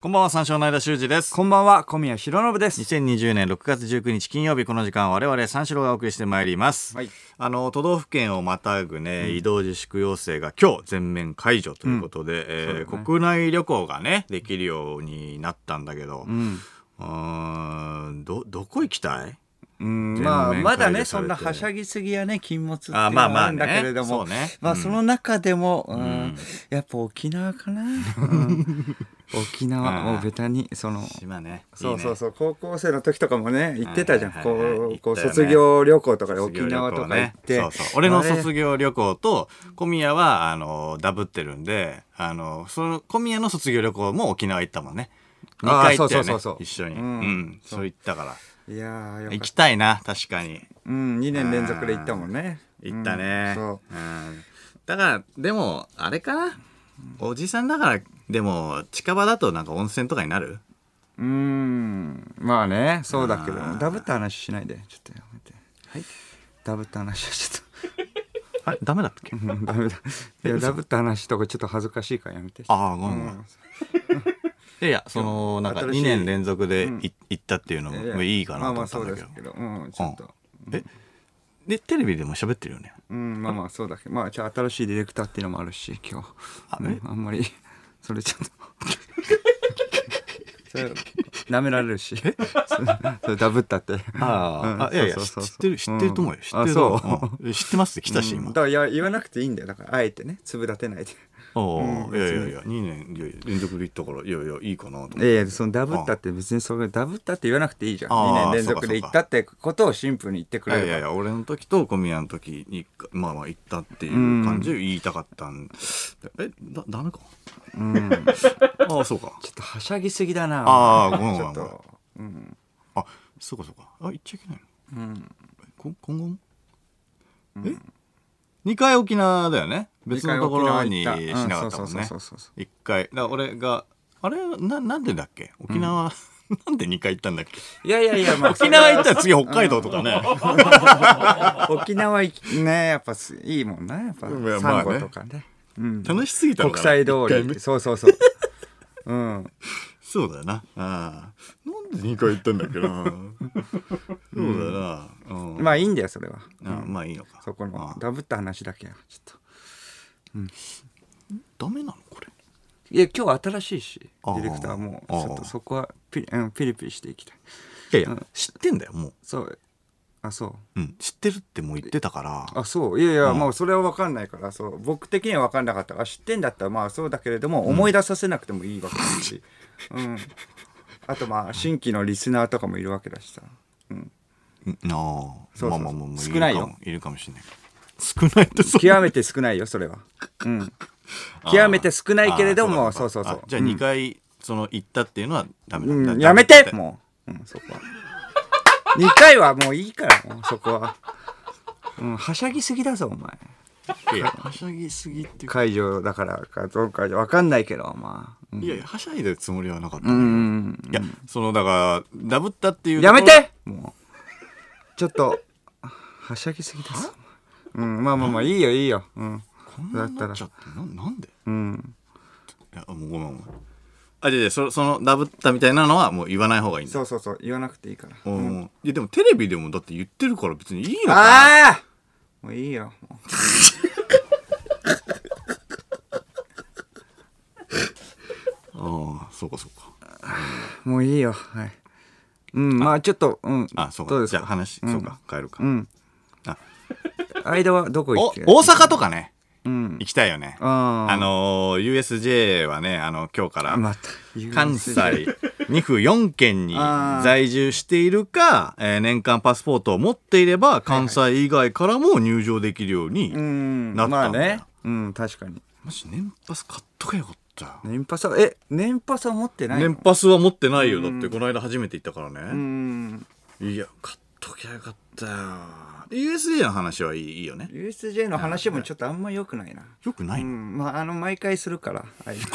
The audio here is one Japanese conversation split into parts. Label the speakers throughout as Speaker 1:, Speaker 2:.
Speaker 1: こんばんは、三照の間修二です。
Speaker 2: こんばんは、小宮弘信です。
Speaker 1: 2020年6月19日金曜日この時間我々三四郎がお送りしてまいります、
Speaker 2: はい
Speaker 1: あの都道府県をまたぐね、移動自粛要請が今日全面解除ということで、えー
Speaker 2: そうだね
Speaker 1: 国内旅行がねできるようになったんだけど、う
Speaker 2: うん、
Speaker 1: ーんどどこ行きたい
Speaker 2: うん
Speaker 1: 全面
Speaker 2: まあ、
Speaker 1: 解除
Speaker 2: まだね、
Speaker 1: さ
Speaker 2: そ
Speaker 1: れて
Speaker 2: んなはしゃぎすぎやね、禁物っていう
Speaker 1: あ
Speaker 2: の
Speaker 1: まあま
Speaker 2: は
Speaker 1: あ
Speaker 2: あるんだけれども、
Speaker 1: ねそうね
Speaker 2: まあ、
Speaker 1: うん
Speaker 2: その中でも、うん
Speaker 1: ん
Speaker 2: やっぱ沖縄か な。うん沖縄、もうベタに、その、
Speaker 1: 島ね
Speaker 2: そうそう
Speaker 1: う
Speaker 2: そう、高校生の時とかもね、行ってたじゃん。
Speaker 1: はい
Speaker 2: こ、
Speaker 1: はいはいはいう
Speaker 2: こ
Speaker 1: 行っ
Speaker 2: う、
Speaker 1: たよね
Speaker 2: 卒業旅行とかで
Speaker 1: 卒
Speaker 2: 沖
Speaker 1: 業旅行
Speaker 2: 縄とか行って。
Speaker 1: そうそう俺の
Speaker 2: あ
Speaker 1: 卒
Speaker 2: れ
Speaker 1: 業旅行と小宮はあのダブってるんであのその小宮の卒業旅行も沖縄行ったもんね二
Speaker 2: あー
Speaker 1: 回行ったよね
Speaker 2: そうそうそうそう
Speaker 1: 一緒に、う
Speaker 2: うんん
Speaker 1: そう言ったから
Speaker 2: いやー、よかっ
Speaker 1: 行
Speaker 2: た
Speaker 1: きたいな確かに
Speaker 2: うん、2年連続で行ったもんね。
Speaker 1: 行ったね、
Speaker 2: うんそう
Speaker 1: うんだからでもあれかなおじさんだからでも近場だとなんか温泉とかになる
Speaker 2: うーんまあねそうだけど
Speaker 1: あー
Speaker 2: ダブった話しないでちょっとやめて
Speaker 1: はい
Speaker 2: ダブった話はち
Speaker 1: あれダメだったっけ
Speaker 2: ょっと うんダメだいやダブった話とかちょっと恥ずかしいからやめて
Speaker 1: ああごめんごめん、いやいやそのなんか
Speaker 2: 新しい
Speaker 1: 2年連続でい
Speaker 2: うん
Speaker 1: 行ったっていうの
Speaker 2: や
Speaker 1: もいいかなと
Speaker 2: まあま
Speaker 1: 思
Speaker 2: あ
Speaker 1: ったん
Speaker 2: そう
Speaker 1: だけ
Speaker 2: です
Speaker 1: ど
Speaker 2: けどうんちょっと
Speaker 1: えでテレビでも喋ってるよね
Speaker 2: うんまあまあそうだけどまあじゃあ新しいディレクターっていうのもあるし今日
Speaker 1: あ
Speaker 2: うんあんまりそれちょっと それ舐められるしそれそれダブったってうん
Speaker 1: ああいやいや
Speaker 2: そう
Speaker 1: 知
Speaker 2: そうそう
Speaker 1: 知ってる知ってると思うよ
Speaker 2: ん
Speaker 1: 知ってると
Speaker 2: あそう
Speaker 1: 思ううん知ってます来たし
Speaker 2: うん
Speaker 1: 今
Speaker 2: だからいや言わなくていいんだよだからあえてね粒立てないで
Speaker 1: おー
Speaker 2: うん
Speaker 1: いやいやいや2年いやいや連続で行ったからいやいやいいかなと思っ
Speaker 2: いや
Speaker 1: て
Speaker 2: いやそのダブったって別にそれダブったって言わなくていいじゃん
Speaker 1: あー
Speaker 2: 2年連続で行ったってことをシンプルに言ってく
Speaker 1: い
Speaker 2: れ
Speaker 1: や
Speaker 2: る
Speaker 1: いやいや俺の時と小宮の時にまあまあ行ったっていう感じで言いたかったんえだダメか
Speaker 2: うん、ちょっ
Speaker 1: ああそうか
Speaker 2: とはしゃぎすぎだな
Speaker 1: あーごめん
Speaker 2: ち
Speaker 1: ご
Speaker 2: ょ
Speaker 1: めん
Speaker 2: っ
Speaker 1: ごめん
Speaker 2: とうん、
Speaker 1: あそうかそうかあ行っちゃいけないの
Speaker 2: うん、
Speaker 1: こ今後も、え二回沖縄だよね別のところにし
Speaker 2: 二回沖縄行
Speaker 1: なかったもん
Speaker 2: うん
Speaker 1: ね
Speaker 2: そうそうそうそうそう
Speaker 1: 一回だから俺があれななんでだっけ沖縄、 なんで2回行ったんだっけ
Speaker 2: いやいやいや、まあ、
Speaker 1: 沖縄行ったら次北海道とかね、
Speaker 2: 沖縄行きねやっぱすいいもんなやっぱ
Speaker 1: いやまあね
Speaker 2: サンゴとかね,、うん、
Speaker 1: 楽しすぎたの
Speaker 2: 国
Speaker 1: かな
Speaker 2: 際通
Speaker 1: 一回目
Speaker 2: りそうそうそう うん
Speaker 1: そうだよなああなんで2回行ったんだっけなそうだよな、うん
Speaker 2: まあいいんだよそれは
Speaker 1: あまあいいのか
Speaker 2: そこの
Speaker 1: あ
Speaker 2: ダブった話だけやちょっと
Speaker 1: ダメなのこれ
Speaker 2: いや今日新しいし
Speaker 1: あ
Speaker 2: デ
Speaker 1: ー
Speaker 2: ィレクターもち
Speaker 1: あー
Speaker 2: ょっとそこはピリ,、うん、ピリピリしていきたい
Speaker 1: いやいや知ってんだよもう、
Speaker 2: そうあそう
Speaker 1: うん、知ってるってもう言ってたから
Speaker 2: あそういやいや、
Speaker 1: うん
Speaker 2: まあそれは分かんないからそう僕的には分かんなかったから知ってんだったらまあそうだけれども、思い出させなくてもいいわけだ し、うん、あとまあ新規のリスナーとかもいるわけだしさ、うん、
Speaker 1: うんああ、
Speaker 2: そうそうそう
Speaker 1: まあまあまあまあ
Speaker 2: 少ないよ
Speaker 1: るかもいるかもしれない。少ないってそう。
Speaker 2: 極めて少ないよそれは、うん、極めて少ないけれども
Speaker 1: あーか
Speaker 2: そうそうそう
Speaker 1: あじゃあ
Speaker 2: うん
Speaker 1: 二回その行ったっていうのはダメなんだ。
Speaker 2: うん、やめて
Speaker 1: う。
Speaker 2: もう、うん、そこは2回はもういいからもうそこは、うん、はしゃぎすぎだぞお前
Speaker 1: いやはしゃぎすぎっていうか。
Speaker 2: 会場だからかどうか分かんないけどまあ、うん
Speaker 1: いやいやはしゃいでるつもりはなかった。
Speaker 2: う
Speaker 1: い
Speaker 2: ん
Speaker 1: やそのだからダブったっていう。
Speaker 2: やめてもうちょっとはしゃぎすぎですうんまあまあまあいいよいいようん
Speaker 1: こんなになっちゃってななんで？
Speaker 2: うん
Speaker 1: いやもうごめんごめん。あじゃあじゃあそそのダブったみたいなのはもう言わない方がいいんだ。
Speaker 2: そうそうそう言わなくていいから
Speaker 1: おーいやでもテレビでもだって言ってるから別にいいのかな。
Speaker 2: ああもういいよも
Speaker 1: ああそうかそうか。
Speaker 2: うもういいよはいうんまあちょっとうん
Speaker 1: あそう
Speaker 2: どう
Speaker 1: か。
Speaker 2: です
Speaker 1: じゃあ
Speaker 2: か
Speaker 1: 話そうか変えるか
Speaker 2: う。ん
Speaker 1: あ
Speaker 2: 間はどこ行
Speaker 1: お
Speaker 2: って
Speaker 1: 大阪とかね
Speaker 2: うん
Speaker 1: 行きたいよねあ
Speaker 2: あー
Speaker 1: のー USJ はねあの今日から
Speaker 2: また
Speaker 1: 関西2府4県に在住しているか、えー年間パスポートを持っていれば関西以外からも入場できるように、
Speaker 2: うん
Speaker 1: なったんだ
Speaker 2: まあねうん確かに
Speaker 1: マジ年パス買っとけよかったよ
Speaker 2: 年パスはえ年パスは持ってないの
Speaker 1: 年パスは持ってないよだってこの間初めて行ったから
Speaker 2: う
Speaker 1: ね、
Speaker 2: ん
Speaker 1: いや買っときゃよかったよで USJ の話はいいいいよね
Speaker 2: USJ の話もちょっとあんま良くないな
Speaker 1: よくない、
Speaker 2: う
Speaker 1: の
Speaker 2: ん、まああの毎回するから、はい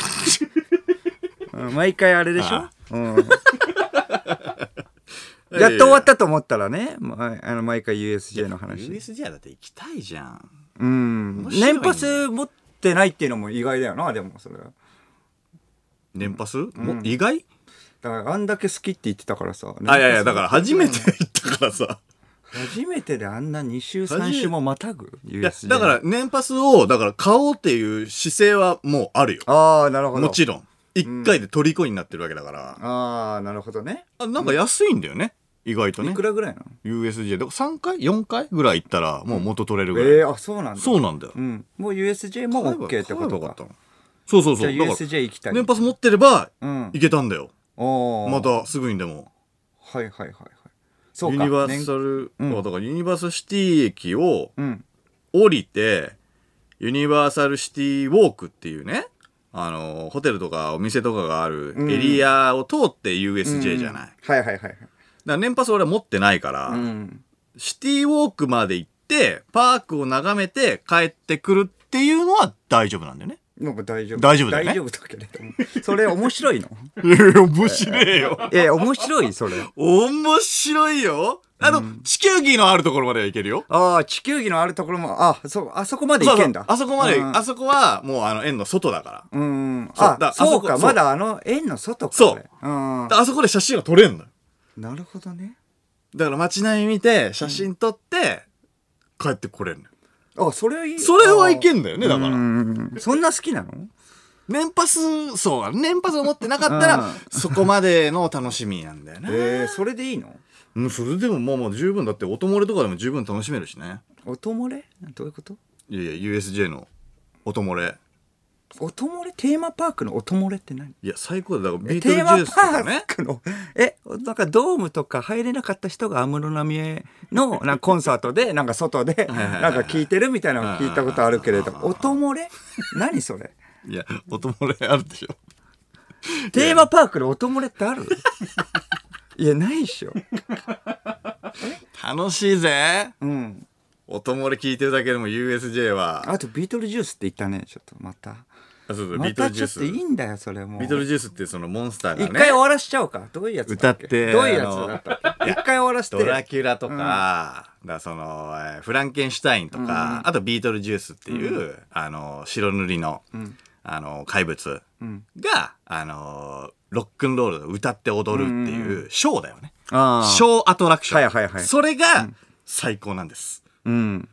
Speaker 2: うん毎回あれでしょ
Speaker 1: あ、
Speaker 2: うん、やっと終わったと思ったらね、まあ、あの毎回 USJ の話、
Speaker 1: USJ だって行きたいじゃん
Speaker 2: うん、
Speaker 1: 面白いね
Speaker 2: 年パス持ってないっていうのも意外だよなでもそれは
Speaker 1: 年パス、も意外
Speaker 2: だからあんだけ好きって言ってたからさ
Speaker 1: あいやいやだから初めて行ったからさ
Speaker 2: 初めてであんな2週3週もまたぐ
Speaker 1: いや
Speaker 2: USJ
Speaker 1: だから年パスをだから買おうっていう姿勢はもうあるよ
Speaker 2: ああなるほど
Speaker 1: もちろん1回で虜になってるわけだから、
Speaker 2: ああなるほどね
Speaker 1: あなんか安いんだよね意外と
Speaker 2: い
Speaker 1: ね
Speaker 2: くらぐらいなの
Speaker 1: USJ だから3回4回ぐらい行ったらもう元取れるぐらい、
Speaker 2: ええあそうなんだ
Speaker 1: そうなんだよ、
Speaker 2: うんもう USJ も OK ってこ
Speaker 1: 買え
Speaker 2: とか
Speaker 1: ばよったのそうそう
Speaker 2: じ
Speaker 1: そ
Speaker 2: ゃあ
Speaker 1: うだから
Speaker 2: USJ 行きたい
Speaker 1: 年パス持ってれば
Speaker 2: うん
Speaker 1: 行けたんだよ、
Speaker 2: おー
Speaker 1: またすぐにでも
Speaker 2: はいはいはいはいそう
Speaker 1: ユ
Speaker 2: か
Speaker 1: ニバーサル、
Speaker 2: うん
Speaker 1: だからユニバーサルシティ駅を
Speaker 2: 年うん
Speaker 1: 降りてユニバーサルシティウォークっていうねあのホテルとかお店とかがあるエリアを通って USJ じゃない、だか
Speaker 2: はいはいはいはい
Speaker 1: ら年パス俺は持ってないから、
Speaker 2: うん
Speaker 1: シティウォークまで行ってパークを眺めて帰ってくるっていうのは大丈夫なんだよ ね
Speaker 2: なんか大丈夫
Speaker 1: 大丈夫だよね
Speaker 2: 大丈夫だけれどもそれ面白 いの
Speaker 1: いやいや面白いよ
Speaker 2: え面白いそれ
Speaker 1: 面白いよあの、地球儀のあるところまでは行けるよ
Speaker 2: ああ地球儀のあるところもあそうあそこまで行けんだ
Speaker 1: そうそうあそこまで、
Speaker 2: うん
Speaker 1: あそこはもうあの円の外だから
Speaker 2: うん
Speaker 1: そうだか
Speaker 2: あ
Speaker 1: ら
Speaker 2: そう
Speaker 1: あそ
Speaker 2: か
Speaker 1: こ
Speaker 2: まだあの円の外か
Speaker 1: そう
Speaker 2: これうん
Speaker 1: あそこで写真が撮れんのよ
Speaker 2: なるほどね
Speaker 1: だから街並み見て写真撮って帰ってこれんのよ
Speaker 2: あそれはいい
Speaker 1: それはいけ
Speaker 2: ん
Speaker 1: んだよねだから
Speaker 2: そんな好きなの
Speaker 1: 年パスそうだ年パスを持ってなかったらそこまでの楽しみなんだよ ね
Speaker 2: えーそれでいいの
Speaker 1: うんそれでもまあまあ十分だって音漏れとかでも十分楽しめるしね
Speaker 2: 音漏れどういうこと
Speaker 1: いやいや USJ の音漏れ
Speaker 2: 音漏れテーマパークの音漏れって何
Speaker 1: いや最高だよだからビートル
Speaker 2: テ
Speaker 1: ジ
Speaker 2: ーマ
Speaker 1: ュースとか
Speaker 2: パ
Speaker 1: ね
Speaker 2: ークの、 え、なんかドームとか入れなかった人が安室奈美恵の なんかコンサートで、なんか外で、
Speaker 1: はいはい
Speaker 2: なんか聞いてるみたいなのを聞いたことあるけれど、音漏れ何 それ
Speaker 1: いや音漏れあるでしょ
Speaker 2: テーマパークの音漏れっ てあるいや、ないっしょ。
Speaker 1: 楽しいぜ
Speaker 2: うん。
Speaker 1: 音漏れ聞いてるだけでも USJ は
Speaker 2: あとビートルジュースって言ったね、ちょっとまた。
Speaker 1: あそうそうビ
Speaker 2: ま
Speaker 1: ートル
Speaker 2: た
Speaker 1: ジュ
Speaker 2: ちょ
Speaker 1: ー
Speaker 2: っ
Speaker 1: ス
Speaker 2: といいんだよ、それもう。
Speaker 1: ビートルジュースってそのモンスターが
Speaker 2: 一回終
Speaker 1: ね
Speaker 2: わらしちゃおうか。どういうやつだっけ
Speaker 1: 歌って
Speaker 2: どういうやつだったっけ一回終わらせて。
Speaker 1: ドラキュラとか,、だからそのえーフランケンシュタインとか、あとビートルジュースっていう、あの白塗りの,、あの怪物が、あのロックンロールを歌って踊るっていうショーだよね、
Speaker 2: あー
Speaker 1: ショーアトラクション、
Speaker 2: はいはいはい
Speaker 1: それが最高なんです、
Speaker 2: うん。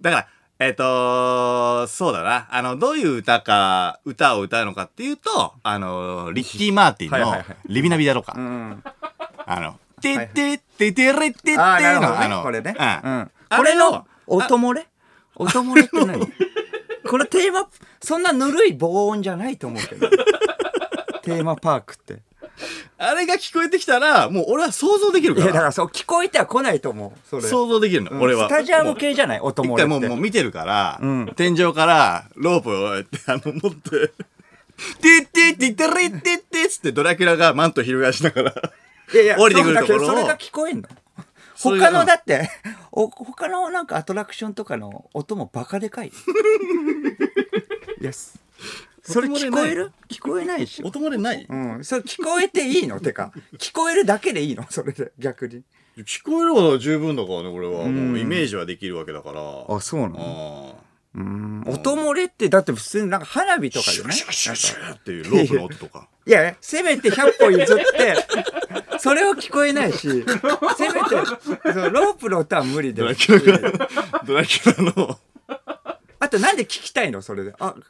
Speaker 1: だから、えっ、とそうだな。あの、どういう歌か、歌を歌うのかっていうと、あのリッキー・マーティン
Speaker 2: はいはい
Speaker 1: の
Speaker 2: はい
Speaker 1: リビナビだろうか。
Speaker 2: うん。
Speaker 1: あの、
Speaker 2: は
Speaker 1: て
Speaker 2: い
Speaker 1: てててれってっていうの、
Speaker 2: あーなるほどね
Speaker 1: あの、
Speaker 2: これね、
Speaker 1: う
Speaker 2: うんん、
Speaker 1: あ
Speaker 2: これ
Speaker 1: れの
Speaker 2: の、音漏れ音漏れっ て何これテーマそんなぬるい防音じゃないと思う けどテーマパークって
Speaker 1: あれが聞こえてきたら、もう俺は想像できる
Speaker 2: い
Speaker 1: か。
Speaker 2: やだかららそう聞こえては来ないと思うそれ
Speaker 1: 想像できるの、
Speaker 2: うん
Speaker 1: 俺は。
Speaker 2: スタジアム
Speaker 1: も
Speaker 2: 系じゃない音
Speaker 1: う一
Speaker 2: 漏れ
Speaker 1: 回
Speaker 2: っ
Speaker 1: も
Speaker 2: て
Speaker 1: うもう見てるから、
Speaker 2: うん
Speaker 1: 天井からロープをって、あの、持って、ててててれってってっつってドラキュラがマント広がしながら、
Speaker 2: いやいや
Speaker 1: 降りてくるところを
Speaker 2: そうだけどそれが聞こえんの
Speaker 1: それが
Speaker 2: 他のだって お他のなんかアトラクションとかの音もバカで かいいやそれ聞こえる聞こえないでしょ
Speaker 1: 音漏れない
Speaker 2: うん、それ聞こえていいのてか、 聞こえるだけでいいのそれで、逆に。
Speaker 1: 聞こえれば十分だからね俺は
Speaker 2: ん
Speaker 1: もうイメージはできるわけだからあ
Speaker 2: そうな
Speaker 1: あ
Speaker 2: うん。音漏れって、だって普通になんか花火とかじ
Speaker 1: シ
Speaker 2: ゃ
Speaker 1: ュ
Speaker 2: な
Speaker 1: ッ
Speaker 2: い
Speaker 1: シュッシュッシュッっていうロープの音とか
Speaker 2: いやいや、せめて100歩譲って、 それは聞こえないし、せめて、そのロープの音は無理で
Speaker 1: ド。ラキュラがドラキュラの
Speaker 2: あとなんで聞きたいのそれで。あ、だか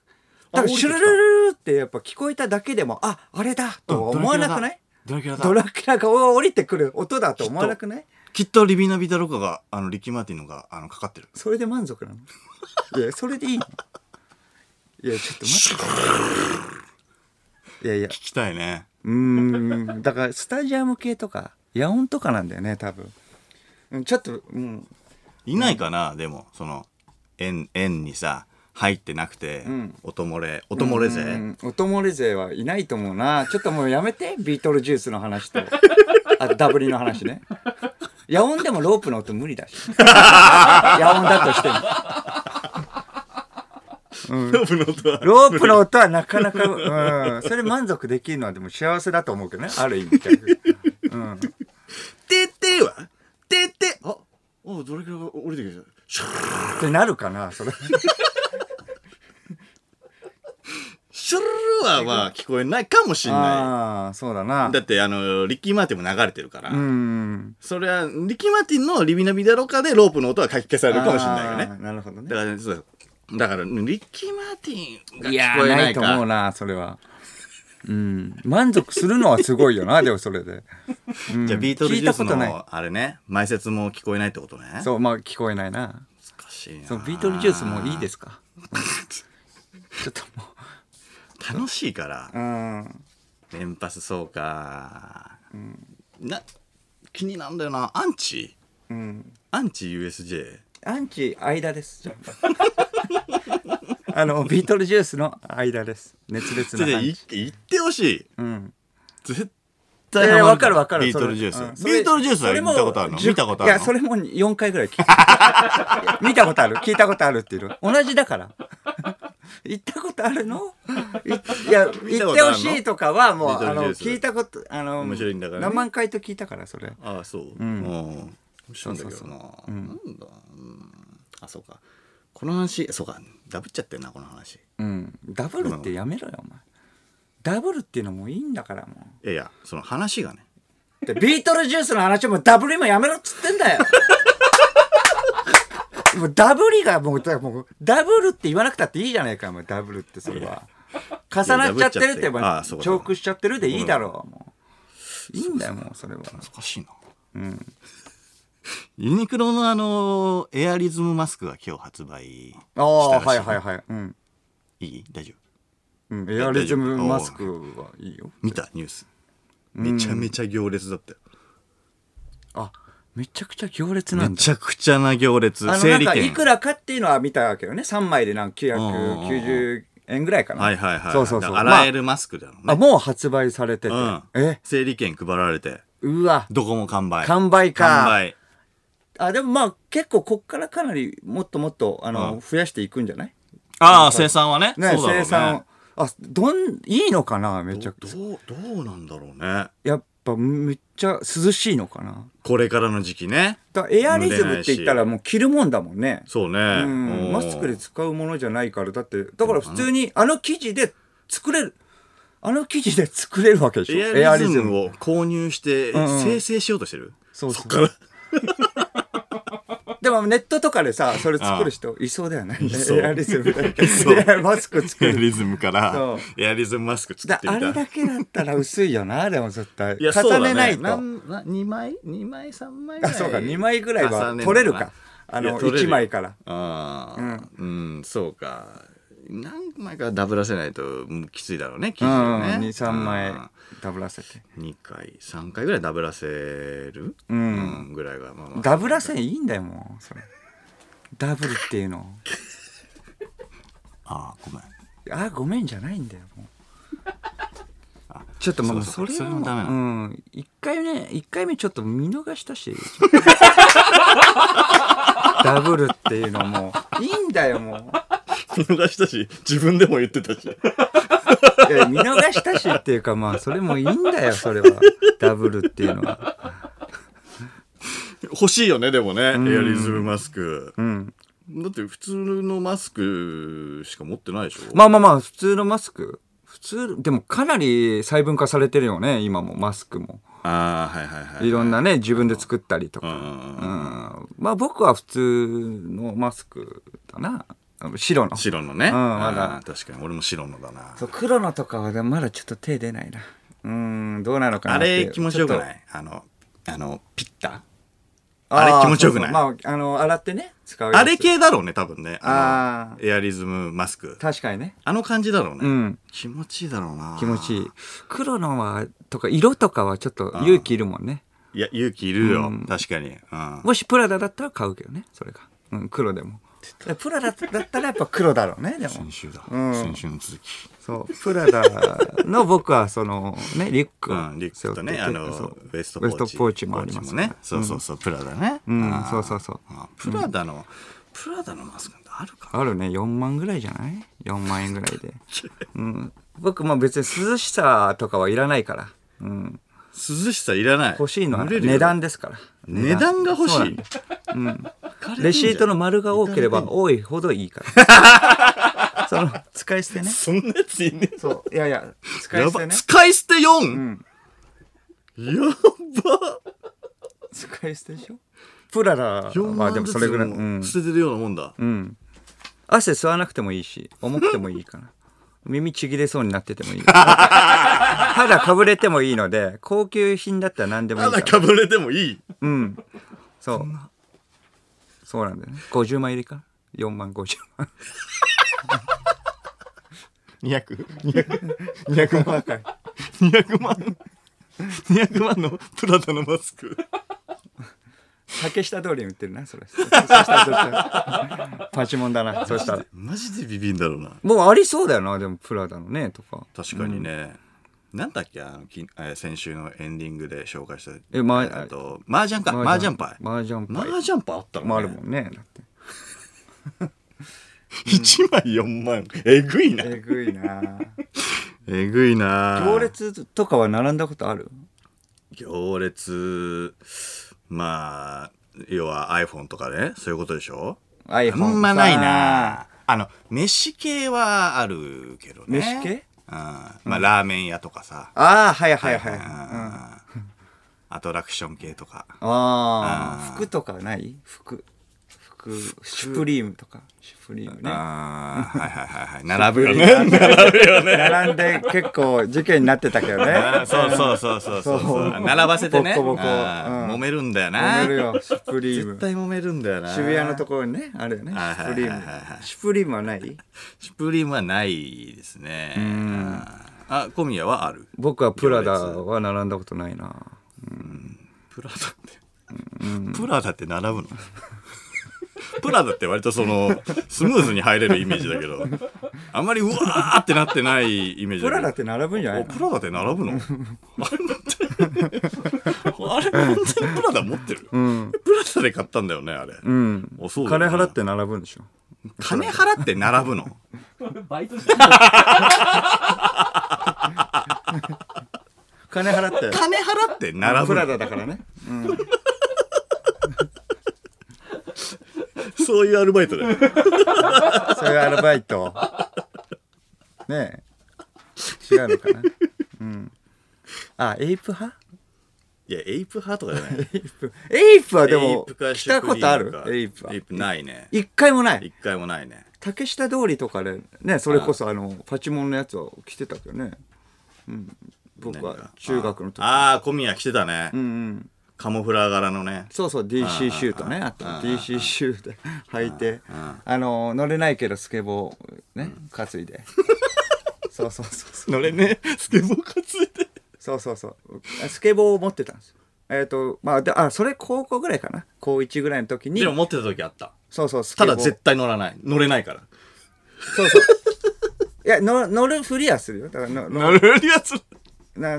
Speaker 2: ら
Speaker 1: あ
Speaker 2: シュルルルルってやっぱ聞こえただけでも、あ、あれだとは思わなくない
Speaker 1: ドラキュラだ
Speaker 2: ドラキュラが降りてくる音だと思わなくない
Speaker 1: きっとリビナビタロカがあのリッキー・マーティンのがあのかかってる
Speaker 2: それで満足なのいやそれでいいのいやちょっと待っていやいや
Speaker 1: 聞きたいね
Speaker 2: うーんだからスタジアム系とか野音とかなんだよね多分うんちょっとうん
Speaker 1: いないかな、でもその円円にさ入ってなくて、
Speaker 2: ん
Speaker 1: 音漏れ音漏れぜ、
Speaker 2: うん音漏れ勢はいないと思うなちょっともうやめてビートルジュースの話とあダブリの話ね野音でもロープの音無理だし野音だとしても
Speaker 1: ロープの 音は
Speaker 2: ロープの音はなかなか、うん、それ満足できるのはでも幸せだと思うけどね、ある意味。うん、
Speaker 1: てってはてってあおドラキュラが降りてきたシュル
Speaker 2: ってなるかな、それ。
Speaker 1: シュルルはまあ聞こえないかもしんな
Speaker 2: ああ、そうだな。
Speaker 1: い。だってあの、リッキー・マーティンも流れてるから、
Speaker 2: うん。
Speaker 1: それはリッキー・マーティンの「リビナビダロカ」でロープの音はかき消されるかもしんないよ
Speaker 2: あ
Speaker 1: ね。
Speaker 2: ーなるほどね
Speaker 1: だ。から、そうだからリッキー・マーティンが
Speaker 2: いや
Speaker 1: 聞こ
Speaker 2: ー
Speaker 1: え
Speaker 2: な
Speaker 1: ない
Speaker 2: い
Speaker 1: か
Speaker 2: と思うなそれは。うん、満足するのはすごいよ なでもそれで、うん
Speaker 1: じゃあビートルジュース
Speaker 2: 聞いたことない
Speaker 1: のあれね前説も聞こえないってことね難
Speaker 2: そうまあ聞こえないな
Speaker 1: しいな
Speaker 2: そうビートルジュースもいいで すかちょっとも
Speaker 1: 楽しいから
Speaker 2: ううん
Speaker 1: 連発そうか、な気になるんだよなアンチ
Speaker 2: うん
Speaker 1: アンチ USJ
Speaker 2: アンチ間です じゃああのビートルジュースの間です熱烈
Speaker 1: ちょ
Speaker 2: な
Speaker 1: っと
Speaker 2: 感
Speaker 1: 言っ
Speaker 2: じ、
Speaker 1: て言ってほしい
Speaker 2: うん、
Speaker 1: 絶
Speaker 2: い
Speaker 1: 対
Speaker 2: やい
Speaker 1: ハマる
Speaker 2: やわかるわかる
Speaker 1: ビートルジュ
Speaker 2: それうん
Speaker 1: ース
Speaker 2: それ
Speaker 1: ビートルジュースは
Speaker 2: それ
Speaker 1: 見
Speaker 2: も
Speaker 1: たことあるの
Speaker 2: じゅ
Speaker 1: 見たことあ
Speaker 2: い
Speaker 1: る
Speaker 2: やそ
Speaker 1: の
Speaker 2: れも4回ぐらい聞いた見たこと ある聞いたことあるっていうの同じだから 行ったことあるのいいや
Speaker 1: 見た
Speaker 2: 行
Speaker 1: こと
Speaker 2: っ
Speaker 1: あ
Speaker 2: て
Speaker 1: るの
Speaker 2: ほしいとかはもう
Speaker 1: ビート
Speaker 2: あ
Speaker 1: ルジュ
Speaker 2: の
Speaker 1: ース
Speaker 2: 聞いたことあの
Speaker 1: 面白いんだからね
Speaker 2: 何万回と聞いたからそれ
Speaker 1: ああそう
Speaker 2: うん
Speaker 1: うん面白いんだけどななんだうんあそうかこの話そうかダブっちゃってんなこの話
Speaker 2: うんダブルってやめろよお前ダブルっていうのもういいんだからも
Speaker 1: いやいやその話がね
Speaker 2: うでビートルジュースの話もダブルもやめろっつって んだよもうダブリがもうだからもうダブルって言わなくたっていいじゃないかもうダブルってそれは重なっちゃってるっ
Speaker 1: いやダブっ
Speaker 2: て
Speaker 1: ちゃって
Speaker 2: もう
Speaker 1: ああそうか
Speaker 2: チョークしちゃってるでいいだろうもういいんだよもうそれは
Speaker 1: 難しいな
Speaker 2: うん
Speaker 1: ユニクロのあのエアリズムマスクが今日発売
Speaker 2: ああはいはいはいうん、
Speaker 1: いい大丈夫
Speaker 2: うん、エアリズムマスクはいいよ
Speaker 1: 見たニュースめちゃめちゃ行列だったよ
Speaker 2: あめちゃくちゃ行列な
Speaker 1: め
Speaker 2: んだ
Speaker 1: ちゃくちゃな行列
Speaker 2: あの
Speaker 1: 整
Speaker 2: なん
Speaker 1: 理
Speaker 2: か
Speaker 1: 券
Speaker 2: いくらかっていうのは見たけどね3枚でなんか990円ぐらいかな
Speaker 1: はいはいはい
Speaker 2: そうそうそ
Speaker 1: だ
Speaker 2: う
Speaker 1: から洗えるマスクだろう
Speaker 2: まあ、あ
Speaker 1: ね、
Speaker 2: もう発売されてて、
Speaker 1: うん
Speaker 2: え
Speaker 1: 整理券配られて
Speaker 2: うわ
Speaker 1: どこも完売
Speaker 2: 完売か
Speaker 1: 完売
Speaker 2: あでもまあ結構こっからかなりもっともっとあの、
Speaker 1: うん
Speaker 2: 増やしていくんじゃない
Speaker 1: ああ生産はね
Speaker 2: ね
Speaker 1: そうだろうね
Speaker 2: 生産をあどんいいのかなめちゃく
Speaker 1: ど
Speaker 2: ちゃ
Speaker 1: どうどうなんだろうね
Speaker 2: やっぱめっちゃ涼しいのかな
Speaker 1: これからの時期ね
Speaker 2: だからエアリズムって言ったらもう着るもんだもんね
Speaker 1: そうね
Speaker 2: うん
Speaker 1: おー
Speaker 2: マスクで使うものじゃないからだってだから普通にあの生地で作れるあの生地で作れるわけでしょ
Speaker 1: エアリズム
Speaker 2: を
Speaker 1: を購入して
Speaker 2: うんうん
Speaker 1: 生成しようとしてる、
Speaker 2: そうそう
Speaker 1: そっから
Speaker 2: でもネットとかでさそれ作る人いそうだよね
Speaker 1: そう
Speaker 2: エアリズムで
Speaker 1: そう
Speaker 2: エアマスク作
Speaker 1: エア
Speaker 2: る
Speaker 1: リズムから
Speaker 2: そ
Speaker 1: エアリズムマスク作っ
Speaker 2: だ
Speaker 1: て
Speaker 2: あ
Speaker 1: み
Speaker 2: れ
Speaker 1: たい
Speaker 2: だけだったら薄いよなでも絶対
Speaker 1: いやそうだ
Speaker 2: 重
Speaker 1: ね
Speaker 2: ねないと
Speaker 1: なんな2枚2枚3枚ぐ
Speaker 2: あ
Speaker 1: らい
Speaker 2: そうか2枚ぐらいは
Speaker 1: 重ね
Speaker 2: 取れるか
Speaker 1: な
Speaker 2: あ
Speaker 1: いや
Speaker 2: の
Speaker 1: 取れるよ
Speaker 2: 1枚から
Speaker 1: ああうん、そうか何枚かダブらせないとうんきついだろうね生
Speaker 2: う
Speaker 1: 地
Speaker 2: ん
Speaker 1: をね
Speaker 2: 23枚
Speaker 1: うん
Speaker 2: ダブらせて
Speaker 1: 2回3回ぐらいダブらせる、
Speaker 2: う
Speaker 1: う
Speaker 2: ん
Speaker 1: んぐらいがまあまあ
Speaker 2: ダブらせんいいんだよもうそれダブルっていうの
Speaker 1: ああごめん
Speaker 2: あごめんじゃないんだよもうちょっとまあ
Speaker 1: そ
Speaker 2: そう
Speaker 1: か
Speaker 2: れ
Speaker 1: そ
Speaker 2: は
Speaker 1: れもダメな
Speaker 2: う
Speaker 1: の
Speaker 2: ん一回ね一回目ちょっと見逃し たしダブルっていうのもいいんだよもう
Speaker 1: 見 逃したし自分でも言ってたし
Speaker 2: いや見逃したしっていうかまあそれもいいんだよそれはダブルっていうのは
Speaker 1: 欲しいよねでもねエアリズムマスク
Speaker 2: うん
Speaker 1: だって普通のマスクしか持ってないでしょ、
Speaker 2: まあまあまあ普通のマスク普通でもかなり細分化されてるよね今もマスクも
Speaker 1: ああはいはいはい
Speaker 2: ろんなね自分で作ったりと
Speaker 1: う
Speaker 2: か
Speaker 1: ん
Speaker 2: うんまあ僕は普通のマスクだな白の
Speaker 1: 白のね、
Speaker 2: うんまだ
Speaker 1: あー確かに俺も白のだな
Speaker 2: そう黒のとかはでもまだちょっと手出ないなうーんどうなのかな
Speaker 1: あ
Speaker 2: っていう
Speaker 1: れ気持ちよくない
Speaker 2: ょっ
Speaker 1: あのあのピッタ
Speaker 2: と
Speaker 1: あれ
Speaker 2: ー
Speaker 1: 気持ちよくない
Speaker 2: そうそうまああの洗ってね使うやつ
Speaker 1: あれ系だろうね多分ね
Speaker 2: あ
Speaker 1: の
Speaker 2: ー
Speaker 1: エアリズムマスク
Speaker 2: 確かにね
Speaker 1: あの感じだろうね、
Speaker 2: うん
Speaker 1: 気持ちいいだろうな
Speaker 2: 気持ちいい黒のはとか色とかはちょっと勇気いるもんね
Speaker 1: いや勇気いるよ、
Speaker 2: うん
Speaker 1: 確かに、うん、
Speaker 2: もしプラダだったら買うけどねそれが、うん、黒でもプラダだったらやっぱ黒だろうねでも
Speaker 1: 先週だ、
Speaker 2: うん
Speaker 1: 先週の続き
Speaker 2: そうプラダの僕はそのねリュック
Speaker 1: う
Speaker 2: を
Speaker 1: んリュックとね
Speaker 2: 背
Speaker 1: あ
Speaker 2: 負ってて
Speaker 1: の
Speaker 2: そう
Speaker 1: ウエストポーチ
Speaker 2: ウエストポーチもあります
Speaker 1: ポーチもねそうそうそう、プラダね、
Speaker 2: うん
Speaker 1: あー
Speaker 2: そうそうそう
Speaker 1: あプラダの、プラダのマスクなんてあるかな
Speaker 2: あるね4万ぐらいじゃない4万円ぐら いで、うん、僕も別に涼しさとかはいらないから、うん、
Speaker 1: 涼しさいらない
Speaker 2: 欲しいのは
Speaker 1: 蒸れるよ
Speaker 2: 値段ですから
Speaker 1: 値段が欲し
Speaker 2: そうないんだよレシートの
Speaker 1: ま
Speaker 2: 丸が多ければ多いほどいいから。その使い捨てね
Speaker 1: そんなやついねえ
Speaker 2: そういやいや使
Speaker 1: や
Speaker 2: い捨て
Speaker 1: ば
Speaker 2: ね
Speaker 1: 使い捨て 4!、
Speaker 2: ん
Speaker 1: やば
Speaker 2: 使い捨てでしょプララ
Speaker 1: !4 万
Speaker 2: まあでもそれぐらい、
Speaker 1: ずつ
Speaker 2: う
Speaker 1: も
Speaker 2: ん
Speaker 1: う、捨ててるようなもんだ。
Speaker 2: うん、汗吸わなくてもいいし重くてもいいか な耳ちぎれそうになってて もいい肌かぶれてもいいので高級品だったら何でもいい
Speaker 1: ま
Speaker 2: か
Speaker 1: だ
Speaker 2: ら
Speaker 1: かぶれてもいい。
Speaker 2: うんそうそうなんだよね50万入りか4万50万
Speaker 1: 200?200 200万
Speaker 2: かい
Speaker 1: 200万200万のプラダのマスク
Speaker 2: 竹下通りに売ってるなそれ そしたら パチモンだなそしたら
Speaker 1: マジでビビんだろうな
Speaker 2: もうありそうだよなでもプラダのねとか
Speaker 1: 確かにね、なんだっけあのきえー先週のエンディングで紹介した
Speaker 2: えまあ
Speaker 1: あとマージャンかマージャンパイ
Speaker 2: マージャン
Speaker 1: マ
Speaker 2: パイ
Speaker 1: ージャンパイあったの、ね
Speaker 2: もあるもんねだって
Speaker 1: 1枚4万えぐいな
Speaker 2: えぐい な
Speaker 1: えぐいな
Speaker 2: 行列とかは並んだことある
Speaker 1: 行列まあ要は iPhone とかねそういうことでしょ
Speaker 2: iPhone
Speaker 1: あんまないなあの飯系はあるけどね
Speaker 2: 飯系
Speaker 1: うんまあラーメン屋とかさ、
Speaker 2: ああはいはいはい、うん
Speaker 1: うんアトラクション系とか
Speaker 2: あ
Speaker 1: あー
Speaker 2: あ服とかない服服シュプリームとかシュプリームね
Speaker 1: ああはいはいはいはい並ぶよね
Speaker 2: 並んで結構事件になってたけど
Speaker 1: あ
Speaker 2: ね
Speaker 1: ーそうそうそうそうそうそう並ばせてね
Speaker 2: ボッコボコ
Speaker 1: あー
Speaker 2: うん
Speaker 1: 揉めるんだよな
Speaker 2: 揉めるよシュプリー
Speaker 1: 絶
Speaker 2: ム
Speaker 1: 対揉めるんだよな
Speaker 2: 渋谷のところにねあるよねシ
Speaker 1: あー
Speaker 2: ュプリー
Speaker 1: はいはいはいは
Speaker 2: ムシュプリームはない
Speaker 1: シュプリームはないですねあ小宮はある
Speaker 2: 僕はプラダは並んだことないな
Speaker 1: プラダってプラダって並ぶのプラダって割とそのスムーズに入れるイメージだけどあんまりうわーってなってないイメージ
Speaker 2: プ
Speaker 1: だけど
Speaker 2: ラダって並ぶんじゃない
Speaker 1: お
Speaker 2: の
Speaker 1: プラダって並 ぶのあれ本当にあれ本当にプラダ持ってる、プラダで買ったんだよねあれ、
Speaker 2: うん
Speaker 1: おそうだよ
Speaker 2: 金
Speaker 1: ね
Speaker 2: 払って並ぶんでしょ
Speaker 1: 金払って並ぶの
Speaker 3: バイトしてた
Speaker 2: 金払って
Speaker 1: 金払って並
Speaker 2: プ
Speaker 1: ぶ
Speaker 2: ラ
Speaker 1: の
Speaker 2: ダだからね
Speaker 1: そういうアルバイトだよ
Speaker 2: そういうアルバイ ト。ねえ。違うのかな。うん。あ、エイプ派
Speaker 1: いやエイプ派とかじゃない
Speaker 2: エイプ。エイプはで
Speaker 1: エイ
Speaker 2: も
Speaker 1: プか、
Speaker 2: 来
Speaker 1: シュ
Speaker 2: た
Speaker 1: プ
Speaker 2: こ
Speaker 1: リ
Speaker 2: とあ
Speaker 1: ーム
Speaker 2: る
Speaker 1: か
Speaker 2: エイプは
Speaker 1: エイ。プないね
Speaker 2: 一回もない。
Speaker 1: 一回もないね
Speaker 2: 竹下通りとかで、ね、それこそあの、パチモンのやつは着てたけどね。うん。僕
Speaker 1: 何が
Speaker 2: は中学の時。
Speaker 1: ああ小宮来てたね、
Speaker 2: うんうん。
Speaker 1: カモフラー柄のね
Speaker 2: そうそう、DC シュートね。あった
Speaker 1: あ。あ
Speaker 2: DC シュート履いて
Speaker 1: あ、
Speaker 2: あの、乗れないけどスケボー、ね、担いで。 そうそうそうそう。
Speaker 1: 乗れねスケボー担いで
Speaker 2: そうそうそう。スケボーを持ってたんですよ。えっ、と、まあ、であ、それ高校ぐらいかな。高1ぐらいの時に
Speaker 1: で、も持ってた時あった
Speaker 2: そうそう、スケ
Speaker 1: た
Speaker 2: ボ
Speaker 1: だ
Speaker 2: ー。
Speaker 1: 絶対乗らない乗れないから
Speaker 2: そうそう。いや、の乗るふりはするよ。だからのの
Speaker 1: 乗れるやつ
Speaker 2: な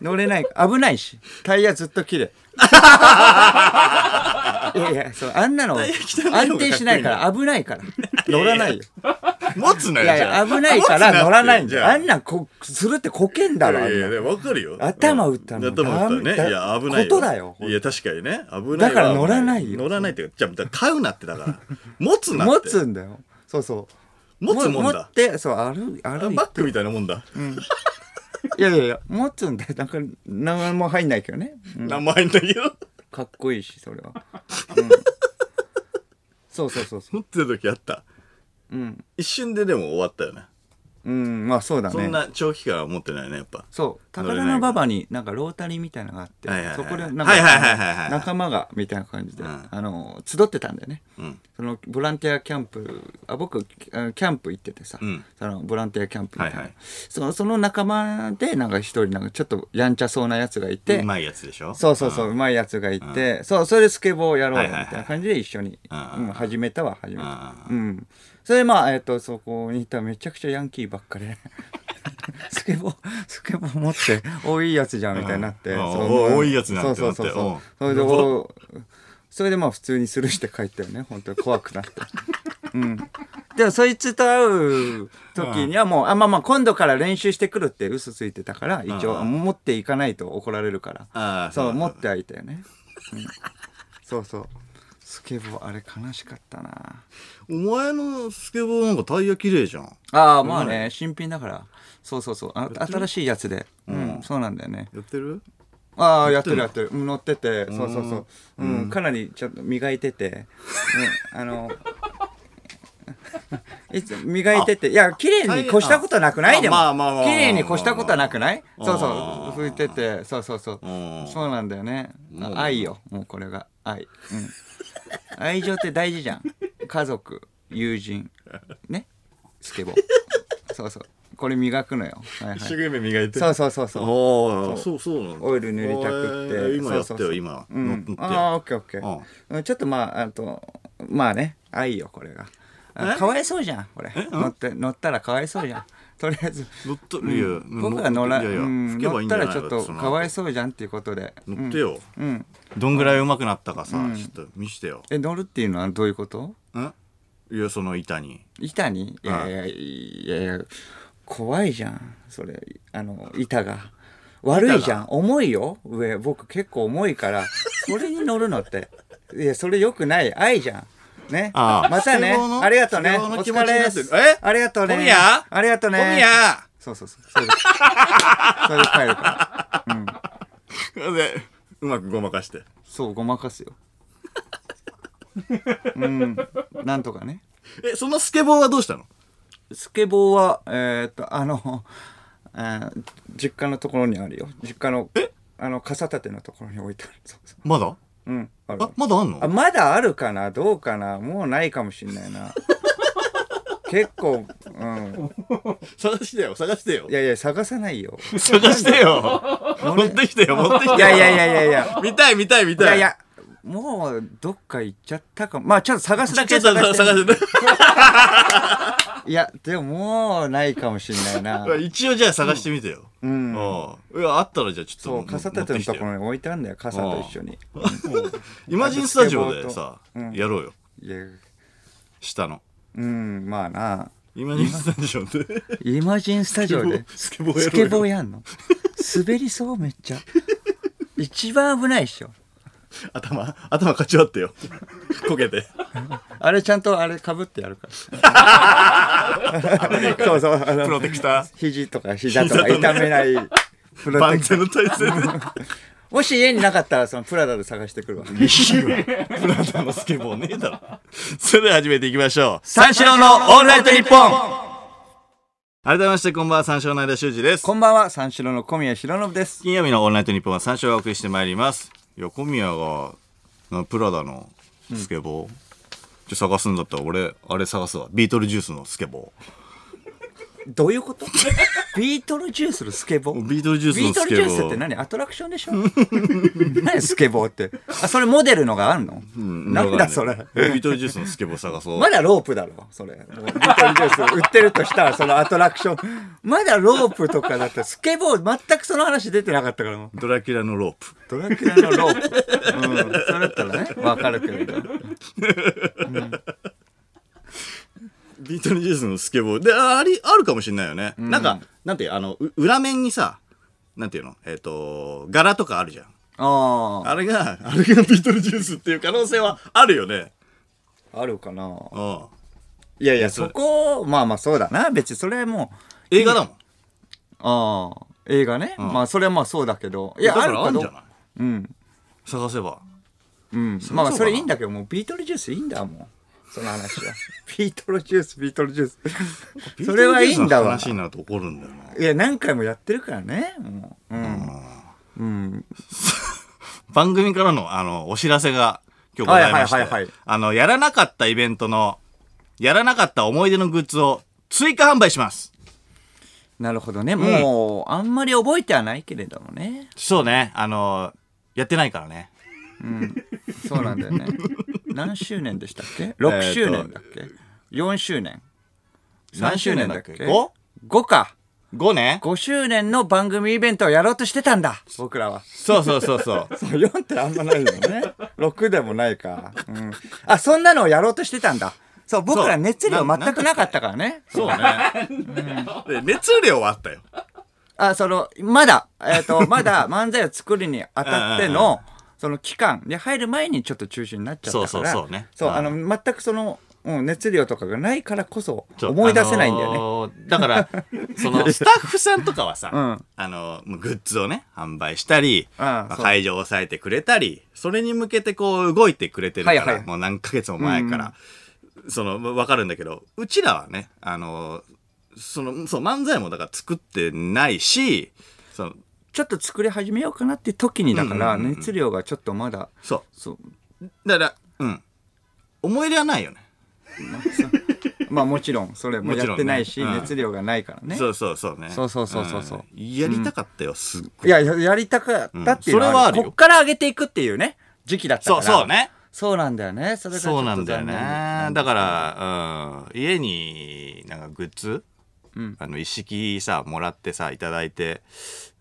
Speaker 2: 乗れない、危ないし、タイヤずっと綺 麗。いやいや、そう、あんなの
Speaker 1: イヤ汚い方が
Speaker 2: 安定しないから、危ないから。乗らないよ。
Speaker 1: 持つないよ
Speaker 2: やい
Speaker 1: じゃあ
Speaker 2: や、危ないから乗らないんだよ。あ
Speaker 1: 持つ
Speaker 2: んなんこ、するってこけんだろ、あん
Speaker 1: い
Speaker 2: な
Speaker 1: や
Speaker 2: ん
Speaker 1: いや、わかるよ。
Speaker 2: 頭打ったの
Speaker 1: 頭打ったね。
Speaker 2: ダメ
Speaker 1: いや、危ない
Speaker 2: ことだよ
Speaker 1: いや、確かにね。危ないわ。
Speaker 2: だから乗らないよ
Speaker 1: 乗らないっていうか、じゃあ、だから買うなってだ から。持つな
Speaker 2: 持
Speaker 1: って。
Speaker 2: つんだよ。そうそう。
Speaker 1: 持つもん
Speaker 2: 持っ
Speaker 1: だ。
Speaker 2: て、そう、歩い、
Speaker 1: バ
Speaker 2: 歩いて
Speaker 1: ッグみたいなもんだ。
Speaker 2: いやいやいや、持つんだよ。なんか、何も入んないけどね。うん
Speaker 1: 名前だけど。
Speaker 2: かっこいいし、それは。うん、そうそうそうそ
Speaker 1: 持ってた時あった。
Speaker 2: う。うん。
Speaker 1: 一瞬ででも終わったよね。
Speaker 2: うん、まあそうだね。
Speaker 1: そんな長期間は持ってないね、やっぱ。
Speaker 2: そう。
Speaker 1: 乗
Speaker 2: 高
Speaker 1: れない
Speaker 2: 田の馬場になんかロータリーみたいなのがあって
Speaker 1: はいはいはい、
Speaker 2: そこでなん
Speaker 1: はいはいはいはいは
Speaker 2: か
Speaker 1: い
Speaker 2: 仲間がみたいな感じで、
Speaker 1: うん
Speaker 2: あの、集ってたんだよね。
Speaker 1: うん。
Speaker 2: そのボランティアキャンプあ僕あのキャンプ行っててさ、
Speaker 1: うん
Speaker 2: そのボランティアキャンプみたいな、
Speaker 1: はいはい
Speaker 2: そのその仲間でなんか一人なんかちょっとやんちゃそうなやつがいうて
Speaker 1: まいやつでしょ
Speaker 2: そうそうそう、うまいやつがいて、そう、それでスケボーをやろうよ、み
Speaker 1: はいはいはい
Speaker 2: たいな感じで一緒に、
Speaker 1: うん
Speaker 2: うん始めたは始めた。
Speaker 1: う
Speaker 2: うん。それでまあ、えっ、と、そこにいためちゃくちゃヤンキーばっ かりで。スケボー、スケボー持って、多いやつじゃん、みたいになって。
Speaker 1: うん
Speaker 2: そう
Speaker 1: お
Speaker 2: もう
Speaker 1: 多いやつなんて
Speaker 2: そうそうそう
Speaker 1: なって
Speaker 2: そう。それで、おそれでまあ普通にスルーして帰ったよね、本当に怖くなって。うん。でもそいつと会う時にはもう、あ、まあまあ今度から練習してくるって嘘ついてたから、一応
Speaker 1: う
Speaker 2: 持っていかないと怒られるから。
Speaker 1: ああ、。
Speaker 2: そう、持っててはいたよね。うんそうそう。スケボーあれ悲しかったな
Speaker 1: お前のスケボーなんかタイヤ綺麗じゃん。
Speaker 2: ああまあね新品だからそうそうそうあ新しいやつでうん、そうなんだよね
Speaker 1: やってる
Speaker 2: ああやってるやってるうん乗っててそうそうそううん、かなりちょっと磨いてて、うん、あの いつ磨いてていや綺麗に越したことなくないでも
Speaker 1: あまあまあまあまあ
Speaker 2: 綺麗に越したことはなくない
Speaker 1: あ
Speaker 2: そうそう拭いててそうそうそう
Speaker 1: うん
Speaker 2: そうなんだよねあ
Speaker 1: うん
Speaker 2: 愛よもうこれが愛、うん、 愛情って大事じゃん家族友人ねスケボーそうそうこれ磨くのよ、はい
Speaker 1: 一
Speaker 2: は
Speaker 1: 生
Speaker 2: い、
Speaker 1: 懸命磨いて。
Speaker 2: そうそうそうそう
Speaker 1: ああ、そうそうなんだ
Speaker 2: オイル塗りたくって
Speaker 1: あー今やった
Speaker 2: そうそうそ
Speaker 1: よ、
Speaker 2: う
Speaker 1: 今。
Speaker 2: う
Speaker 1: 乗っ
Speaker 2: ん
Speaker 1: てよ。
Speaker 2: ああオッケーオッケー、うん、ちょっとまああとまあね愛よこれがあかわいそうじゃんこれ乗って乗ったらかわいそうじゃんとりあえず
Speaker 1: 乗った、いや、
Speaker 2: 僕が乗ら
Speaker 1: いやいや、
Speaker 2: うん
Speaker 1: 吹けばい
Speaker 2: 乗
Speaker 1: い
Speaker 2: っ
Speaker 1: んじ
Speaker 2: た
Speaker 1: ゃない
Speaker 2: らちょっとかわいそうじゃんっていうことで
Speaker 1: う。乗ってよ。
Speaker 2: うん
Speaker 1: どんぐらい上手くなったかさ、ちょっと見してよ。
Speaker 2: え乗るっていうのはどういうこと
Speaker 1: んいや、その板に。
Speaker 2: 板にい
Speaker 1: あ
Speaker 2: やいやいやいや怖いじゃんそれあの板が悪いじゃん重いよ上僕結構重 いからそれに乗るのっていやそれよくない愛じゃんね
Speaker 1: ああ
Speaker 2: また
Speaker 1: ス
Speaker 2: ね
Speaker 1: ケボーの
Speaker 2: ありがとう
Speaker 1: ス
Speaker 2: ね
Speaker 1: ケボ
Speaker 2: お
Speaker 1: ーの気持ち
Speaker 2: 疲
Speaker 1: に
Speaker 2: れ
Speaker 1: な
Speaker 2: っ
Speaker 1: ってる
Speaker 2: す
Speaker 1: え
Speaker 2: ありがとうね
Speaker 1: 小宮
Speaker 2: ありがとうね
Speaker 1: 小宮
Speaker 2: そうそうそうそれでそれで帰るから
Speaker 1: で、うまくごまかして。
Speaker 2: そうごまかす ようんなんとかね
Speaker 1: え、そのスケボーはどうしたの
Speaker 2: スケボーは、えーっと、あの、えー実家のところにあるよ。実家の、あの、傘立てのところに置いてある。 そうそ
Speaker 1: まだ
Speaker 2: う。うん、ある
Speaker 1: あ、まだあんの
Speaker 2: あ、まだあるかなどうかなもうないかもしんない な。結構、うん。
Speaker 1: 探してよ、探してよ
Speaker 2: い。やいや、探さないよ。
Speaker 1: 探してよ。 持ってきてよ、持ってきてよ。
Speaker 2: いやいやいやいやい や。
Speaker 1: 見たい、見たい、見
Speaker 2: い
Speaker 1: たい。
Speaker 2: やいや、もう、どっか行っちゃったかも。まあ、ちょっと探す
Speaker 1: ち
Speaker 2: だ
Speaker 1: ょ
Speaker 2: け
Speaker 1: っと
Speaker 2: 探
Speaker 1: 探
Speaker 2: して。
Speaker 1: して。
Speaker 2: いや、でももうないかもしんない な。
Speaker 1: 一応じゃあ探してみてよ。うんんいや、あったらじゃあちょっと。
Speaker 2: そう、傘立てのところに置いてあるんだよ。傘と一緒に。
Speaker 1: イマジンスタジオでさ
Speaker 2: スケボーとうん、
Speaker 1: やろうよ。
Speaker 2: いや、
Speaker 1: 下の。
Speaker 2: うん、まあな。
Speaker 1: イマジンスタジオで。
Speaker 2: イマジンスタジオで
Speaker 1: スケボー
Speaker 2: ス
Speaker 1: ス
Speaker 2: ケ
Speaker 1: ケ
Speaker 2: ボ
Speaker 1: ボ
Speaker 2: ー
Speaker 1: ー
Speaker 2: やんの滑りそうめっちゃ一番危ないっしょ
Speaker 1: 頭、頭かち割ってよ。こけて。
Speaker 2: あれちゃんとあれかぶってやるからそうそうあ
Speaker 1: プロ
Speaker 2: の
Speaker 1: テクタ
Speaker 2: 肘とか膝とか痛めない
Speaker 1: ー。
Speaker 2: プロテ
Speaker 1: 万
Speaker 2: クト
Speaker 1: 全の体勢で。
Speaker 2: もし家になかったらそのプラダで探してくるわ
Speaker 1: プラダのスケボーねえだろ。それでは始めていきましょう。
Speaker 2: 三四郎のオールナイトニッポン
Speaker 1: 改めまして、こんばんは、三四郎の間修二です。
Speaker 2: こんばんは三四郎の小宮浩信です
Speaker 1: 金曜日のオンライトニッポンは三章がお送りしてまいります。いや、小宮が、なプラダのスケボー。ちょ探すんだったら俺、あれ探すわ。ビートルジュースのスケボ
Speaker 2: どういうこと ビートルジュースのスケボ
Speaker 1: ー。
Speaker 2: ー
Speaker 1: ビートルジュース
Speaker 2: ビ
Speaker 1: の
Speaker 2: ート
Speaker 1: ス
Speaker 2: ル
Speaker 1: ケ
Speaker 2: ジ
Speaker 1: ボー。
Speaker 2: ュースって何アトラクションでしょ 何スケボーって。あ、それモデルのがあんの、なんだそ
Speaker 1: わか。
Speaker 2: れ
Speaker 1: ん ないビートルジュースのスケボー探そう。
Speaker 2: まだロープだろ、それ。もうビートルジュース売ってるとしたら、そのアトラクション。まだロープとかだったら、スケボー全くその話出てなかったからもう。
Speaker 1: ドラキュラのロープ。
Speaker 2: ドラキュラのロープ。うん。それだったらね、わかるけど。
Speaker 1: ビートルジュースのスケボー。で、ああり、あるかもしれないよね。なんか、なんていう、あの、う裏面にさ、なんていうのえっ、と、柄とかあるじゃん。
Speaker 2: あ
Speaker 1: あれが、あれがビートルジュースっていう可能性はあるよね。
Speaker 2: あ。あるかな。
Speaker 1: うん。
Speaker 2: いやいや、
Speaker 1: それ
Speaker 2: そこ、まあまあそうだな。別にそれはもう、
Speaker 1: 映画だもん。
Speaker 2: ああ、映画ね。まあそれはまあそうだけど。い
Speaker 1: いや、
Speaker 2: や、
Speaker 1: だ
Speaker 2: あ
Speaker 1: か
Speaker 2: る
Speaker 1: らあ
Speaker 2: か
Speaker 1: るん
Speaker 2: ど
Speaker 1: じゃ
Speaker 2: う
Speaker 1: ない
Speaker 2: うん。
Speaker 1: 探せば。
Speaker 2: うん、
Speaker 1: そりゃ
Speaker 2: まあまあ
Speaker 1: そうだ
Speaker 2: そ
Speaker 1: な
Speaker 2: れいいんだけどもうビートルジュースいいんだもんその 話はビートルジュースビートルジュースそれはいいんだわ
Speaker 1: 話になると怒るんだよな。
Speaker 2: いや何回もやってるからねもううん、うん、
Speaker 1: 番組からの、あの、お知らせが今日ございまして、
Speaker 2: はいはいはいはい
Speaker 1: あの、やらなかったイベントの、やらなかった思い出のグッズを追加販売します。
Speaker 2: なるほどねもう、あんまり覚えてはないけれどもね
Speaker 1: そうね、あの、やってないからね。
Speaker 2: そうなんだよ ね何周年でしたっけ6周年だっけ、4周年3周年だっけ
Speaker 1: 何周年だっ
Speaker 2: 5?5 か
Speaker 1: 5ね。
Speaker 2: 5周年の番組イベントをやろうとしてたんだ僕らは
Speaker 1: そうそうそう そう。
Speaker 2: そう4ってあんまないよね6でもないか、うん、あそんなのをやろうとしてたんだそう僕ら熱量全くなかったからね
Speaker 1: そうね。で熱量はあったよ。
Speaker 2: あそのまだえっ、とまだ漫才を作るにあたってのその期間で入る前にちょっと中止になっちゃったから
Speaker 1: そうそうそうね
Speaker 2: そう
Speaker 1: うん
Speaker 2: あの全くその、うん、熱量とかがないからこそ
Speaker 1: ちょ
Speaker 2: 思い出せないんだよね、
Speaker 1: あのーだから そのスタッフさんとかはさ、
Speaker 2: うん
Speaker 1: あのーもうグッズをね販売したり、
Speaker 2: ああ
Speaker 1: まあ
Speaker 2: そう
Speaker 1: 会場を抑えてくれたりそれに向けてこう動いてくれてるから、
Speaker 2: はいはい
Speaker 1: もう何ヶ月も前から、その分かるんだけどうちらはねあのーそのそう漫才もだから作ってないしその
Speaker 2: ちょっと作り始めようかなって時にだから
Speaker 1: うんうんうんうん
Speaker 2: 熱量がちょっとまだ
Speaker 1: そう
Speaker 2: そう
Speaker 1: だからうん思い入れはないよね
Speaker 2: まあもちろんそれも
Speaker 1: もち
Speaker 2: や
Speaker 1: ろ
Speaker 2: っ
Speaker 1: んね
Speaker 2: てないし、
Speaker 1: うん
Speaker 2: 熱量がないからね
Speaker 1: そうそうそうね
Speaker 2: そうそうそうそうそうん
Speaker 1: やりたかったよすっごい
Speaker 2: いやややりたかったっていうの
Speaker 1: うんそれはあるよ
Speaker 2: こっから上げていくっていうね時期だったか
Speaker 1: そ
Speaker 2: ら
Speaker 1: うそうね
Speaker 2: そうなんだよねそれがちょっ
Speaker 1: そ
Speaker 2: と
Speaker 1: うな
Speaker 2: 残
Speaker 1: ん
Speaker 2: 念
Speaker 1: だよね。だから、うん、家になんかグッズ、
Speaker 2: うん
Speaker 1: あの一式さもらってさいただいて、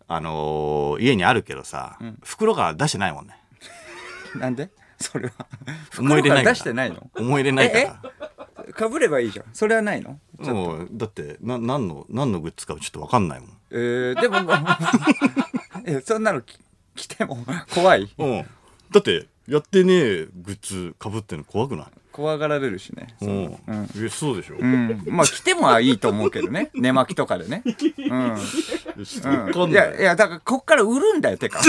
Speaker 1: あのー家にあるけどさ、袋から出してないもんね。
Speaker 2: なんでそれは
Speaker 1: 思い入れないから
Speaker 2: 袋から出してないの
Speaker 1: 思い入れないから。
Speaker 2: かぶればいいじゃんそれはないの
Speaker 1: もうだってな何の何のグッズかちょっとわかんないもん。
Speaker 2: えー、でも えそんなのき来ても怖い
Speaker 1: うん。だってやってねえグッズ被ってんの怖くない？
Speaker 2: 怖がられるしね
Speaker 1: うん。えそうでしょ。
Speaker 2: う
Speaker 1: い
Speaker 2: ん、まあ来てもはいいと思うけどね寝巻きとかでね、うん
Speaker 1: やちょっとわか
Speaker 2: うん、
Speaker 1: ん
Speaker 2: い
Speaker 1: ない。
Speaker 2: やいやだからこっから売るんだよて か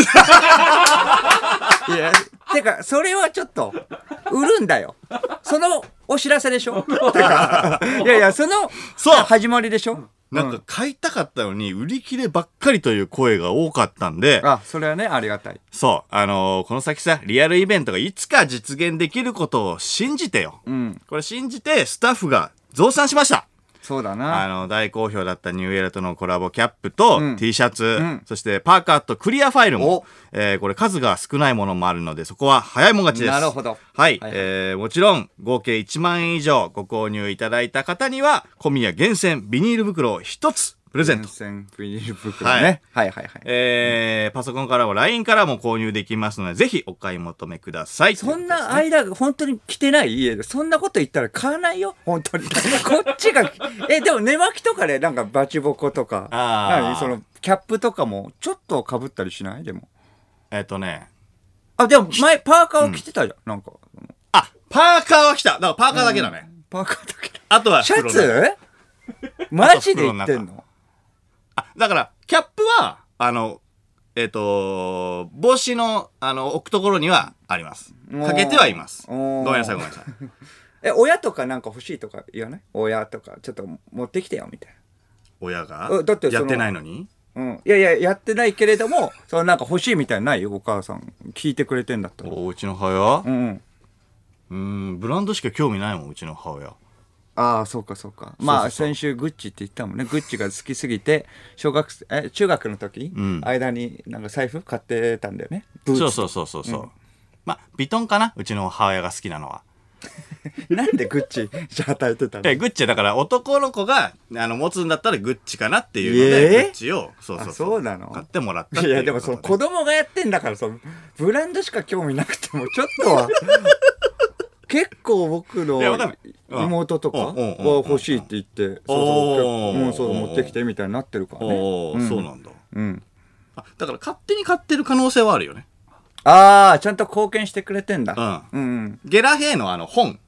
Speaker 2: いやてかそれはちょっと売るんだよそのお知らせでしょ てかいやいやその
Speaker 1: そう
Speaker 2: 始まりでしょ
Speaker 1: なんか買いたかったのに売り切ればっかりという声が多かったんで、
Speaker 2: あそれはねありがたい
Speaker 1: そう、あのーこの先さ、リアルイベントがいつか実現できることを信じてよ。
Speaker 2: うん
Speaker 1: これ信じて、スタッフが増産しました。
Speaker 2: そうだ
Speaker 1: あ
Speaker 2: な
Speaker 1: の、大好評だったニューエラとのコラボキャップと、
Speaker 2: うん
Speaker 1: T シャツ、
Speaker 2: ん
Speaker 1: そしてパーカーとクリアファイルも
Speaker 2: お、
Speaker 1: えーこれ数が少ないものもあるので、そこは早いもん勝ちです。
Speaker 2: なるほど
Speaker 1: はい。
Speaker 2: はいはい
Speaker 1: えーもちろん、合計1万円以上ご購入いただいた方には、小宮厳選ビニール袋を1つプレゼント
Speaker 2: 厳。選ビニール袋ね、はい、はいはいはい
Speaker 1: えーパソコンからも LINE からも購入できますので、ぜひお買い求めください。
Speaker 2: そんな間が本当に来てない家でそんなこと言ったら買わないよ本当にこっちがえでも寝巻きとかでなんかバチボコとか
Speaker 1: あー
Speaker 2: 何そのキャップとかもちょっとかぶったりしないでも
Speaker 1: えっ、とね。
Speaker 2: あでも前パーカーを着てたじゃん、なんか
Speaker 1: あ、パーカーは来た。だからパーカーだけだね。
Speaker 2: パーカーだけ
Speaker 1: あとは
Speaker 2: シャ
Speaker 1: 袋だ
Speaker 2: ツマジで言ってんの
Speaker 1: あ、だから、キャップは、あの、えっ、と帽子の、あの、置くところにはあります。かけてはいます。
Speaker 2: お
Speaker 1: ご
Speaker 2: ー
Speaker 1: めんなさい、ごめんなさい。
Speaker 2: え親とかなんか欲しいとか言わない親とかちょっと持ってきてよみたいな
Speaker 1: 親が
Speaker 2: えだってその
Speaker 1: やってないのに
Speaker 2: うん、いやいややってないけれどもそのなんか欲しいみたいなのないよお母さん聞いてくれてんだったら
Speaker 1: おうちの母親
Speaker 2: うん
Speaker 1: うーん、ブランドしか興味ないもん、うちの母親。
Speaker 2: ああそうかそうかまあ
Speaker 1: そうそうそう
Speaker 2: 先週グッチって言ったもんねグッチが好きすぎて小学生え中学の時、
Speaker 1: ん
Speaker 2: 間になんか財布買ってたんだよねブーツ
Speaker 1: そうそうそうそうそう。まあ、ビトンかなうちの母親が好きなのは。
Speaker 2: なんでグッチじゃあ与えてたの
Speaker 1: でグッチだから男の子があの持つんだったらグッチかなっていうので、
Speaker 2: えー
Speaker 1: グッチをそうそう
Speaker 2: あそうなの
Speaker 1: 買ってもらったって
Speaker 2: い
Speaker 1: いう
Speaker 2: やでもその
Speaker 1: こ
Speaker 2: 子供がやってんだからそのブランドしか興味なくてもちょっと は結構僕の
Speaker 1: いやわかんないうん
Speaker 2: 妹とか
Speaker 1: うんうんうん
Speaker 2: は
Speaker 1: うん
Speaker 2: 欲しいって言ってそう
Speaker 1: お
Speaker 2: そう
Speaker 1: ー
Speaker 2: うんそう持ってきてみたいになってるからね
Speaker 1: おお、
Speaker 2: うん
Speaker 1: そうなんだ
Speaker 2: うん
Speaker 1: あだから勝手に買ってる可能性はあるよね
Speaker 2: ああちゃんと貢献してくれてんだ
Speaker 1: う
Speaker 2: うんうん
Speaker 1: ゲラヘイのあの本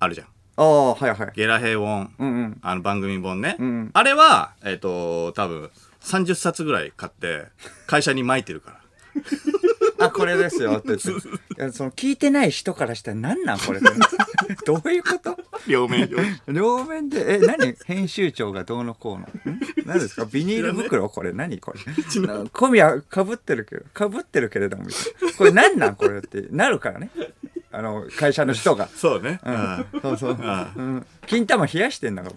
Speaker 1: あるじゃん
Speaker 2: ああはいはい
Speaker 1: ゲラヘイ本、
Speaker 2: うんうん
Speaker 1: あの番組本ね、
Speaker 2: ん
Speaker 1: あれはえっ、と多分30冊ぐらい買って会社に巻いてる から
Speaker 2: あ、これですよっ て言って。いやその聞いてない人からしたら何なんこれって。 どういうこと
Speaker 1: 両面上
Speaker 2: 両面で、え、何 編集長がどうのこうの。ん何ですかビニール袋これ何これ。小宮かぶってるけど、かぶってるけれどもみたいな。これ何なんこれってなるからね。あの、会社の人が。
Speaker 1: そうね、う
Speaker 2: うんん、そうそう、
Speaker 1: あ
Speaker 2: うん、金玉冷やしてんだか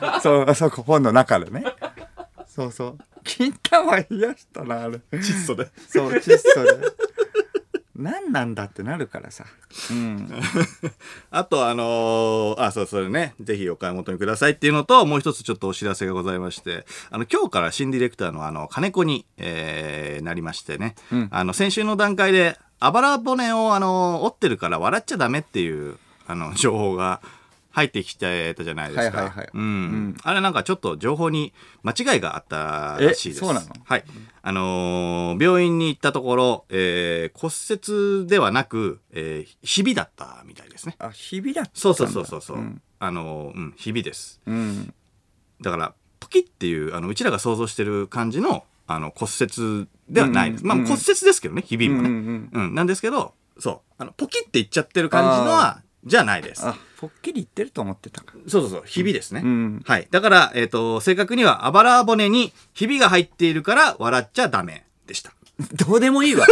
Speaker 2: ら僕 そうそうこ本の中でねそうそう金玉冷やしたなあれ
Speaker 1: 窒素で
Speaker 2: そう窒素で何なんだってなるからさ、うん、
Speaker 1: あとあのーあ、そうそれね、ぜひお買い求めくださいっていうのと、もう一つちょっとお知らせがございまして、あの、今日から新ディレクターのあの、金子に、えーなりましてね、
Speaker 2: うん
Speaker 1: あの、先週の段階で、 あばら骨をあの、折ってるから笑っちゃダメっていう、あの、情報が入ってきてたじゃないですか。
Speaker 2: はいはいはい
Speaker 1: うん
Speaker 2: ん
Speaker 1: あれなんかちょっと情報に間違いがあったらしいです。
Speaker 2: えそうなの
Speaker 1: はい。あのー病院に行ったところ、えー骨折ではなく、えーひびだったみたいですね。
Speaker 2: あ、ひびだったんだ。
Speaker 1: そうそうそうそうそう。
Speaker 2: ん
Speaker 1: あのーうん、ひびです。
Speaker 2: うん。
Speaker 1: だから、ポキっていう、あの、うちらが想像してる感じの、あの、骨折ではないです。
Speaker 2: うん
Speaker 1: まあ、骨折ですけどね、ひびもね。
Speaker 2: うんうん
Speaker 1: うん、なんですけど、そう。あの、ポキっていっちゃってる感じのは、じゃないです。
Speaker 2: あ、ぽっきりいってると思ってたか。
Speaker 1: そうそうそう、ひびですね。
Speaker 2: うん
Speaker 1: はい。だから、えっ、と、正確には、あばら骨にひびが入っているから笑っちゃダメでした。
Speaker 2: どうでもいい わ。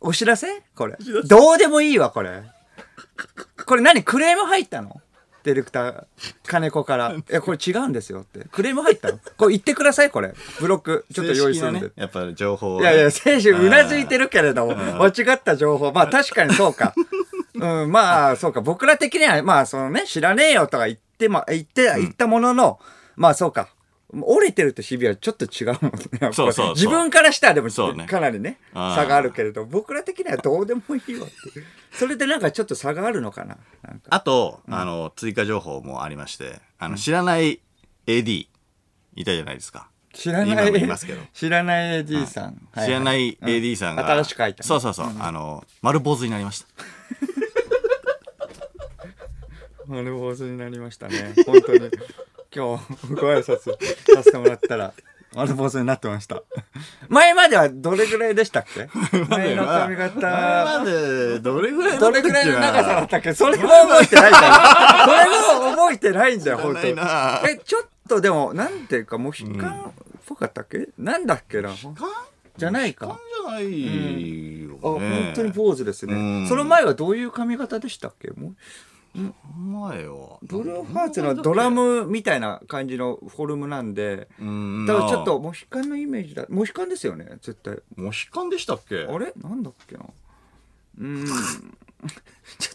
Speaker 2: お知らせこれ。どうでもいいわ、これ。これ何クレーム入ったのディレクター、金子から。いや、これ違うんですよって。クレーム入ったのこれ言ってください、これ。ブロック、ちょっと用意するん
Speaker 1: 正式な
Speaker 2: で
Speaker 1: ね。。やっぱ情報を
Speaker 2: いやいや、選手うなずいてるけれども、間違った情報。まあ確かにそうか。 うん、まあそうか。僕ら的には、まあそのね、知らねえよとか言って、ま、言って、言ったものの、まあそうか。折れてると日々はちょっと違うもんね。やっぱり
Speaker 1: そうそうそう
Speaker 2: 自分からしたらでも、
Speaker 1: そうね
Speaker 2: かなりね、
Speaker 1: あー
Speaker 2: 差があるけれど、僕ら的にはどうでもいいわっていう。それでなんかちょっと差があるのかな。なんか
Speaker 1: あと、あの、追加情報もありまして、あの、知らない AD、いたじゃないですか。
Speaker 2: 知ら
Speaker 1: 今
Speaker 2: な
Speaker 1: も
Speaker 2: い
Speaker 1: 言いますけど、
Speaker 2: 知らない AD さん。は
Speaker 1: 知らない AD さんが、
Speaker 2: う新しく書いた。
Speaker 1: そうそうそう、あの、丸坊主になりました。
Speaker 2: 丸坊主になりましたね。本当に。今日、ご挨拶させてもらったら、丸坊主になってました。前まではどれぐらいでしたっけ前の髪
Speaker 1: 前
Speaker 2: 型。
Speaker 1: まで、どれぐらい
Speaker 2: どれぐらいの長さだったっけそれも覚えてないんだよ。それも覚えてないんだよ、本当
Speaker 1: 知らないな
Speaker 2: え、ちょっとでも、なんていうか、もう悲観っぽかったっけなんだっけな
Speaker 1: か
Speaker 2: じゃない
Speaker 1: かん
Speaker 2: か。
Speaker 1: じゃないよね。
Speaker 2: あ、本当に坊主です
Speaker 1: うん
Speaker 2: ね。その前はどういう髪型でしたっけもう
Speaker 1: 前は。
Speaker 2: ブルーハーツのドラムみたいな感じのフォルムなんで、
Speaker 1: うん。
Speaker 2: だからちょっとモヒカンのイメージだ。モヒカンですよね、絶対。
Speaker 1: モヒカンでしたっけ
Speaker 2: あれなんだっけな。うん。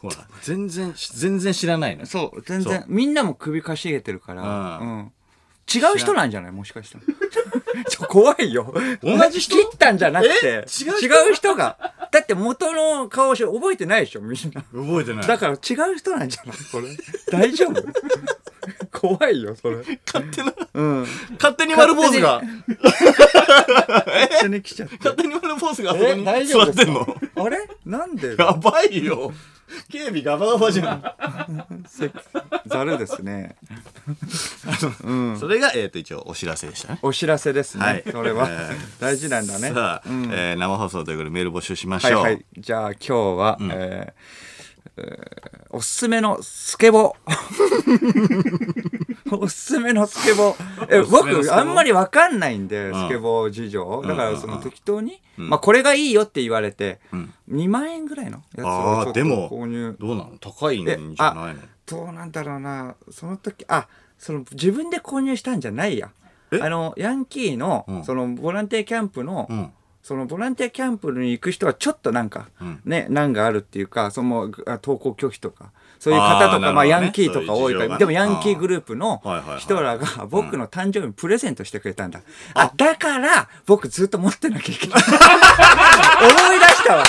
Speaker 1: ほら全然全然知らないの
Speaker 2: そう、全
Speaker 1: 然
Speaker 2: 然。みんなも首かしげてるから。
Speaker 1: う
Speaker 2: うん。違う人なんじゃないもし かしたら。ちょ、怖いよ。
Speaker 1: 同じ人
Speaker 2: 切ったんじゃなく
Speaker 1: え
Speaker 2: て、
Speaker 1: 違う人
Speaker 2: 違う人が。だって元の顔を覚えてないでしょ、みんな。
Speaker 1: 覚えてない
Speaker 2: だから違う人なんじゃないこれ。大丈夫 怖いよ、それ。
Speaker 1: 勝手な
Speaker 2: うん。
Speaker 1: 勝手に丸坊主が
Speaker 2: 勝手に来ちゃった。
Speaker 1: 勝手に丸坊主があそこ
Speaker 2: え、
Speaker 1: に
Speaker 2: 大丈
Speaker 1: 座
Speaker 2: 夫
Speaker 1: っ
Speaker 2: です
Speaker 1: てん
Speaker 2: か
Speaker 1: の
Speaker 2: あれなんで
Speaker 1: やばいよ警備ガバガバじゃんあ
Speaker 2: せざるですね。
Speaker 1: のそれがえっと一応お知らせでしたね
Speaker 2: お知らせですね。
Speaker 1: はい
Speaker 2: それは、
Speaker 1: えー
Speaker 2: 大事なんだね。
Speaker 1: さあ
Speaker 2: うん
Speaker 1: えー生放送ということでメール募集しまし
Speaker 2: はい
Speaker 1: ょう
Speaker 2: はい。じゃあ今日は、えーえーおすすめのスケボ ー。おすすめのスケボー。え、
Speaker 1: おすすめのスケボー
Speaker 2: 僕、あんまりわかんないんで、
Speaker 1: ん
Speaker 2: スケボー事情。だから、そ
Speaker 1: うんうん
Speaker 2: の
Speaker 1: うん
Speaker 2: 適当に、まあ、これがいいよって言われて、
Speaker 1: ん
Speaker 2: 2万円ぐらいのやつ
Speaker 1: あ
Speaker 2: をちょ
Speaker 1: あ
Speaker 2: っと
Speaker 1: でも
Speaker 2: 購入。
Speaker 1: どうなの高いんじゃないの
Speaker 2: どうなんだろうなその時あその自分で購入したんじゃないや
Speaker 1: え
Speaker 2: あのヤンキーの、
Speaker 1: うん
Speaker 2: そのボランティアキャンプの、
Speaker 1: うん
Speaker 2: そのボランティアキャンプに行く人はちょっとなんか、
Speaker 1: うん
Speaker 2: ね難があるっていうかそのあ登校拒否とかそういう方
Speaker 1: あー
Speaker 2: と
Speaker 1: なるほど
Speaker 2: か
Speaker 1: ね
Speaker 2: まあ、ヤンキーとか
Speaker 1: そう
Speaker 2: 多
Speaker 1: いう事情
Speaker 2: いか
Speaker 1: が
Speaker 2: ら
Speaker 1: ね
Speaker 2: でもヤンキーグループの
Speaker 1: あーはいはいはい
Speaker 2: 人らが僕の誕生日にプレゼントしてくれたんだ、あだから僕ずっと持ってなきゃいけない 思い出したわ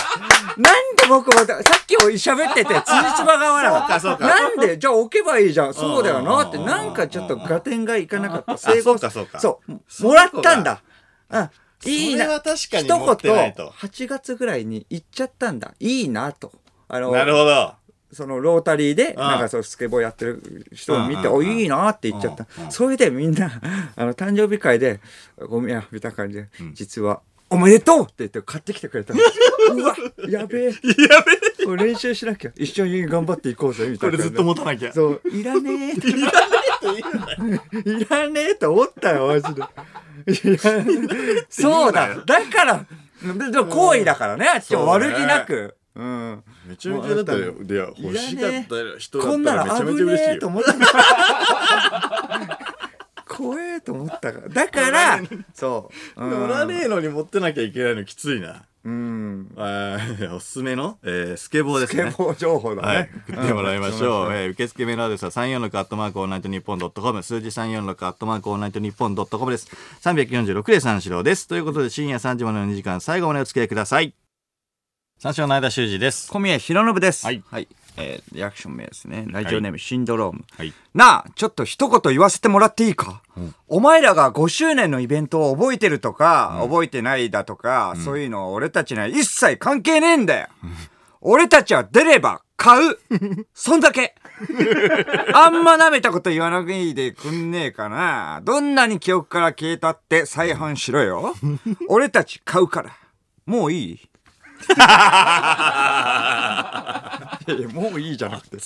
Speaker 2: なんで僕もさっき喋ってて辻褄が合わなかった
Speaker 1: そうかそうか
Speaker 2: なんでじゃあ置けばいいじゃんそうだよなって
Speaker 1: うんうんうんうん
Speaker 2: なんかちょっと合点がいかなかった
Speaker 1: あそうかそうか
Speaker 2: そうもらったんだうんいい
Speaker 1: それ
Speaker 2: な
Speaker 1: は確か
Speaker 2: 一
Speaker 1: に
Speaker 2: 言
Speaker 1: 持ってないと
Speaker 2: 8月ぐらいに行っちゃったんだいいなとあの
Speaker 1: なるほど
Speaker 2: そのロータリーで
Speaker 1: ん
Speaker 2: なんかそのスケボーやってる人を見て「
Speaker 1: うん
Speaker 2: おいいな」って言っちゃった
Speaker 1: うん
Speaker 2: それでみんなあの誕生日会で「ごめんや」みたいな感じで「実はおめでとう!」って言って買ってきてくれたの うわやべえやべえこれ練習しなきゃ一緒に頑張っていこうぜみた
Speaker 1: こ
Speaker 2: いな
Speaker 1: れずっと持たなき ゃ
Speaker 2: そういらねえっていらねえと思ったよ、マジで。いらねえそうだ。だから、ででも行為だからね、あっちも悪気なく。うん。
Speaker 1: めちゃめちゃだったよ。いや、欲しかったよ。人だ
Speaker 2: こんな
Speaker 1: ったらめ
Speaker 2: の
Speaker 1: ちゃ
Speaker 2: 危
Speaker 1: めちゃ嬉
Speaker 2: ね
Speaker 1: し
Speaker 2: え
Speaker 1: い
Speaker 2: と
Speaker 1: よ。
Speaker 2: 思った から。怖えと思ったから。だから、そう。うん
Speaker 1: 乗らねえのに持ってなきゃいけないのきついな。
Speaker 2: うん。
Speaker 1: あー おすすめの、えースケボーです
Speaker 2: スケ
Speaker 1: ね。
Speaker 2: ボー情報だ
Speaker 1: はい
Speaker 2: ね。、
Speaker 1: 送ってもらいましょう。
Speaker 2: ん
Speaker 1: えー受付メールアドレスは346アットマークオールナイトニッポンドットコム、数字346アットマークオールナイトニッポンドットコムです。346で三四郎です。ということで深夜3時までの2時間、最後までお付き合いください。三四郎の間修二です。
Speaker 2: 小宮弘信です。
Speaker 1: はい
Speaker 2: はい。えーリアクション名ですね。ラジオネーム、シンドローム。
Speaker 1: はい。
Speaker 2: なあ、ちょっと一言言わせてもらっていいか、お前らが5周年のイベントを覚えてるとか、覚えてないだとか、そういうの俺たちには一切関係ねえんだよ。俺たちは出れば買 う。そんだけ。あんま舐めたこと言わないでくんねえかな。どんなに記憶から消えたって再販しろよ。俺たち買うから。もういいいやいやもういいじゃなくて。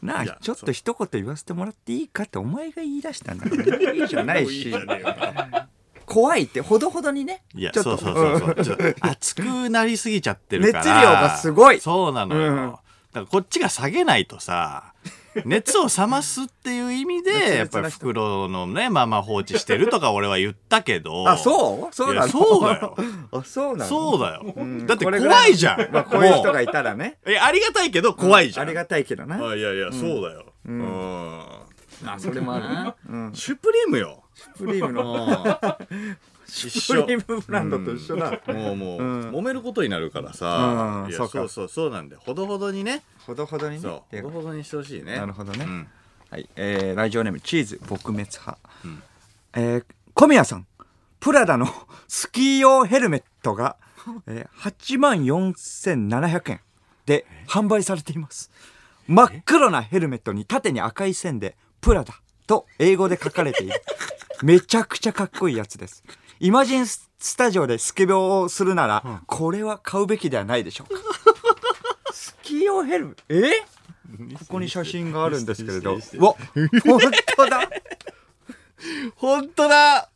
Speaker 2: ないあ
Speaker 1: や
Speaker 2: ちょっと一言言わせてもらっていいかってお前が言い出したんだからいいじゃないし怖いってほどほどにね
Speaker 1: いや、
Speaker 2: ちょっ
Speaker 1: そ
Speaker 2: と
Speaker 1: うそうそうそう。ちょっと熱くなりすぎちゃってるから。
Speaker 2: 熱量がすごい
Speaker 1: そうなのよ。
Speaker 2: うん
Speaker 1: だからこっちが下げないと さ、熱を冷ますっていう意味で、やっぱり袋のね、まあまあ放置してるとか俺は言ったけど。
Speaker 2: あそうそう
Speaker 1: い
Speaker 2: な
Speaker 1: や
Speaker 2: の
Speaker 1: そうだよ。
Speaker 2: あそうなの
Speaker 1: そうだよ。だって
Speaker 2: これぐら
Speaker 1: 怖いじゃん。
Speaker 2: まあこういう人が
Speaker 1: も
Speaker 2: いたらね
Speaker 1: ういやありがたいけど怖 いじゃ
Speaker 2: あ
Speaker 1: ん。
Speaker 2: りがたいけどな
Speaker 1: あいやいや、そうだよ。うん。
Speaker 2: あそれもある なうん
Speaker 1: シュプリームよ。
Speaker 2: プリームの
Speaker 1: 一
Speaker 2: プ
Speaker 1: 緒
Speaker 2: リ。ームブランドと一緒だ
Speaker 1: もうもう、
Speaker 2: うん
Speaker 1: 揉めることになるから
Speaker 2: う
Speaker 1: さ、
Speaker 2: ん
Speaker 1: いや
Speaker 2: そ
Speaker 1: そうう
Speaker 2: か
Speaker 1: そうそうなんでほどほどにね
Speaker 2: ほどほどにね
Speaker 1: そうほどほどにしてほしいね
Speaker 2: なるほどね
Speaker 1: うん
Speaker 2: はい、えー、ラジオネームチーズ撲滅派、えー小宮さんプラダの スキー用ヘルメットが、えー、8万4700円で販売されています真っ黒なヘルメットに縦に赤い線で「プラダ」と英語で書かれている めちゃくちゃかっこいいやつですイマジンスタジオでスケベをするなら、これは買うべきではないでしょうかスキー用ヘルメットえここに写真があるんですけれど。
Speaker 1: 見せて
Speaker 2: うわ、本当だ。
Speaker 1: 本当だ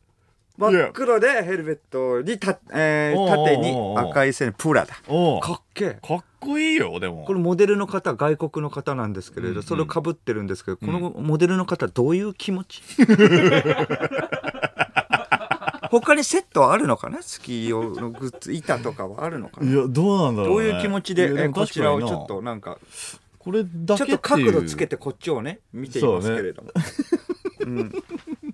Speaker 2: 真っ黒でヘルメットにた、えー
Speaker 1: おうおうおう
Speaker 2: 縦に赤い線プラだ。
Speaker 1: お
Speaker 2: か
Speaker 1: か
Speaker 2: っけえ。
Speaker 1: かっこいいよでも
Speaker 2: これモデルの方外国の方なんですけれど、それをかぶってるんですけど、このモデルの方どういう 気持ち他にセットはあるのかなスキー用のグッズ板とかはあるのかな
Speaker 1: やどうなんだ
Speaker 2: どういう気持ちで
Speaker 1: いや
Speaker 2: え
Speaker 1: も
Speaker 2: こ
Speaker 1: 確
Speaker 2: ち
Speaker 1: か
Speaker 2: ら
Speaker 1: に
Speaker 2: を
Speaker 1: な
Speaker 2: ちょっとなんか
Speaker 1: これだ
Speaker 2: ち
Speaker 1: け
Speaker 2: ょっと角度つけてこっちをね見ていますけれども、うん、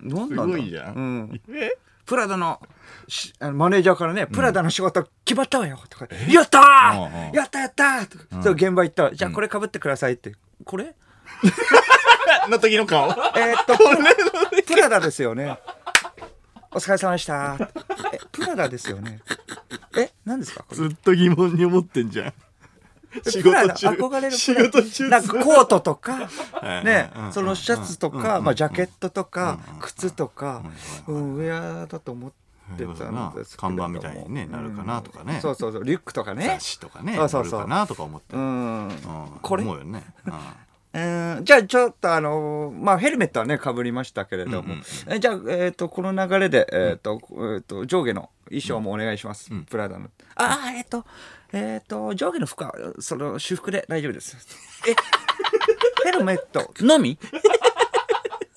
Speaker 2: なんなんだろう
Speaker 1: すごいじゃん
Speaker 2: うん、
Speaker 1: え
Speaker 2: プラダのしあのマネージャーからね「プラダの仕事決まったわよ」とか「やったー
Speaker 1: うんうん
Speaker 2: やったやった!」とか、そう現場行ったら「じゃあこれかぶってください」って「これ
Speaker 1: の時の顔
Speaker 2: えーっとプラプラダですよね」「お疲れ様でした」え「プラダですよね」え何ですかこれ
Speaker 1: ずっと疑問に思ってんじ ゃん仕
Speaker 2: プラ
Speaker 1: 事
Speaker 2: ダ
Speaker 1: 中
Speaker 2: 憧れる
Speaker 1: 仕
Speaker 2: プラダ
Speaker 1: 事中
Speaker 2: なんかコートとか
Speaker 1: はい
Speaker 2: ね
Speaker 1: うん
Speaker 2: そのシャツとかまあジャケットとか靴とかうんウェアだと思ってたんですけれ
Speaker 1: 看
Speaker 2: ども
Speaker 1: 板みたいにねなるかなとかね
Speaker 2: うんそうそうそうリュックとかね
Speaker 1: 雑誌とかね
Speaker 2: そうそうそう
Speaker 1: なるかなとか思って
Speaker 2: うん
Speaker 1: うん
Speaker 2: これ
Speaker 1: 思うよねうん
Speaker 2: うんじゃあちょっとあのーまあヘルメットはねかぶりましたけれども、えじゃあ、えー、とこの流れで、えーとえー、と上下の衣装もお願いします、プラダのああえっ、とえっ、と上下の服はその修復で大丈夫ですえヘルメットのみ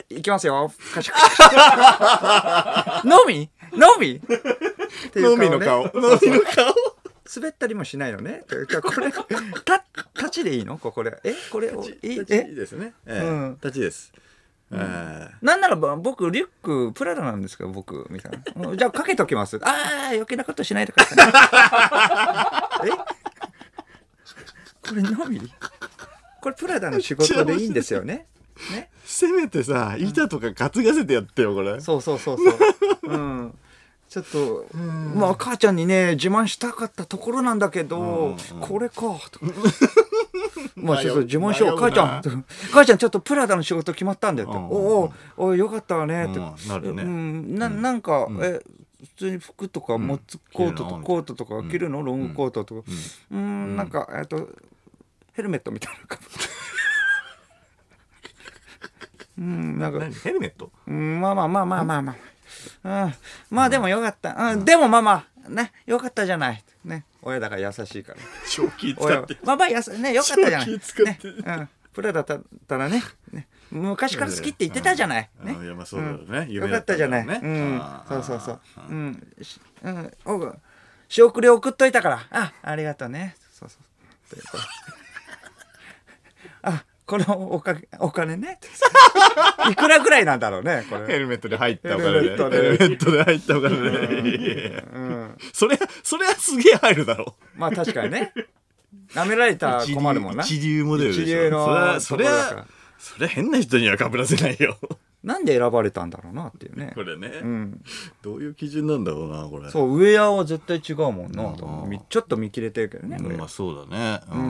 Speaker 2: いきますよカシャカシャのみのみっていう
Speaker 1: のみの
Speaker 2: ね
Speaker 1: 顔のみの顔
Speaker 2: 滑ったりもしないのね。じゃあこれ、た、立ちでいいのここで。えこれを、い
Speaker 1: 立ち
Speaker 2: え
Speaker 1: ですね。え
Speaker 2: うん
Speaker 1: え立ちです。ええ
Speaker 2: なんならば僕、リュック、プラダなんですけど、僕、みたいな。うんじゃあかけときます。ああ、余計なことしないでください。 えこれのみこれプラダの仕事でいいんですよね。ね。
Speaker 1: せめてさ、板とか担がせてやってよ、これ。
Speaker 2: そうそうそうそう。うん。ちょっと、まあ母ちゃんにね、自慢したかったところなんだけど、これか、 と。まあちょっと自慢しよう、
Speaker 1: 迷う
Speaker 2: 母ちゃ
Speaker 1: 迷
Speaker 2: ん。母ちゃんちょっとプラダの仕事決まったんだよって。
Speaker 1: うん
Speaker 2: おうおう、おいよかったわね、って。
Speaker 1: うんなるね
Speaker 2: うんななんか、え、普通に服とか持つ、コート
Speaker 1: 着
Speaker 2: と
Speaker 1: るの
Speaker 2: コートとか着るの、ロングコートとか。うん、ん、なんか、えっと、ヘルメットみたいなのかぶ って。うん、なんか。
Speaker 1: ヘルメット
Speaker 2: うんまあまあまあまあまあまあ。うん、まあでもよかった。うん、でもまあまあ、ね、よかったじゃない。ね、親だから優しいから。
Speaker 1: 正気
Speaker 2: 親
Speaker 1: 使
Speaker 2: は
Speaker 1: って。
Speaker 2: まあまあやさ、ね、よかったじゃな
Speaker 1: 気
Speaker 2: い。
Speaker 1: 使って
Speaker 2: ね、うん、プラだったらねね、昔から好きって言ってたじゃない。ね
Speaker 1: うんいやまあそうだよね
Speaker 2: んよ
Speaker 1: 夢
Speaker 2: か
Speaker 1: だ
Speaker 2: っ
Speaker 1: ったた
Speaker 2: じ
Speaker 1: か
Speaker 2: ゃない。
Speaker 1: らね
Speaker 2: うん
Speaker 1: あ、
Speaker 2: そ
Speaker 1: ー
Speaker 2: うそうそう。うん、しうん、おう仕送り送っといたから。あ、ありがとうね。そうそう。ということあ、このおかげお金ね。 いくらぐらいなんだろうね、これ。
Speaker 1: ヘルメットで入ったお金
Speaker 2: ヘルメ
Speaker 1: ね
Speaker 2: ット
Speaker 1: ヘ
Speaker 2: で
Speaker 1: ルメットで入ったお金ね。それ、それはすげえ入るだろ。
Speaker 2: まあ確かにね。舐められたら困るもんな
Speaker 1: 一流モデルでしょ
Speaker 2: 一流の
Speaker 1: それはそれ
Speaker 2: ところだから
Speaker 1: はそれは変な人には被らせないよ
Speaker 2: なんで選ばれたんだろうなっていうね
Speaker 1: これね、
Speaker 2: うん
Speaker 1: どういう基準なんだろうなこれ
Speaker 2: そうウェアは絶対違うもんな
Speaker 1: うん
Speaker 2: と思うみちょっと見切れてるけどね、
Speaker 1: うん
Speaker 2: 俺
Speaker 1: まあそうだね、うん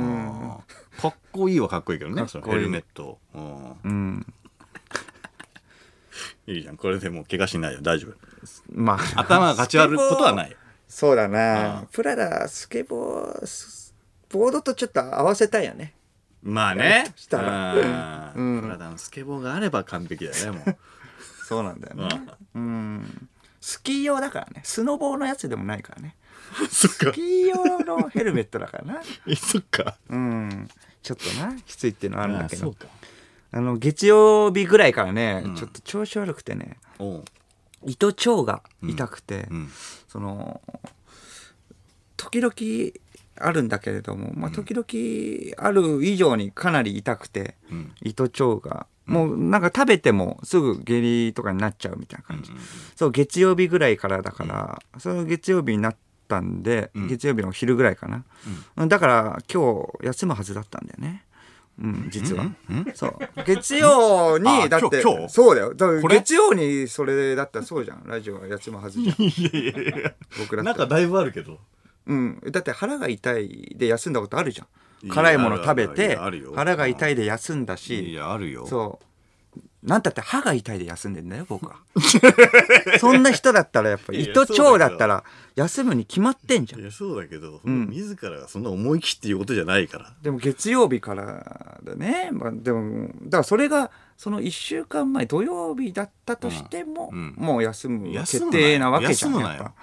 Speaker 1: んかっこいいはかっこいいけどね
Speaker 2: かっこいい
Speaker 1: そのヘルメット、うん
Speaker 2: うん
Speaker 1: いいじゃんこれでもう怪我しないよ大丈夫
Speaker 2: まあ
Speaker 1: 頭がかち割ることはないい
Speaker 2: そうだな
Speaker 1: うん
Speaker 2: プラダスケボースボードとちょっと合わせたいよね
Speaker 1: まあね
Speaker 2: したら
Speaker 1: うん
Speaker 2: うん
Speaker 1: 体のスケボーがあれば完璧だよねもう
Speaker 2: そうなんだよね
Speaker 1: あ
Speaker 2: うんスキー用だからねスノボーのやつでもないか らね
Speaker 1: そっ
Speaker 2: ス
Speaker 1: か
Speaker 2: キー用のヘルメットだからな
Speaker 1: えそっか
Speaker 2: うんちょっとなきついっていうのはあるんだけ
Speaker 1: あそ
Speaker 2: ど
Speaker 1: うか
Speaker 2: あの月曜日ぐらいからね、
Speaker 1: うん
Speaker 2: ちょっと調子悪くてね
Speaker 1: おう
Speaker 2: 胃と腸が痛くて、
Speaker 1: うん
Speaker 2: その時々あるんだけれども、まあ、時々ある以上にかなり痛くて、
Speaker 1: うん
Speaker 2: 胃と腸がもうなんか食べてもすぐ下痢とかになっちゃうみたいな
Speaker 1: うん
Speaker 2: 感じ、そう月曜日ぐらいからだから、その月曜日になったんで、
Speaker 1: うん
Speaker 2: 月曜日のお昼ぐらいかな、うんだから今日休むはずだったんだよねうん実は、
Speaker 1: うん
Speaker 2: そう月曜
Speaker 1: あ
Speaker 2: にだって
Speaker 1: 今日今日
Speaker 2: そうだよだから
Speaker 1: これ
Speaker 2: 月曜にそれだったらそうじゃんラジオは休むはずじゃん
Speaker 1: いやいやいや
Speaker 2: 僕だ
Speaker 1: な
Speaker 2: っ
Speaker 1: ん
Speaker 2: たら
Speaker 1: かだいぶあるけど
Speaker 2: うん、だって腹が痛いで休んだことあるじゃ
Speaker 1: い
Speaker 2: ん
Speaker 1: や
Speaker 2: 辛いもの食べ
Speaker 1: ある
Speaker 2: て
Speaker 1: よあるよ
Speaker 2: 腹が痛いで休んだ
Speaker 1: い
Speaker 2: し
Speaker 1: やあるよ
Speaker 2: そうなんたって歯が痛いで休んでんだよ僕 はそんな人だったらやっぱり
Speaker 1: いや
Speaker 2: 胃と
Speaker 1: そうだ
Speaker 2: 腸だ
Speaker 1: けど
Speaker 2: ったら休むに決まってんじゃ
Speaker 1: い
Speaker 2: ん
Speaker 1: やそうだけど、
Speaker 2: ん
Speaker 1: 自らがそんな思い切っていうことじゃないから
Speaker 2: でも月曜日からだね、まあ、でもだからそれがその1週間前土曜日だったとしても、
Speaker 1: うん
Speaker 2: もう休む
Speaker 1: 休む
Speaker 2: 決
Speaker 1: な
Speaker 2: 定なわけじゃん
Speaker 1: 休むなよ
Speaker 2: や っぱ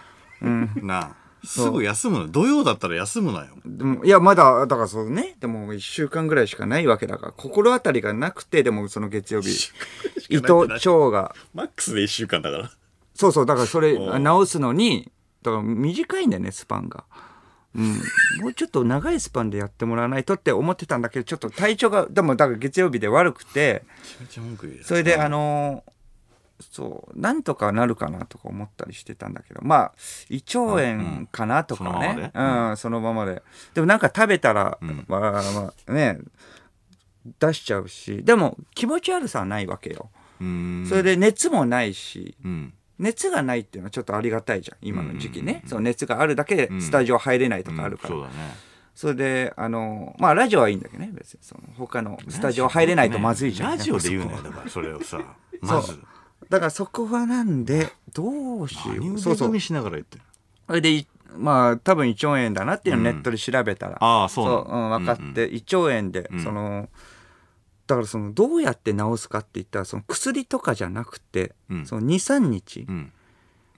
Speaker 2: うん
Speaker 1: なあすぐ休むの土曜だったら休むなよ
Speaker 2: でもいやまだだからそうねでも1週間ぐらいしかないわけだから心当たりがなくてでもその月曜日伊
Speaker 1: しかない
Speaker 2: 藤
Speaker 1: って何
Speaker 2: 腸が
Speaker 1: マックスで1週間だから
Speaker 2: そうそうだからそれ
Speaker 1: おう
Speaker 2: 直すのにだから短いんだよねスパンが、うん、もうちょっと長いスパンでやってもらわないとって思ってたんだけどちょっと体調がでもだから月曜日で悪くて
Speaker 1: めちゃ文句言う
Speaker 2: それであのーそうなんとかなるかなとか思ったりしてたんだけどまあ胃腸炎かなとかね
Speaker 1: う
Speaker 2: うんんそのままででもなんか食べたら、
Speaker 1: うん
Speaker 2: まあまあね出しちゃうしでも気持ち悪さはないわけよそ
Speaker 1: で
Speaker 2: れで熱もないし
Speaker 1: うん
Speaker 2: 熱がないっていうのはちょっとありがたいじゃん今の時期
Speaker 1: うんうん
Speaker 2: ね
Speaker 1: うん
Speaker 2: その熱があるだけでスタジオ入れないとかあるから
Speaker 1: そうだね
Speaker 2: それであのーまあラジオはいいんだけどね別にその他のスタジオ入れないとまずいじゃ
Speaker 1: ラ
Speaker 2: ん
Speaker 1: ジオで言うね
Speaker 2: そこ
Speaker 1: だ
Speaker 2: は
Speaker 1: からそれをさまず
Speaker 2: だからそこはなんでどうしよ
Speaker 1: 何を
Speaker 2: うそう
Speaker 1: 手
Speaker 2: そう
Speaker 1: みしながら言ってる
Speaker 2: それでいまあ多分胃腸炎だなっていうのをネットで調べたら、
Speaker 1: ああそうな
Speaker 2: そ
Speaker 1: の
Speaker 2: う、うん、分かっ
Speaker 1: うん
Speaker 2: て、胃腸炎で、
Speaker 1: うん
Speaker 2: そのだからそのどうやって治すかって言ったらその薬とかじゃなくて、
Speaker 1: うん
Speaker 2: その23日
Speaker 1: うん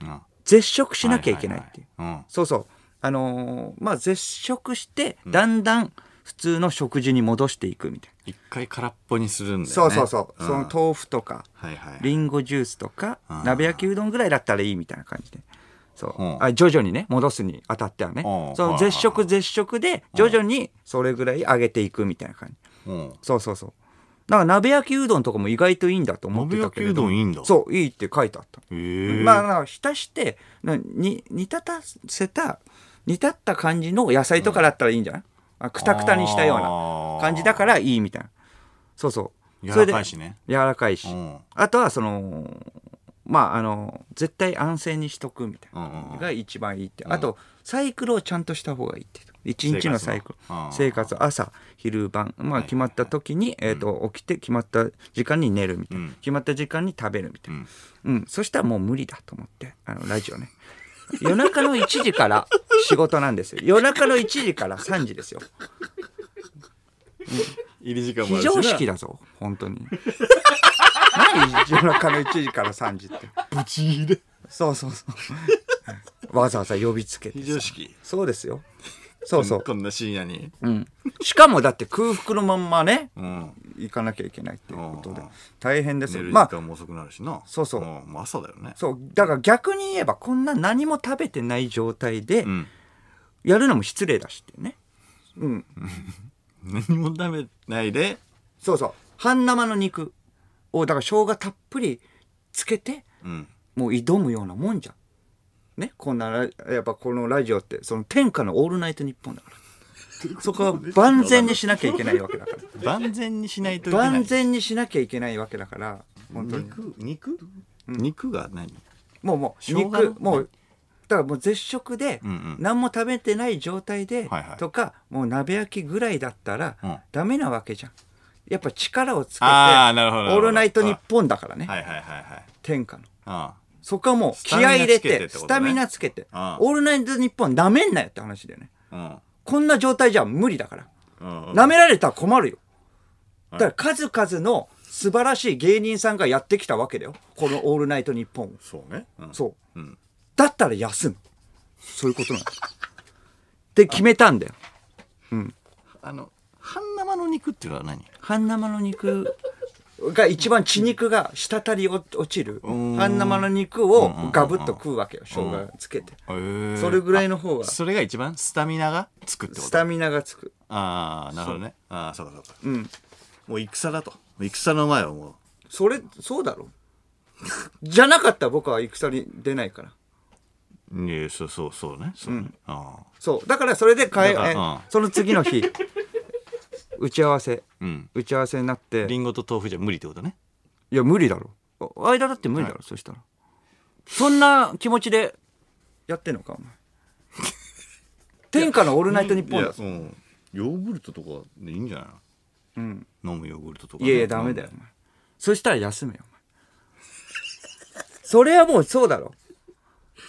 Speaker 1: あ
Speaker 2: 絶食しなきゃいけないっていう、
Speaker 1: ははは
Speaker 2: そうそうあのーまあ絶食して
Speaker 1: ん
Speaker 2: だんだん普通の食事に戻していくみたい
Speaker 1: うん一回空っぽにするんだよ
Speaker 2: な、
Speaker 1: ね
Speaker 2: そうそうそう、
Speaker 1: ん
Speaker 2: その豆腐とか
Speaker 1: はいはい
Speaker 2: リンゴジュースとか
Speaker 1: うん
Speaker 2: 鍋焼きうどんぐらいだったらいいみたいな感じで。そう
Speaker 1: うん
Speaker 2: あ徐々にね戻すにあたってはね
Speaker 1: うん
Speaker 2: そ
Speaker 1: は
Speaker 2: の
Speaker 1: いはい
Speaker 2: 絶食絶食で徐々にそれぐらい上げていくみたいな感じ
Speaker 1: うん
Speaker 2: そうそうそうだから鍋焼きうどんとかも意外といいんだと思ってたけれ
Speaker 1: 鍋焼きう
Speaker 2: ども
Speaker 1: どんいいんだ
Speaker 2: そういいって書いてあった
Speaker 1: へえ
Speaker 2: まあなんか浸してなに煮立たせた煮立った感じの野菜とかだったらいいんじゃない、あくたくたにしたよう
Speaker 1: あ
Speaker 2: な
Speaker 1: ー
Speaker 2: 感じだからいいみたいなそうそう
Speaker 1: 柔らかいしね
Speaker 2: それで柔らかいし、
Speaker 1: うん
Speaker 2: あとはそのまああの絶対安静にしとくみたいな
Speaker 1: うんうんうん
Speaker 2: が一番いいって、
Speaker 1: うん
Speaker 2: あとサイクルをちゃんとした方がいいって一日のサイクル
Speaker 1: 生活のうん
Speaker 2: 生活朝昼晩まあ決まった時に、えー、と起きて決まった時間に寝るみたいな、
Speaker 1: うん
Speaker 2: 決まった時間に食べるみた
Speaker 1: う
Speaker 2: いな、
Speaker 1: ん
Speaker 2: うんそしたらもう無理だと思ってあのラジオね夜中の1時から仕事なんですよ夜中の1時から3時 ですよ
Speaker 1: 入り時間もあ
Speaker 2: 非
Speaker 1: るしな
Speaker 2: 常識だぞ本当 に何夜中の1時から3時って
Speaker 1: ぶち入れ
Speaker 2: そうそうそうわざわざ呼びつけて
Speaker 1: 非常識
Speaker 2: そうですよそうそう、
Speaker 1: こんな深夜に
Speaker 2: うん、しかもだって空腹のまんまね
Speaker 1: うん
Speaker 2: 行かなきゃいけないっていうことで
Speaker 1: うん
Speaker 2: 大変です
Speaker 1: 寝
Speaker 2: よ
Speaker 1: る時
Speaker 2: まあ
Speaker 1: 間も遅くなるしな
Speaker 2: そうそうん
Speaker 1: もう朝だよね
Speaker 2: そうだから逆に言えばこんな何も食べてない状態で
Speaker 1: うん
Speaker 2: やるのも失礼だしっていうねうん
Speaker 1: 何も食べないで
Speaker 2: そうそう半生の肉をだから生姜たっぷりつけて
Speaker 1: うん
Speaker 2: もう挑むようなもんじゃん ねこんなラやっぱこのラジオってその天下の「オールナイトニッポン」だからそこは万全にしなきゃいけないわけだから
Speaker 1: 万全にしないといけない
Speaker 2: 万全にしなきゃいけないわけだから本当に
Speaker 1: 肉肉、肉が何
Speaker 2: もうもう
Speaker 1: 生姜の
Speaker 2: 肉もうだからもう絶食で
Speaker 1: うんうん
Speaker 2: 何も食べてない状態で
Speaker 1: はいはい
Speaker 2: とかもう鍋焼きぐらいだっ
Speaker 1: う
Speaker 2: た
Speaker 1: ん
Speaker 2: らダメなわけじゃんやっぱ力をつけて「オ
Speaker 1: ああなるほどなるほど
Speaker 2: ールナイトニッポン」だからね
Speaker 1: はいはいはいはい
Speaker 2: 天下の
Speaker 1: あ
Speaker 2: そこはもう
Speaker 1: スタミ
Speaker 2: 気合
Speaker 1: ナ
Speaker 2: い入れ
Speaker 1: つけてってこ
Speaker 2: て
Speaker 1: とね
Speaker 2: スタミナつけて「オ
Speaker 1: ああ
Speaker 2: ールナイトニッポン」なめんなよって話だよね
Speaker 1: あ
Speaker 2: こんな状態じゃ無理だから
Speaker 1: うんうん
Speaker 2: なめられたら困るよ
Speaker 1: は
Speaker 2: だ
Speaker 1: い
Speaker 2: から数々の素晴らしい芸人さんがやってきたわけだよこの「オールナイトニッポン」を
Speaker 1: そうね、うん
Speaker 2: そう
Speaker 1: うん
Speaker 2: だったら休むそういうことなんだって決めたんだよ
Speaker 1: あの半生の肉っていうのは何
Speaker 2: 半生の肉が一番血肉が滴り落ちる
Speaker 1: うん
Speaker 2: 半生の肉をガブッと食うわけよ生姜つけてそれぐらいの方が
Speaker 1: あそれが一番スタミナがつくってこと
Speaker 2: スタミナがつく
Speaker 1: ああなるほどねああそうかそうか
Speaker 2: うん
Speaker 1: もう戦だと戦の前はも
Speaker 2: それそうだろじゃなかったら僕は戦に出ないから
Speaker 1: ういやそうそうそうねそうね、ああ
Speaker 2: そうだからそれで変
Speaker 1: だ
Speaker 2: え
Speaker 1: から
Speaker 2: え
Speaker 1: うん
Speaker 2: その次の 日打ち合わせ
Speaker 1: うん
Speaker 2: 打ち合わせになって
Speaker 1: リンゴと豆腐じゃ無理ってことね
Speaker 2: いや無理だろあ間だって無理だろ、そしたらそんな気持ちでやってんのかお 前天下の「オールナイトニッポン」だぞ
Speaker 1: うんヨーグルトとかでいいんじゃない
Speaker 2: うん
Speaker 1: の飲むヨーグルトとか
Speaker 2: い
Speaker 1: ね
Speaker 2: やいやダメだよお前そしたら休めよお前それはもうそうだろ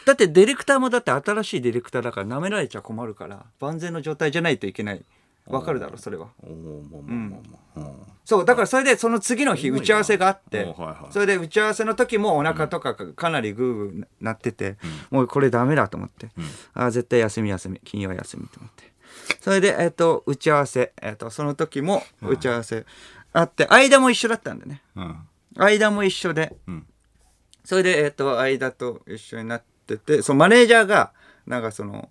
Speaker 2: だってディレクターもだって新しいディレクターだから舐められちゃ困るから万全の状態じゃないといけないわかるだろそれは
Speaker 1: おおまあまあまあまあ、うん
Speaker 2: そうだからそれでその次の日打ち合わせがあって、
Speaker 1: おうはいはい
Speaker 2: それで打ち合わせの時もお腹とかがかなりグーグーなってて、もうこれダメだと思って、ああ絶対休み休み金曜休みと思ってそれで、えっと打ち合わせ、えっとその時も打ち合わせあって間も一緒だったんだね
Speaker 1: うん
Speaker 2: 間も一緒で
Speaker 1: うん
Speaker 2: それで、えっと間と一緒になっててそのマネージャーがなんかその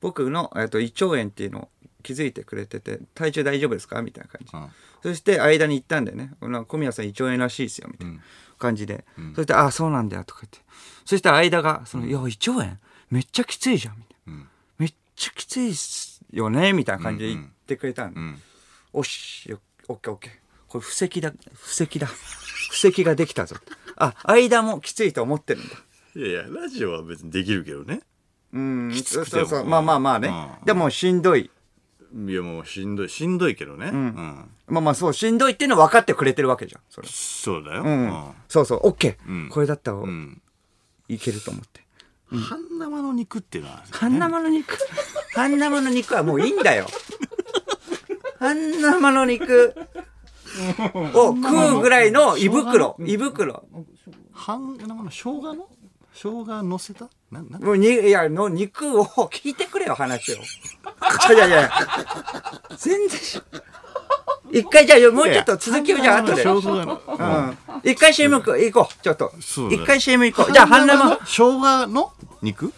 Speaker 2: 僕の、えっと胃腸炎っていうのを気づいてくれてて「体調大丈夫ですか?」みたいな感じで
Speaker 1: うん
Speaker 2: そして間に行ったんだよね。なんか小宮さん胃腸炎らしいですよ、みたいな感じで。そして、ああ、そうなんだよ、とか言って。そしたら間が、その、いや、胃腸炎めっちゃきついじゃん、みたいな。
Speaker 1: うん
Speaker 2: めっちゃきついっすよね、みたいな感じで
Speaker 1: うんうん
Speaker 2: 言ってくれたんだ。
Speaker 1: ん
Speaker 2: おし、よオッケーオッケー。これ、布石だ、布石だ。 布石ができたぞ。あ、間もきついと思ってるんだ。
Speaker 1: いやいやラジオは別にできるけどね
Speaker 2: うん。
Speaker 1: つくて
Speaker 2: そう
Speaker 1: も
Speaker 2: そう。まあまあまあね。
Speaker 1: うん
Speaker 2: でも、しんどい。
Speaker 1: いやもうしんどいしんどいけどねうん、
Speaker 2: まあまあ、そう、しんどいっていうのは分かってくれてるわけじゃん。それ。
Speaker 1: そうだよ、
Speaker 2: うん。そうそう、オッケー。
Speaker 1: うん
Speaker 2: これだったら、
Speaker 1: うん
Speaker 2: いけると思って。
Speaker 1: 半生の肉っていうのは
Speaker 2: 半生の肉半生の肉はもういいんだよ半生の肉を食うぐらいの胃袋胃袋
Speaker 1: 半生の生姜の生姜乗せたなんなん
Speaker 2: もうにいやの肉を聞いてくれよ話をいやいやいや全然し一回じゃあもうちょっと続きをじゃあ後で、
Speaker 1: 半
Speaker 2: う
Speaker 1: 生の生姜の
Speaker 2: ん、一回 CM 行こうちょっと
Speaker 1: そうだね
Speaker 2: 一回 CM 行こうじゃあ半生
Speaker 1: 生姜の肉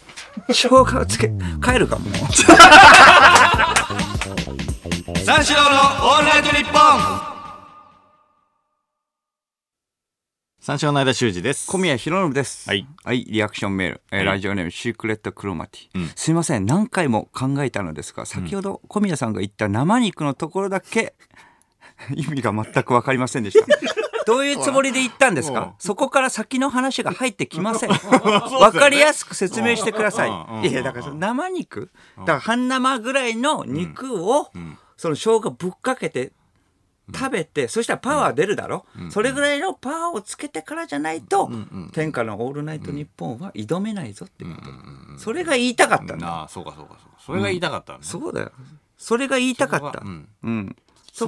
Speaker 2: 生姜をつけ帰るかもう
Speaker 1: 三四郎のオールナイトニッポン三四郎の間修二です
Speaker 2: 小宮浩信です。
Speaker 1: はい。
Speaker 2: リアクションメール。えー
Speaker 1: はい
Speaker 2: ラジオネーム、シークレットクロマティ、すいません。何回も考えたのですが、先ほど小宮さんが言った生肉のところだけ、 意味が全くわかりません でした。どういうつもりで言ったんです
Speaker 1: うん
Speaker 2: かそこから先の話が入ってきま せん。わかりやすく説明してくださ
Speaker 1: うんうん
Speaker 2: い。いや、だからその生肉、だから半生ぐらいの肉を、その生姜ぶっかけて食べて、そしたらパワー出るだろ、それぐらいのパワーをつけてからじゃないと、天下の「オールナイトニッポン」は挑めないぞってこと、それが言いたかったんだ
Speaker 1: ああそうかそうかそうかそれが言いたかったのね
Speaker 2: そうだよそれが言いたかった
Speaker 1: う
Speaker 2: うん
Speaker 1: ん
Speaker 2: そ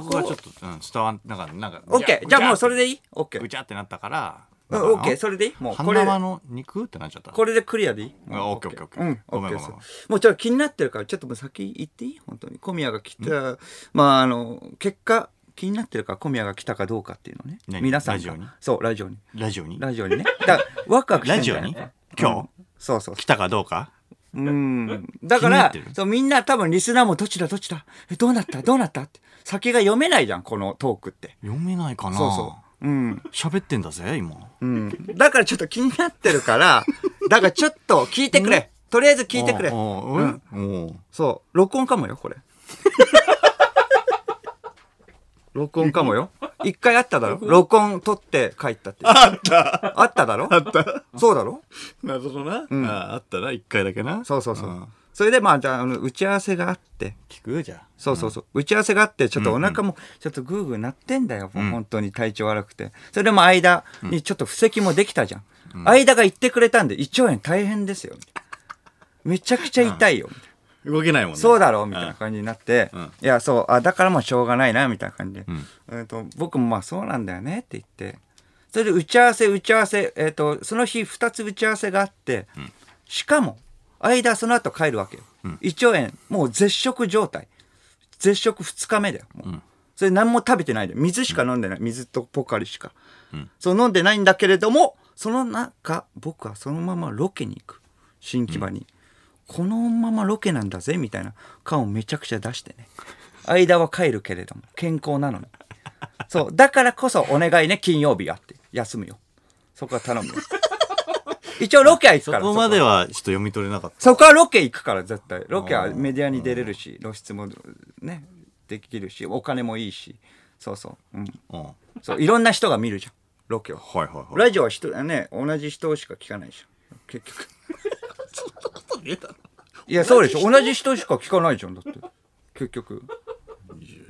Speaker 1: そ
Speaker 2: こ
Speaker 1: こ
Speaker 2: は
Speaker 1: はちょっとうん伝わんなんかなんか
Speaker 2: オッケーじゃあもうそれ
Speaker 1: い
Speaker 2: でいいオッケ
Speaker 1: いぐ
Speaker 2: ー
Speaker 1: ちゃってなったから
Speaker 2: うんオッケーそれでいいもう
Speaker 1: 半
Speaker 2: これ
Speaker 1: 生の肉ってなっちゃった
Speaker 2: これでクリアでいい
Speaker 1: あオッケーオッケーオッケー
Speaker 2: うん
Speaker 1: ごめんごめんごめ
Speaker 2: オッケ
Speaker 1: ん
Speaker 2: そうもうちょっと気になってるからちょっともう先行っていい本当に小宮が来たまああの結果気になってるから小宮が来たかどうかっていうのね
Speaker 1: 何
Speaker 2: 皆さんが
Speaker 1: ラジオに
Speaker 2: そうラジオに
Speaker 1: ラジオに
Speaker 2: ラジオにね。だからワクワクして
Speaker 1: ラ
Speaker 2: んだ
Speaker 1: ジ
Speaker 2: よ
Speaker 1: オに今日
Speaker 2: そうそうそ
Speaker 1: 来たかどうか
Speaker 2: う。うん。だか
Speaker 1: 気になっ
Speaker 2: ら
Speaker 1: てる、
Speaker 2: そうみんな多分リスナーもどっちだどっちだえ、どうなったどうなったって。先が読めないじゃん、このトークって。
Speaker 1: 読めないかな
Speaker 2: そうそう。うん。
Speaker 1: 喋ってんだぜ今
Speaker 2: うん。だからちょっと気になってる から、だからちょっと聞いてくれ。とりあえず聞いてくれ。
Speaker 1: おうおうえおう
Speaker 2: そう。録音かもよ、これ。録音かもよ。一回あった だろ録音撮って帰ったって。あったあっただろ
Speaker 1: あった。
Speaker 2: そうだろ
Speaker 1: なるほどな。ああったな、一回だけな。
Speaker 2: そうそうそう。
Speaker 1: ん
Speaker 2: それでまあ、じゃあ、あの、打ち合わせがあって。
Speaker 1: 聞くじゃあ。
Speaker 2: そうそうそう。打ち合わせがあって、ちょっとお腹も、ちょっとグーグーなってんだよ。もう本当に体調悪くて。それでも間にちょっと布石もできたじゃん。間が言ってくれたんで、胃腸炎大変ですよ。めちゃくちゃ痛いよ。
Speaker 1: 動けないもんね。
Speaker 2: そうだろうみたいな感じになって、
Speaker 1: うん
Speaker 2: いや、そう、あ、だからもうしょうがないな、みたいな感じで。えっと、僕もまあそうなんだよねって言って。それで打ち合わせ、打ち合わせ、えっ、と、その日2つ打ち合わせがあって、しかも、間その後帰るわけよ。胃腸炎、もう絶食状態。絶食2日目だよ。もうそれ何も食べてないで。水しか飲んでない。水とポカリしか。そう飲んでないんだけれども、その中、僕はそのままロケに行く。新木場に。このままロケなんだぜ、みたいな感をめちゃくちゃ出してね。間は帰るけれども、健康なのに。そう。だからこそお願いね、金曜日やって。休むよ。そこは頼むよ。一応ロケは行く
Speaker 1: そ
Speaker 2: から。
Speaker 1: こまではちょっと読み取れなかった。
Speaker 2: そこはロケ行くから絶対ロケはメディアに出れるし露出もねできるしお金もいいしそうそう,、うん、
Speaker 1: うん。はい
Speaker 2: そういろんな人が見るじゃんロケを
Speaker 1: はいはい。
Speaker 2: ラジオは人ね同じ人しか聞かないじゃん結局いやそうでしょ同じ人しか聞かないじゃんだ って結局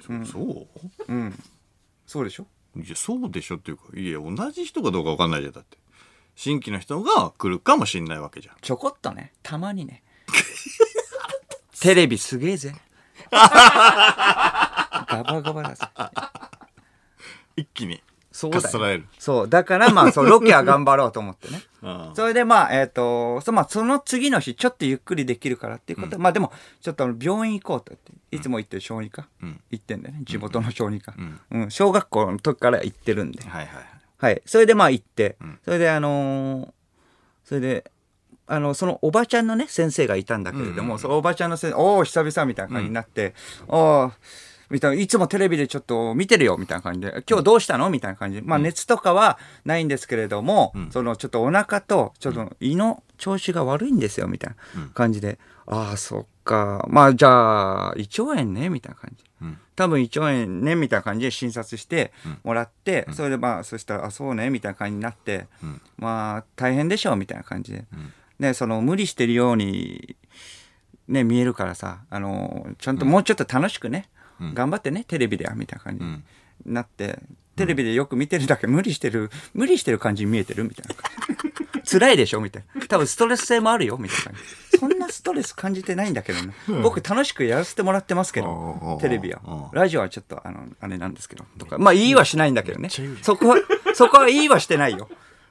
Speaker 1: そう
Speaker 2: そうでしょ
Speaker 1: いや、そうでしょっていうか、いや、同じ人かどうかわかんないじゃん、だって。新規の人が来るかもしんないわけじゃん。
Speaker 2: ちょこっとねたまにね テレビすげえぜ ガバガバだぜ
Speaker 1: 一気に。
Speaker 2: そう
Speaker 1: かっ
Speaker 2: だ
Speaker 1: さらえ
Speaker 2: よ
Speaker 1: る。
Speaker 2: そうだからまあそうロケは頑張ろうと思ってね
Speaker 1: うん。
Speaker 2: それでまあ、えっ、と、そまあ、その次の日、ちょっとゆっくりできるからっていうこと、まあでも、ちょっとあの病院行こうと言って、いつも行ってる小児科、
Speaker 1: うん
Speaker 2: 行ってんだよね、地元の小児科、うん小学校の時から行ってるんで、
Speaker 1: はいはいはい。
Speaker 2: はい。それでまあ行って、
Speaker 1: ん
Speaker 2: それであのーそれで、あの、そのおばちゃんのね、先生がいたんだけれども、そのおばちゃんの先生、おお、久々みたいな感じになって、おーみたいな、いつもテレビでちょっと見てるよ、みたいな感じで、今日どうしたのみたいな感じで、まあ熱とかはないんですけれども、そのちょっとお腹と、ちょっと胃の調子が悪いんですよ、みたいな感じで、ああ、そっか、まあじゃあ、胃腸炎ね、みたいな感じ。
Speaker 1: うん。
Speaker 2: 多分胃腸炎ねみたいな感じで診察してもらって、それでまあそしたら「あそうね」みたいな感じになって、
Speaker 1: ん
Speaker 2: まあ大変でしょうみたいな感じで、ねその無理してるように、ね、見えるからさあのちゃんともうちょっと楽しくね、頑張ってねテレビではみたいな感じになって、テレビでよく見てるだけ無理してる無理してる感じに見えてるみたいな感じ 辛いでしょみたいな多分ストレス性もあるよみたいな感じそんなストレス感じてないんだけどね、僕楽しくやらせてもらってますけど、
Speaker 1: おうおう
Speaker 2: テレビや
Speaker 1: おう
Speaker 2: ラジオはちょっとあのあれなんですけどとかまあ言いはしないんだけどね
Speaker 1: ちゃ言う
Speaker 2: そこはそこは言いはしてないよ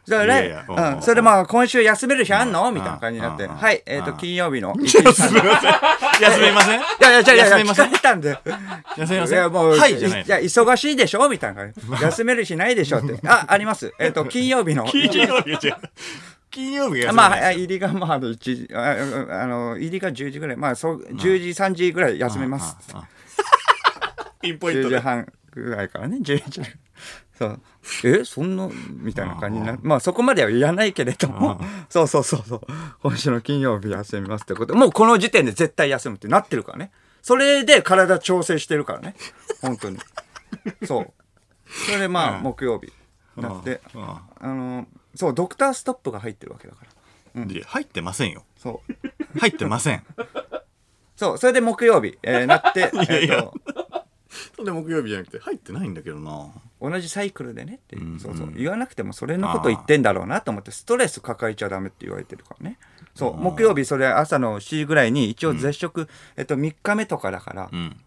Speaker 2: だから
Speaker 1: いやいやおうおう
Speaker 2: うん、それでまあ今週休める日あんのみたいな感じになって
Speaker 1: うんうん
Speaker 2: はいえっ、と
Speaker 1: うん
Speaker 2: 金曜日の1時3時
Speaker 1: 休みません
Speaker 2: いやいやじゃあいや
Speaker 1: 休
Speaker 2: い
Speaker 1: みま
Speaker 2: や
Speaker 1: せ
Speaker 2: 疲
Speaker 1: ん
Speaker 2: れたんで
Speaker 1: 休みま
Speaker 2: い
Speaker 1: せん
Speaker 2: やもう
Speaker 1: はいじゃない
Speaker 2: や忙しいでしょみたいな 感じ休める日ないでしょってあありますえっ、と金曜日の
Speaker 1: 金曜日が違う。金曜日が休み
Speaker 2: まあ、
Speaker 1: なん
Speaker 2: は
Speaker 1: で
Speaker 2: い入りがまあ1時ああの入りが10時ぐらいまあそう10時3時ぐらい休めます
Speaker 1: すよ。あああピンポイン
Speaker 2: 10
Speaker 1: ト
Speaker 2: 時
Speaker 1: で。
Speaker 2: 半ぐらいからね11時そうえそんなみたいな感じになまあそこまではいらないけれどもそうそうそうそう今週の金曜日休みますってこともうこの時点で絶対休むってなってるからねそれで体調整してるからね本当にそうそれでまあ木曜日なって
Speaker 1: うんうん
Speaker 2: あのそうドクターストップが入ってるわけだから
Speaker 1: いや入ってませんよ。
Speaker 2: そう
Speaker 1: 入ってませ ん。
Speaker 2: そうそれで木曜日、えーなって
Speaker 1: や いや
Speaker 2: えーと
Speaker 1: そんで木曜日じゃなくて入ってないんだけどな。
Speaker 2: 同じサイクルでねって、
Speaker 1: んうん
Speaker 2: そうそう言わなくてもそれのこと言ってんだろうなと思ってストレス抱えちゃダメって言われてるからねそう木曜日それ朝の7時ぐらいに一応絶食、えっと、3日目とかだから、
Speaker 1: うん。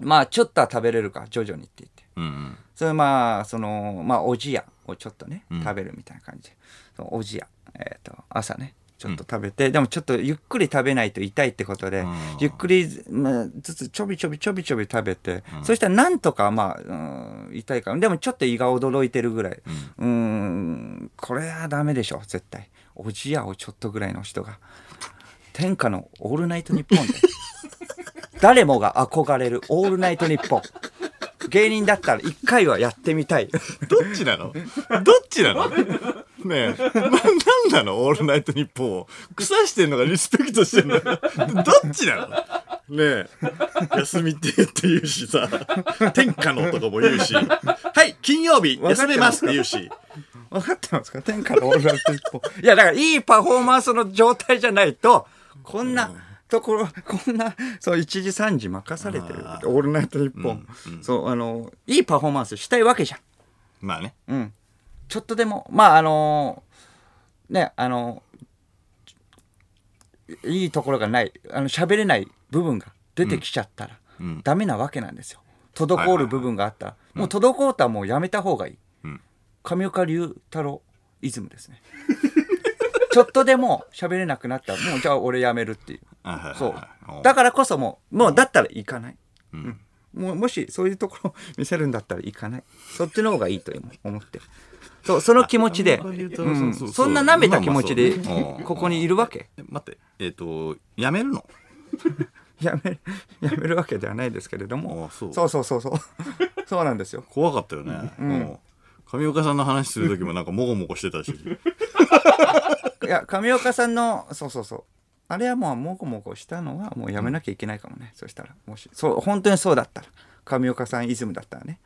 Speaker 2: まあちょっとは食べれるから徐々にって言って
Speaker 1: うんうん。
Speaker 2: それまあそのまあおじやをちょっとね
Speaker 1: ん
Speaker 2: 食べるみたいな感じで、そのおじや、えー、と朝ねちょっと食べて、でもちょっとゆっくり食べないと痛いってことで、
Speaker 1: ん
Speaker 2: ゆっくりずまあずつちょびちょびちょびちょび食べて、そしたらなんとかまあ、うん痛いからでもちょっと胃が驚いてるぐらいうんんこれはダメでしょ絶対おじやをちょっとぐらいの人が天下の「オールナイトニッポ ン」で誰もが憧れる「オールナイトニッポン」芸人だったら一回はやってみた い
Speaker 1: どっちなのどっちなのねえ、な、なんなのオールナイトニッポンを。腐してんのかリスペクトしてんのか。どっちなのねえ。休みって言って言うしさ、天下のとかも言うし、はい、金曜日、
Speaker 2: わか
Speaker 1: 休
Speaker 2: ってま
Speaker 1: めます
Speaker 2: す
Speaker 1: って言うし、
Speaker 2: 分かってますか天下のオールナイトニッポン いや、だからいいパフォーマンスの状態じゃないと、こんなところ、こんな、そう、1時3時任されてる。
Speaker 1: あー
Speaker 2: オールナイトニッポン。そう、あの、いいパフォーマンスしたいわけじゃん。
Speaker 1: まあね。
Speaker 2: うん。ちょっとでも、まあ、あのね、あのいいところがない、あの、喋れない部分が出てきちゃったら、
Speaker 1: うん
Speaker 2: ダメなわけなんですよ。滞る部分があったら、もう滞ったらもうやめた方がいい。
Speaker 1: うん
Speaker 2: 上岡龍太郎イズムですね。ちょっとでも喋れなくなったら、もうじゃあ俺やめるっていう。 そう。だ
Speaker 1: だ
Speaker 2: からこそもう、もうだったら行かない。
Speaker 1: うん。
Speaker 2: もうもしそういうところ を見せるんだったら行かないそっちの方がいいと思ってそうその気持ちで、
Speaker 1: ああんまり言うと
Speaker 2: う
Speaker 1: そ
Speaker 2: ん
Speaker 1: うそうそう
Speaker 2: そんな舐めた気持ちで
Speaker 1: まあまあそうね
Speaker 2: ここにいるわけ
Speaker 1: え待って、えっと、やめるの
Speaker 2: やめやめるわ けではないですけれども
Speaker 1: あそう
Speaker 2: そうそうそう そうそうなんですよ
Speaker 1: 怖かったよね。うん上岡さんの話する時もなんかもごもごしてたし。
Speaker 2: いや上岡さんのそうそうそうあれはもうもこもこしたのはもうやめなきゃいけないかもね、そしたらもしそう本当にそうだったら上岡さんイズムだったらね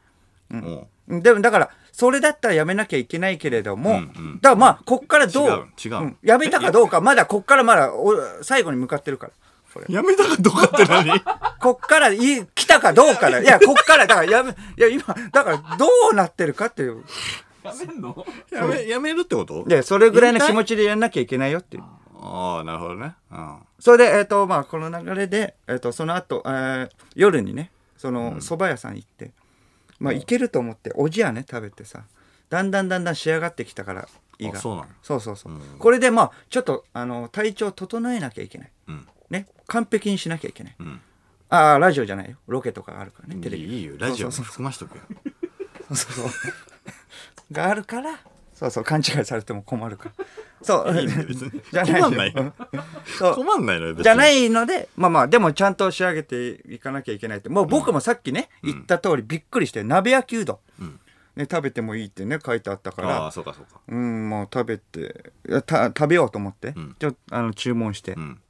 Speaker 1: うん
Speaker 2: でもだからそれだったらやめなきゃいけないけれども、
Speaker 1: うんうん
Speaker 2: だからまあこっからどう
Speaker 1: 違う違うん
Speaker 2: やめたかどうかまだこっからまだお最後に向かってるからこれ
Speaker 1: やめたかどうかって何
Speaker 2: こっからい来たかどうかだいやこっからだからやめいや今だからどうなってるかっていう
Speaker 3: やめんの
Speaker 1: やめ、やめるってこと
Speaker 2: でそれぐらいの気持ちでやんなきゃいけないよっていう
Speaker 1: ああ、なるほどね。うん。
Speaker 2: それでえっ、とまあこの流れで、えっとその後、えー夜にねその蕎麦屋さん行って、まあ行けると思っておじやね食べてさだんだんだんだん仕上がってきたから胃が
Speaker 1: あそうなの
Speaker 2: そうそうそう、
Speaker 1: うん
Speaker 2: これでまあちょっとあの体調整えなきゃいけない
Speaker 1: うん。
Speaker 2: ね完璧にしなきゃいけない
Speaker 1: うん。
Speaker 2: ああラジオじゃないよロケとかがあるからねテレビ
Speaker 1: いいよ、ラジオも
Speaker 2: そう
Speaker 1: 含ましと くよ。
Speaker 2: そうそうそうがあるからそうそう勘違いされても困るからそう
Speaker 1: いいね別に
Speaker 2: じゃない
Speaker 1: 困んないよ
Speaker 2: そう
Speaker 1: 困んないのよ、別に。
Speaker 2: じゃないので、まあまあ、でもちゃんと仕上げていかなきゃいけないって。もう僕もさっきね、言った通りびっくりして、鍋焼きうどん、
Speaker 1: うん
Speaker 2: ね、食べてもいいってね、書いてあったか
Speaker 1: ああ、
Speaker 2: ら、
Speaker 1: そうかそうか。
Speaker 2: うん、もう食べて、いやた食べようと思って、
Speaker 1: ん
Speaker 2: ちょっとあの注文して、
Speaker 1: うん。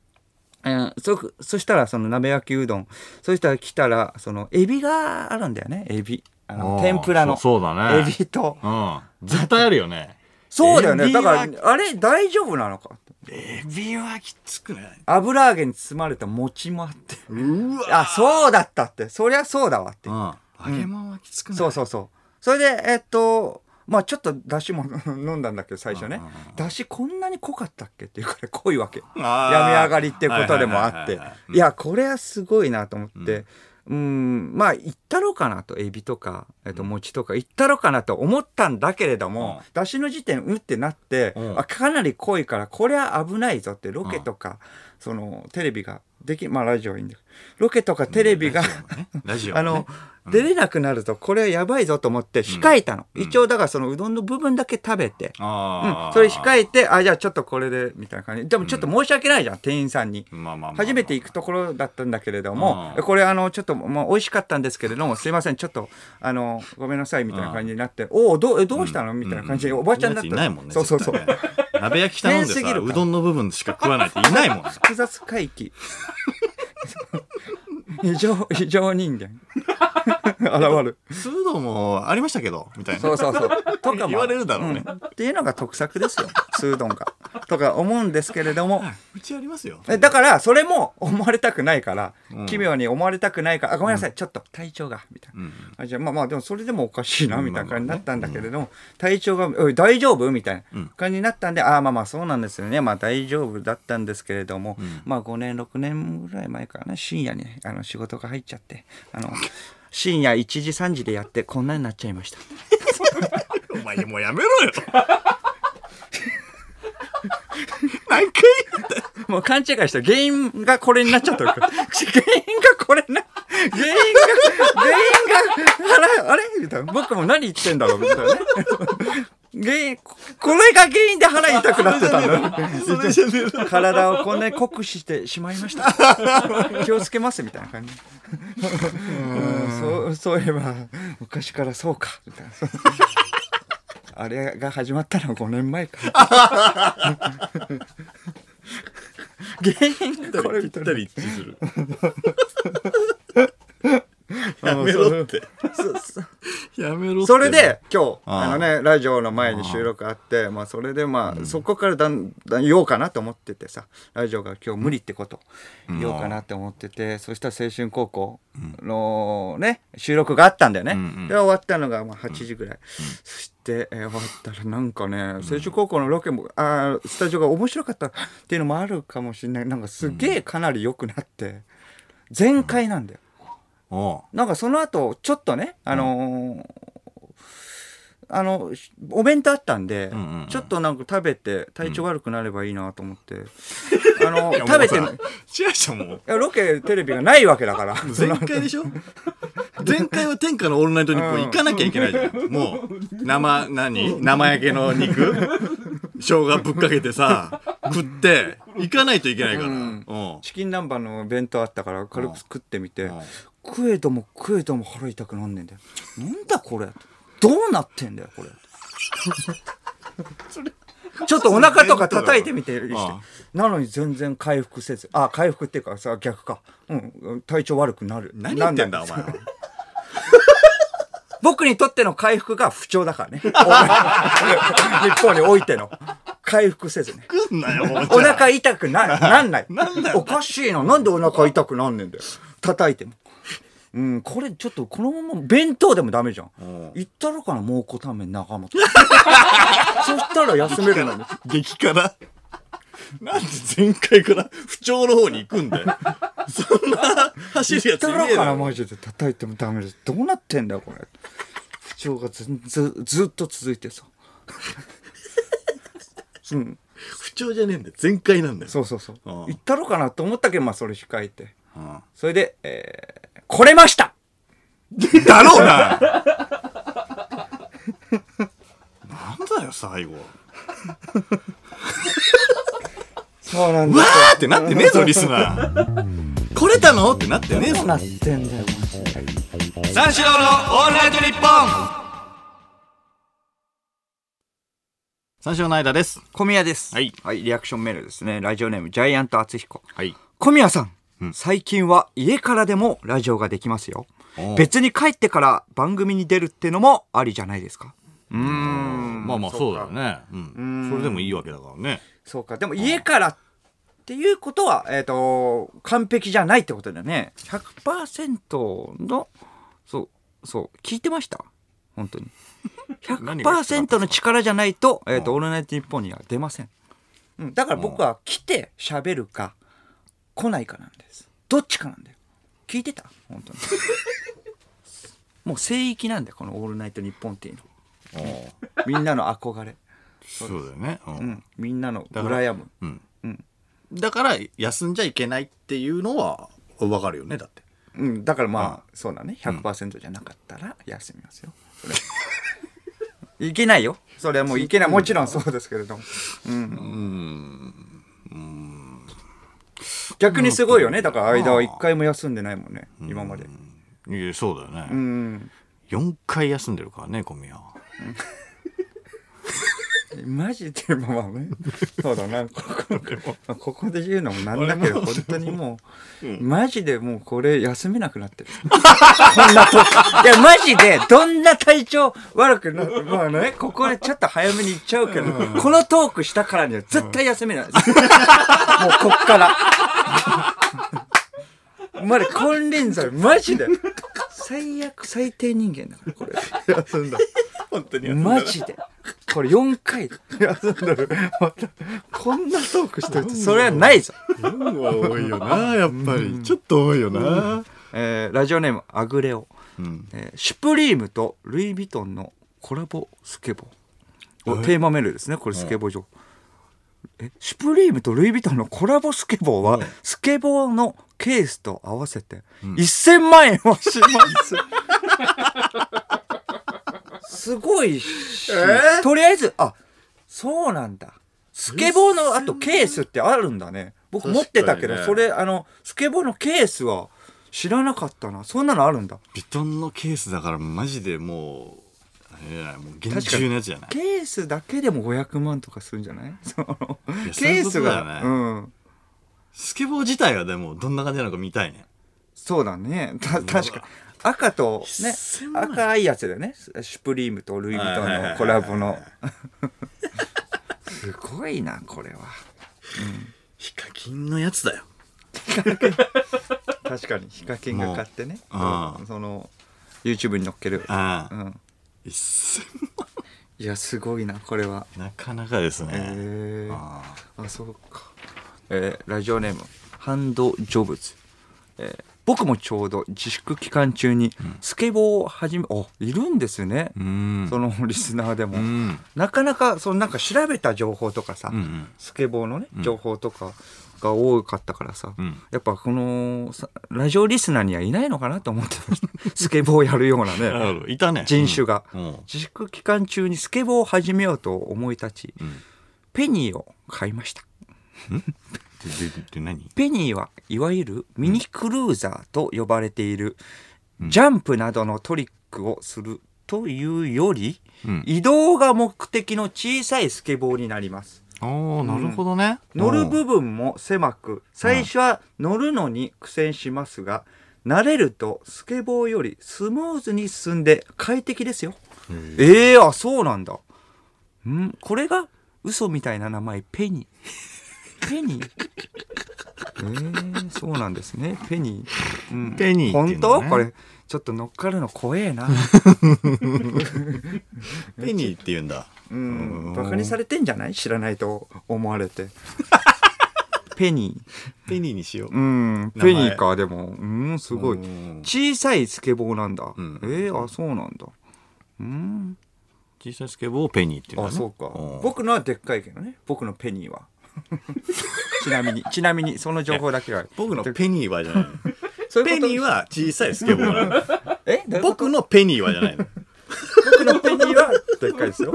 Speaker 2: えーそ、そしたらその鍋焼きうどん、そしたら来たら、その、エビがあるんだよね、エビ。あの
Speaker 1: あー
Speaker 2: 天ぷらの。
Speaker 1: そうそうだね
Speaker 2: エビと。
Speaker 1: うん。絶対あるよね。
Speaker 2: そうだよね。
Speaker 1: エビ
Speaker 2: だ
Speaker 1: は
Speaker 2: から、あれ大丈夫なのか
Speaker 1: エビはきつくない
Speaker 2: 油揚げに包まれた餅もあって。
Speaker 1: うわ
Speaker 2: あ、そうだったって。そりゃそうだわって
Speaker 1: う。ん。揚げ物はきつくない
Speaker 2: そうそうそう。それで、えっと、まあちょっと出汁も 飲んだんだけど、最初ね
Speaker 1: うんうん。
Speaker 2: 出汁こんなに濃かったっけっていうからい濃いわけ。
Speaker 1: う。
Speaker 2: 病
Speaker 1: 病
Speaker 2: み上がりってことでもあって。いや、これはすごいなと思って。うん、まあ、行ったろうかなと、エビとか、えっと、餅とか、行ったろうかなと思ったんだけれども、出汁の時点、うってなって、
Speaker 1: うん
Speaker 2: あかなり濃いから、これは危ないぞって、ロケとか、その、テレビが、でき、まあ、ラジオはいいんだけど、ロケとかテレビが、
Speaker 1: ラジオ
Speaker 2: あ
Speaker 1: もね
Speaker 2: の、出れなくなると、これはやばいぞと思って、控えたの。一応、だからそのうどんの部分だけ食べて、
Speaker 1: あ
Speaker 2: うん、
Speaker 1: あ。
Speaker 2: それ控えて、あ、じゃあちょっとこれで、みたいな感じ。でもちょっと申し訳ないじゃん、店員さんに。
Speaker 1: まあまあまあまあ
Speaker 2: 初めて行くところだったんだけれども、
Speaker 1: うん
Speaker 2: これあの、ちょっと、まあ、美味しかったんですけれども、すいません、ちょっと、あの、ごめんなさい、みたいな感じになって、おお、どう、えどうしたのみたいな感じで、おばちゃんだった
Speaker 1: いないもんね。
Speaker 2: そうそうそう。
Speaker 1: 絶対ね鍋焼き頼ん で
Speaker 2: 麺すぎ
Speaker 1: さ、
Speaker 2: るから
Speaker 1: うどんの部分しか食わないっていないもんね。
Speaker 2: 複雑回帰。異常、異常人間。現る。
Speaker 1: スードもありましたけど、みたいな。
Speaker 2: そうそうそう。とかも。
Speaker 1: 言われるだろうね
Speaker 2: んっていうのが特策ですよ。スードンが。とか思うんですけれども。
Speaker 1: うちありますよ。
Speaker 2: えだから、それも思われたくないから、
Speaker 1: うん
Speaker 2: 奇妙に思われたくないから、あ、ごめんなさい、ちょっと体調が、みたいな。
Speaker 1: うん。
Speaker 2: あじゃあまあまあ、でもそれでもおかしいな、
Speaker 1: うん
Speaker 2: みたいな感じになったんだけれども、体調が、おい大丈夫みたい
Speaker 1: うん
Speaker 2: な感じになったんで、ああ、まあまあ、そうなんですよね。まあ大丈夫だったんですけれども、
Speaker 1: ん
Speaker 2: まあ5年、6年ぐらい前からね、深夜にあの仕事が入っちゃって、あの、深夜1時、3時でやって、こんなになっちゃいました。
Speaker 1: お前もうやめろよ。何回言った
Speaker 2: もう勘違いした。原因がこれになっちゃったから。原因がこれな、原因が、原因が、あれ、あれみたいな。僕も何言ってんだろうみたいなね。原因、ここれが原因で腹痛くなってたんだ。
Speaker 1: それじゃね えな
Speaker 2: 体をこんなに酷使してしまい ました。気をつけますみたいな感じ。うんそう、そういえば、昔からそうか、みたいな。あれが始まったのは5年前か。芸人
Speaker 1: こ
Speaker 2: こ
Speaker 1: れぴ
Speaker 2: れみ
Speaker 1: った
Speaker 2: い
Speaker 1: た
Speaker 2: な
Speaker 1: り一致する。 やめろって。
Speaker 2: そうそう
Speaker 1: やめろって。
Speaker 2: それで今日
Speaker 1: ああ
Speaker 2: あのねラジオの前に収録あってまあそれでまあそこからだんだん言おうかなと思っててさラジオが今日無理ってこと言おうかなって思っててそしたら青春高校のね収録があったんだよね
Speaker 1: うんうん
Speaker 2: で終わったのがまあ8時ぐらいそしてえー終わったらなんかね青春高校のロケもあースタジオが面白かったっていうのもあるかもしれないなんかすげえかなり良くなって全開なんだよ
Speaker 1: おう。
Speaker 2: なんかその後、ちょっとね、あのーあの、しお弁当あったんで、
Speaker 1: んうんうん
Speaker 2: ちょっとなんか食べて、体調悪くなればいいなと思って、あの、
Speaker 1: いや
Speaker 2: 食べて、い
Speaker 1: もうさ違うじゃん、も
Speaker 2: やロケ、テレビがないわけ だから。
Speaker 1: う。全開でしょ全開は天下のオールナイトニッポン行かなきゃいけないじゃ ん。もう、生、何生焼けの肉生姜ぶっかけてさ、食って、行かないといけないから。うん。
Speaker 2: チキン南蛮の弁当あったから、軽く食ってみて、
Speaker 1: ん
Speaker 2: 食えども食えども腹痛くなんねんだよ。なんだこれどうなってんだよ、 これ。ちょっとお腹とか叩いてみてるりして
Speaker 1: ああ
Speaker 2: なのに全然回復せずあ回復っていうかさ逆かうん体調悪くなる
Speaker 1: 何言ってんだ、
Speaker 2: な
Speaker 1: お前は。
Speaker 2: 僕にとっての回復が不調だからね 日本においての回復せずね
Speaker 1: 食んなよ、もうじゃあ
Speaker 2: お腹痛くななんない
Speaker 1: なんだよ
Speaker 2: おかしいななんでお腹痛くなんねんだよ叩いてもうんこれちょっとこのまま弁当でもダメじゃん
Speaker 1: うん
Speaker 2: 言ったろかな蒙古タンメン 長本そしたら休めるのに
Speaker 1: 激辛なんで前回から不調の方に行くんだよそんな走るやつい
Speaker 2: た
Speaker 1: ね
Speaker 2: ら
Speaker 1: えだ
Speaker 2: から
Speaker 1: ろ
Speaker 2: マジで叩いてもダメですどうなってんだよこれ不調がずずずっと続いてさうん
Speaker 1: 不調じゃねえんだよ全開なんだよ
Speaker 2: そうそうそう
Speaker 1: ああ
Speaker 2: 行ったろかなと思ったけどまあそれ控えて
Speaker 1: うん
Speaker 2: それで、えー、来れました
Speaker 1: だろうななんだよ最後
Speaker 2: そうなん
Speaker 1: わ
Speaker 2: だ
Speaker 1: ーってなってねえぞリスナー来れたのってなってねえ
Speaker 2: どう
Speaker 1: ぞ
Speaker 2: なってんだよマジで
Speaker 1: 三四郎のオールナイトニッポン三四郎の間です
Speaker 2: 小宮です
Speaker 1: はい
Speaker 2: はい、リアクションメールですねラジオネームジャイアント厚彦
Speaker 1: はい
Speaker 2: 小宮さん、
Speaker 1: ん
Speaker 2: 最近は家からでもラジオができますよ
Speaker 1: おう
Speaker 2: 別に帰ってから番組に出るってのもありじゃないですかうーん
Speaker 1: まあまあそうだよねうんそれでもいいわけだからね
Speaker 2: そうかでも家からっていうことは、えっと完璧じゃないってことだよね100%のそうそう聞いてました本当に
Speaker 1: 何が必要だった
Speaker 2: 100%の力じゃないと「えー、とオールナイトニッポン」には出ません、うん、だから僕は来て喋るか来ないかなんですどっちかなんだよ聞いてた本 当にもう聖域なんだよこの「オールナイトニッポン」っていうの
Speaker 1: おう
Speaker 2: みんなの憧れ、
Speaker 1: そうだよね。う。
Speaker 2: うんん、みんなの
Speaker 1: だから
Speaker 2: 羨む
Speaker 1: うん。
Speaker 2: うん
Speaker 1: だから、休んじゃいけないっていうのは、わかるよね、だって。
Speaker 2: うん、だからまあ、そうだね100%じゃなかったら休みますよ、それいけないよそれはもういけないもちろんそうですけれども、うん、逆にすごいよねだから間は一回も休んでないもんね今まで
Speaker 1: いや、そうだよ
Speaker 2: う
Speaker 1: ね。
Speaker 2: ん
Speaker 1: 4回休んでるからね、小宮は。
Speaker 2: マジでまあねそうだなここここで言うのもなんだけど本当にもう、マジでもうこれ休めなくなってるこんなといやマジでどんな体調悪くなってまあねここでちょっと早めに行っちゃうけど、このトークしたからには絶対休めないです、もうこっからまだ金輪際マジで最悪最低人間だからこれ。
Speaker 1: 休んだ。本当に
Speaker 2: マジでこれ4回 休んだるこんなトークしといてそれはないぞ、
Speaker 1: 4は多いよな、やっぱり。ちょっと多いよな。
Speaker 2: えーラジオネームアグレオ、
Speaker 1: うん。
Speaker 2: えーシュプリームとルイ・ヴィトンのコラボスケボーをテーマメールですねこれスケボー上、えシュプリームとルイ・ヴィトンのコラボスケボーは、スケボーのケースと合わせて1000万円をします、 すごいし、
Speaker 1: えー
Speaker 2: とりあえずあそうなんだスケボーのあとケースってあるんだね僕持ってたけど、
Speaker 1: 確
Speaker 2: そ
Speaker 1: かに
Speaker 2: れあのスケボーのケースは知らなかったなそんなのあるんだ
Speaker 1: ビトンのケースだから、マジでもう、あれじゃない、もう厳重なやつじゃない。
Speaker 2: ケースだけでも500万とかするんじゃないその
Speaker 1: いや
Speaker 2: ケース
Speaker 1: そういうことだ
Speaker 2: が
Speaker 1: よね
Speaker 2: うん
Speaker 1: スケボー自体はでもどんな感じなのか見たいね。
Speaker 2: そうだね。た、確か。赤と、ね
Speaker 1: 1000、万
Speaker 2: 赤いやつだよね。シュプリームとルイ・ヴィト
Speaker 1: はいはいはい
Speaker 2: ン
Speaker 1: は
Speaker 2: の
Speaker 1: い
Speaker 2: コラボの。 すごいな、これは。
Speaker 1: ヒカキンのやつだよ。
Speaker 2: 確かに、ヒカキンが買ってね。
Speaker 1: もう
Speaker 2: うんその、YouTube に載っける。
Speaker 1: あ
Speaker 2: う
Speaker 1: あ。
Speaker 2: ん。
Speaker 1: 1000
Speaker 2: いや、すごいな、これは。
Speaker 1: 万なかなかですね。
Speaker 2: えー、
Speaker 1: ああ
Speaker 2: あ、そうか。えーラジオネーム、ハンド・ジョブズ。えー僕もちょうど自粛期間中にスケボーを始め、あ、いるんですね。
Speaker 1: うん。
Speaker 2: その リスナーでも。
Speaker 1: うん。
Speaker 2: なかなか、そのなんか調べた情報とかさ、
Speaker 1: うんうん。
Speaker 2: スケボーのね、情報とかが多かったからさ、
Speaker 1: うん
Speaker 2: やっぱこのさ、ラジオリスナーにはいないのかなと思って ました。スケボーをやるような
Speaker 1: な
Speaker 2: ね、
Speaker 1: るほど。いたね。
Speaker 2: 人種が。
Speaker 1: うん。
Speaker 2: 自粛期間中にスケボーを始めようと思い立ち、
Speaker 1: うん。
Speaker 2: ペニーを買いました。
Speaker 1: で、で、で、何
Speaker 2: ペニーはいわゆるミニクルーザーと呼ばれている、ジャンプなどのトリックをするというより、
Speaker 1: うん
Speaker 2: 移動が目的の小さいスケボーになります。
Speaker 1: ああ、なるほどね。
Speaker 2: 乗る
Speaker 1: うん
Speaker 2: 部分も狭く最初は乗るのに苦戦しますが、慣れるとスケボーよりスムーズに進んで快適ですよええあそうなんだんこれが嘘みたいな名前ペニーペニーえー、そうなんですねペニー、うん
Speaker 1: ペニーってい
Speaker 2: 本
Speaker 1: うの
Speaker 2: 当、
Speaker 1: ね
Speaker 2: これちょっと乗っかるの怖えな、
Speaker 1: ペニーって言うんだ。
Speaker 2: うん、バカにされてんじゃない知らないと思わ れてペニー
Speaker 1: ペニーにしよう。
Speaker 2: うん、
Speaker 1: 名前
Speaker 2: ペニーか、でも。うん、すごい
Speaker 1: うん。
Speaker 2: 小さいスケボーなんだ。
Speaker 1: うん
Speaker 2: えー、あ、そうなんだ。うん。
Speaker 1: 小さいスケボーをペニーって言うん
Speaker 2: あ、
Speaker 1: だね。
Speaker 2: そうか
Speaker 1: ん。
Speaker 2: 僕のはでっかいけどね。僕のペニーは。 ちなみに、ちなみに、その情報だけは。
Speaker 1: 僕のペニーはじゃないの。
Speaker 2: そうい
Speaker 1: ペ
Speaker 2: うこと
Speaker 1: ニーは小さいスケボーなの。
Speaker 2: えどういうこと
Speaker 1: 僕のペニーはじゃないの。
Speaker 2: 僕のペニーはでっかいですよ。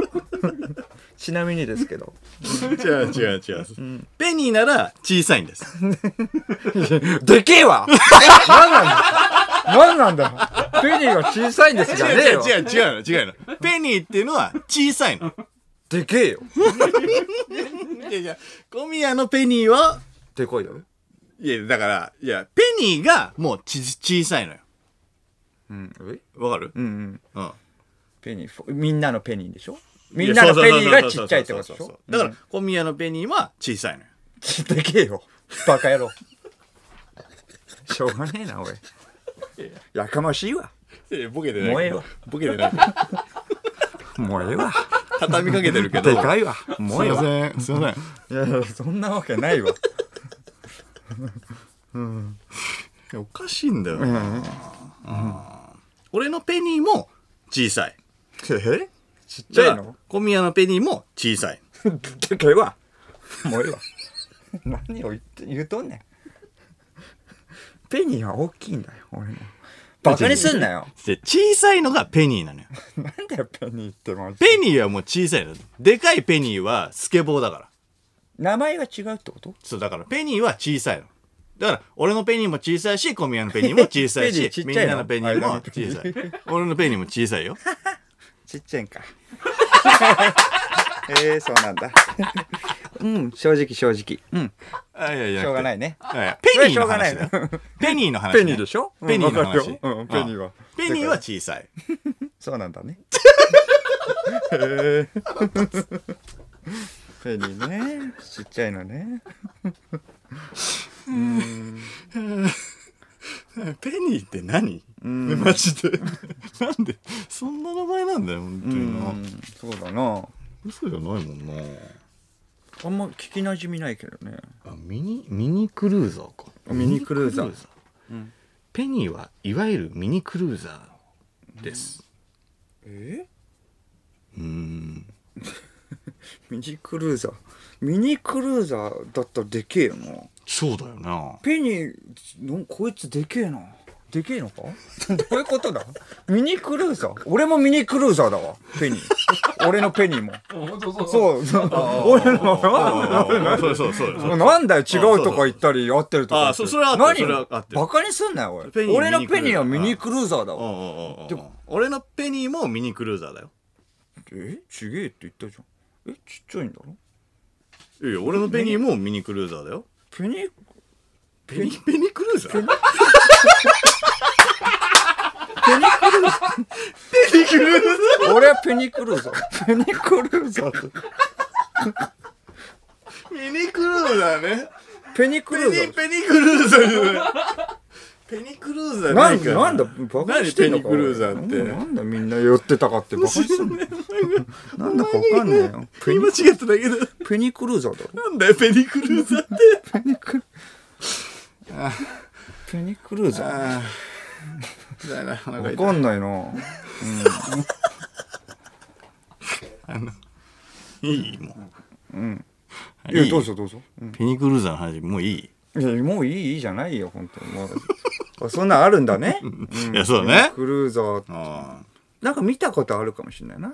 Speaker 2: ちなみにですけど。
Speaker 1: 違う違う違う。ペニーなら小さいんです。
Speaker 2: でけ えわ何なんだ何なんだペニーは小さいんです
Speaker 1: 違
Speaker 2: じ
Speaker 1: う
Speaker 2: ゃねえ
Speaker 1: 違う
Speaker 2: よ
Speaker 1: 違う違うの違うの。ペニーっていうのは小さいの。
Speaker 2: でけえよ。
Speaker 1: いやいや、小宮のペニーは、
Speaker 2: でこいよ。
Speaker 1: いや、だから、いや、ペニーがもうち小さいのよ。
Speaker 2: うん。え
Speaker 1: わかる
Speaker 2: うんう
Speaker 1: う
Speaker 2: ん。
Speaker 1: ん。
Speaker 2: ペニーフォ、みんなのペニーでしょみんなのペニーがちっちゃいってこと
Speaker 1: そ
Speaker 2: でし
Speaker 1: うそう
Speaker 2: ょ
Speaker 1: そうそうだから、小宮のペニーは小さいのよ。
Speaker 2: ちっでけえよ。バカ野郎。 しょうがねえな、おい。やかましいわ。
Speaker 1: いやボケて
Speaker 2: ない
Speaker 1: ない。ボケてない。
Speaker 2: もうええわ。
Speaker 1: 畳みかけてるけど。
Speaker 2: でかいわ。もう
Speaker 1: す
Speaker 2: え
Speaker 1: い
Speaker 2: え
Speaker 1: ま
Speaker 2: わ。
Speaker 1: せん。すいません。
Speaker 2: いやいや、そんなわけないわ。
Speaker 1: いやおかしいんだよな、うん俺のペニーも小さい
Speaker 2: えち
Speaker 1: じ
Speaker 2: っち
Speaker 1: ゃ
Speaker 2: ゃ
Speaker 1: あ
Speaker 2: いの
Speaker 1: 小宮のペニーも小さい
Speaker 2: でかいわ。もうええわ。何を言って言うとんねん。ペニーは大きいんだよ、俺の。バカにすんなよ。
Speaker 1: で小さいのがペニーなのよ
Speaker 2: なんだよ、ペニーってマジで
Speaker 1: ペニーはもう小さいのでかいペニーはスケボーだから
Speaker 2: 名前が違うってこと
Speaker 1: そうだからペニーは小さいのだから俺のペニーも小さいし小宮のペニーも小さい
Speaker 2: ペニ
Speaker 1: し
Speaker 2: ーちっ
Speaker 1: み
Speaker 2: ちゃ
Speaker 1: ん
Speaker 2: いの
Speaker 1: なのペニーも小さい俺のペニーも小さいよ
Speaker 2: ちっちゃいんか。 ええそうなんだ。 うん、正直正直。うん、
Speaker 1: あいやいや
Speaker 2: しょうがないね。
Speaker 1: ややペニーの話だ
Speaker 2: それ
Speaker 1: よペニーの話ね、
Speaker 2: ペニーでしょ
Speaker 1: ペニーの
Speaker 2: うんわ
Speaker 1: 話
Speaker 2: かるようんペニーは
Speaker 1: あペニーは小 さい
Speaker 2: そうなんだね。へえ。ペニーね。ちっちゃいのね。
Speaker 1: ペニーって何、マジで なんでそんな名前なんだよ本当
Speaker 2: う
Speaker 1: にな、
Speaker 2: ん、そうだな。
Speaker 1: 嘘じゃないもんな
Speaker 2: あんま聞きなじみないけどね。
Speaker 1: あミニミニクルーザーか
Speaker 2: ミニクルーザー
Speaker 1: ミニペニーはいわゆるミニクルーザーです
Speaker 2: え
Speaker 1: うん
Speaker 2: ミニクルーザー。ミニクルーザーだったらでけえよな。
Speaker 1: そうだよな
Speaker 2: ペニーのこいつでけえなでけえのか どういうことだミニクルーザー俺もミニクルーザーだわペニー俺のペニーもそうそう俺の
Speaker 1: あそうそうそうそう
Speaker 2: なんだよ違うとこ行ったり合ってるとこ行ったり
Speaker 1: あそうそれは合ってるそれは合ってる
Speaker 2: 何バカにすんなよ
Speaker 1: ペ
Speaker 2: 俺
Speaker 1: ニー
Speaker 2: 俺のペニーはミニクルーザーだ
Speaker 1: うんう
Speaker 2: わ
Speaker 1: んうんうん俺のペニーもミニクルーザーだよ
Speaker 2: えちげえって言ったじゃんえちっちゃいんだろ
Speaker 1: いや俺のペニーもミニクルーザーだよ
Speaker 2: ペニー
Speaker 1: ペニ、ペニクルーザーペニクルーザーペニクルーザ
Speaker 2: 俺はペニクルーザー。ペニクルーザーと。
Speaker 1: ーペニクルーザーね。
Speaker 2: ペニク
Speaker 1: ペ
Speaker 2: ルーザ
Speaker 1: ニ、
Speaker 2: ー。
Speaker 1: ペニクルーザーじゃない。ペニクルーザー
Speaker 2: な
Speaker 1: なんいか
Speaker 2: だ、
Speaker 1: ら
Speaker 2: なんだ、バカにしてんのか。
Speaker 1: 何ペニクルーザーって
Speaker 2: なんだなんだみんな寄ってたかってバカにしてんの なんだかわかんないよ。
Speaker 1: 言い間違っただけだ。
Speaker 2: ペニクルーザーだろ。
Speaker 1: なんだよ、ペニクルーザーって。
Speaker 2: ペニクル。ペニクルーザ
Speaker 1: ああ。だよな、
Speaker 2: ー。
Speaker 1: 腹が
Speaker 2: わ
Speaker 1: 痛い
Speaker 2: かんないな。
Speaker 1: あの、いいもう。
Speaker 2: いや、どうぞどうぞ。うん
Speaker 1: ペニクルーザーの話、もういい、
Speaker 2: いや、もういい、いいじゃないよ、本当に。もうあそんなんあるんだね。
Speaker 1: いや、 そうだね。
Speaker 2: クルーザー。
Speaker 1: あ
Speaker 2: なんか見たことあるかもしれないな。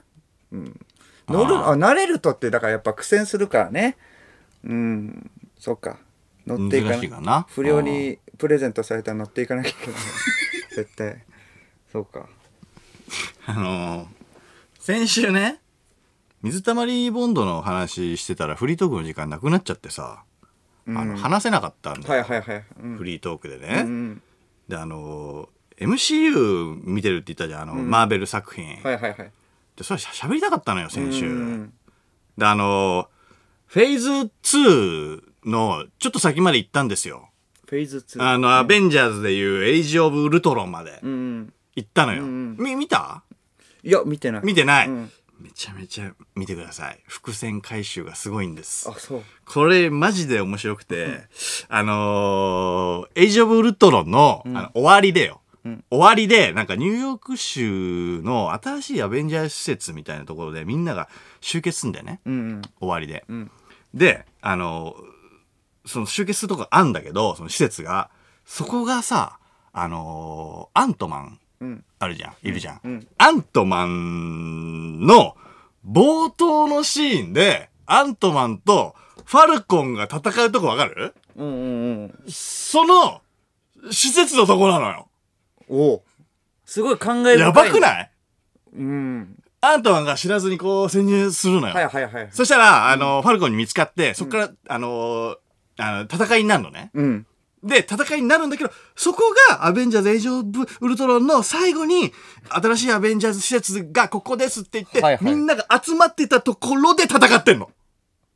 Speaker 2: うん。乗る、
Speaker 1: あ
Speaker 2: あ、慣れるとって、だからやっぱ苦戦するからね。うん、そっか。
Speaker 1: あ
Speaker 2: 乗っていか
Speaker 1: 難
Speaker 2: な
Speaker 1: しいかな。
Speaker 2: 不良にプレゼントされたら乗っていかなきゃい けない。絶対。そうか。
Speaker 1: あのー先週ね、水溜りボンドの話してたらフリートークの時間なくなっちゃってさ、あの話せなかったんだよ、
Speaker 2: はいはいはい。うん
Speaker 1: フリートークでね。
Speaker 2: うん。
Speaker 1: で、あのー MCU 見てるって言ったじゃん、あの、マーベル作品。
Speaker 2: はいはいはい。
Speaker 1: で、それしゃ喋りたかったのよ、先週。
Speaker 2: うん
Speaker 1: で、あのーフェーズ2のちょっと先まで行ったんですよ。
Speaker 2: フェーズ2。
Speaker 1: あの、アベンジャーズでいうエイジ・オブ・ウルトロンまで
Speaker 2: うん。
Speaker 1: 行ったのよ。
Speaker 2: ん
Speaker 1: み、見た
Speaker 2: いや、見てない。
Speaker 1: 見てない、
Speaker 2: うん
Speaker 1: めちゃめちゃ見てください。伏線回収がすごいんです
Speaker 2: あ、。そう。
Speaker 1: これマジで面白くて、あのーエイジ・オブ・ウルトロンの,、あの終わりでよ。終わりで、なんかニューヨーク州の新しいアベンジャー施設みたいなところでみんなが集結すんだよね。
Speaker 2: うん
Speaker 1: 終わりで。
Speaker 2: ん
Speaker 1: で、あのーその集結するとこがあんだけど、その施設が、そこがさ、あのーアントマン
Speaker 2: うん。うん。
Speaker 1: あるじゃん、いるじゃん。
Speaker 2: うん
Speaker 1: アントマンの冒頭のシーンで、アントマンとファルコンが戦うとこわかる
Speaker 2: うんうんうん。
Speaker 1: その、施設のとこなのよ。
Speaker 2: おうすごい考え深い。
Speaker 1: やばく
Speaker 2: い
Speaker 1: ない
Speaker 2: うん。
Speaker 1: アントマンが知らずにこう潜入するのよ。
Speaker 2: はいはいはい。
Speaker 1: そしたら、あの、ファルコンに見つかって、そこから、あの、あの、戦いになるのね。
Speaker 2: うん。
Speaker 1: で、戦いになるんだけど、そこがアベンジャーズ・エイジ・オブ・ウルトロンの最後に、新しいアベンジャーズ施設がここですって言って、
Speaker 2: はいはい
Speaker 1: みんなが集まってたところで戦ってんの。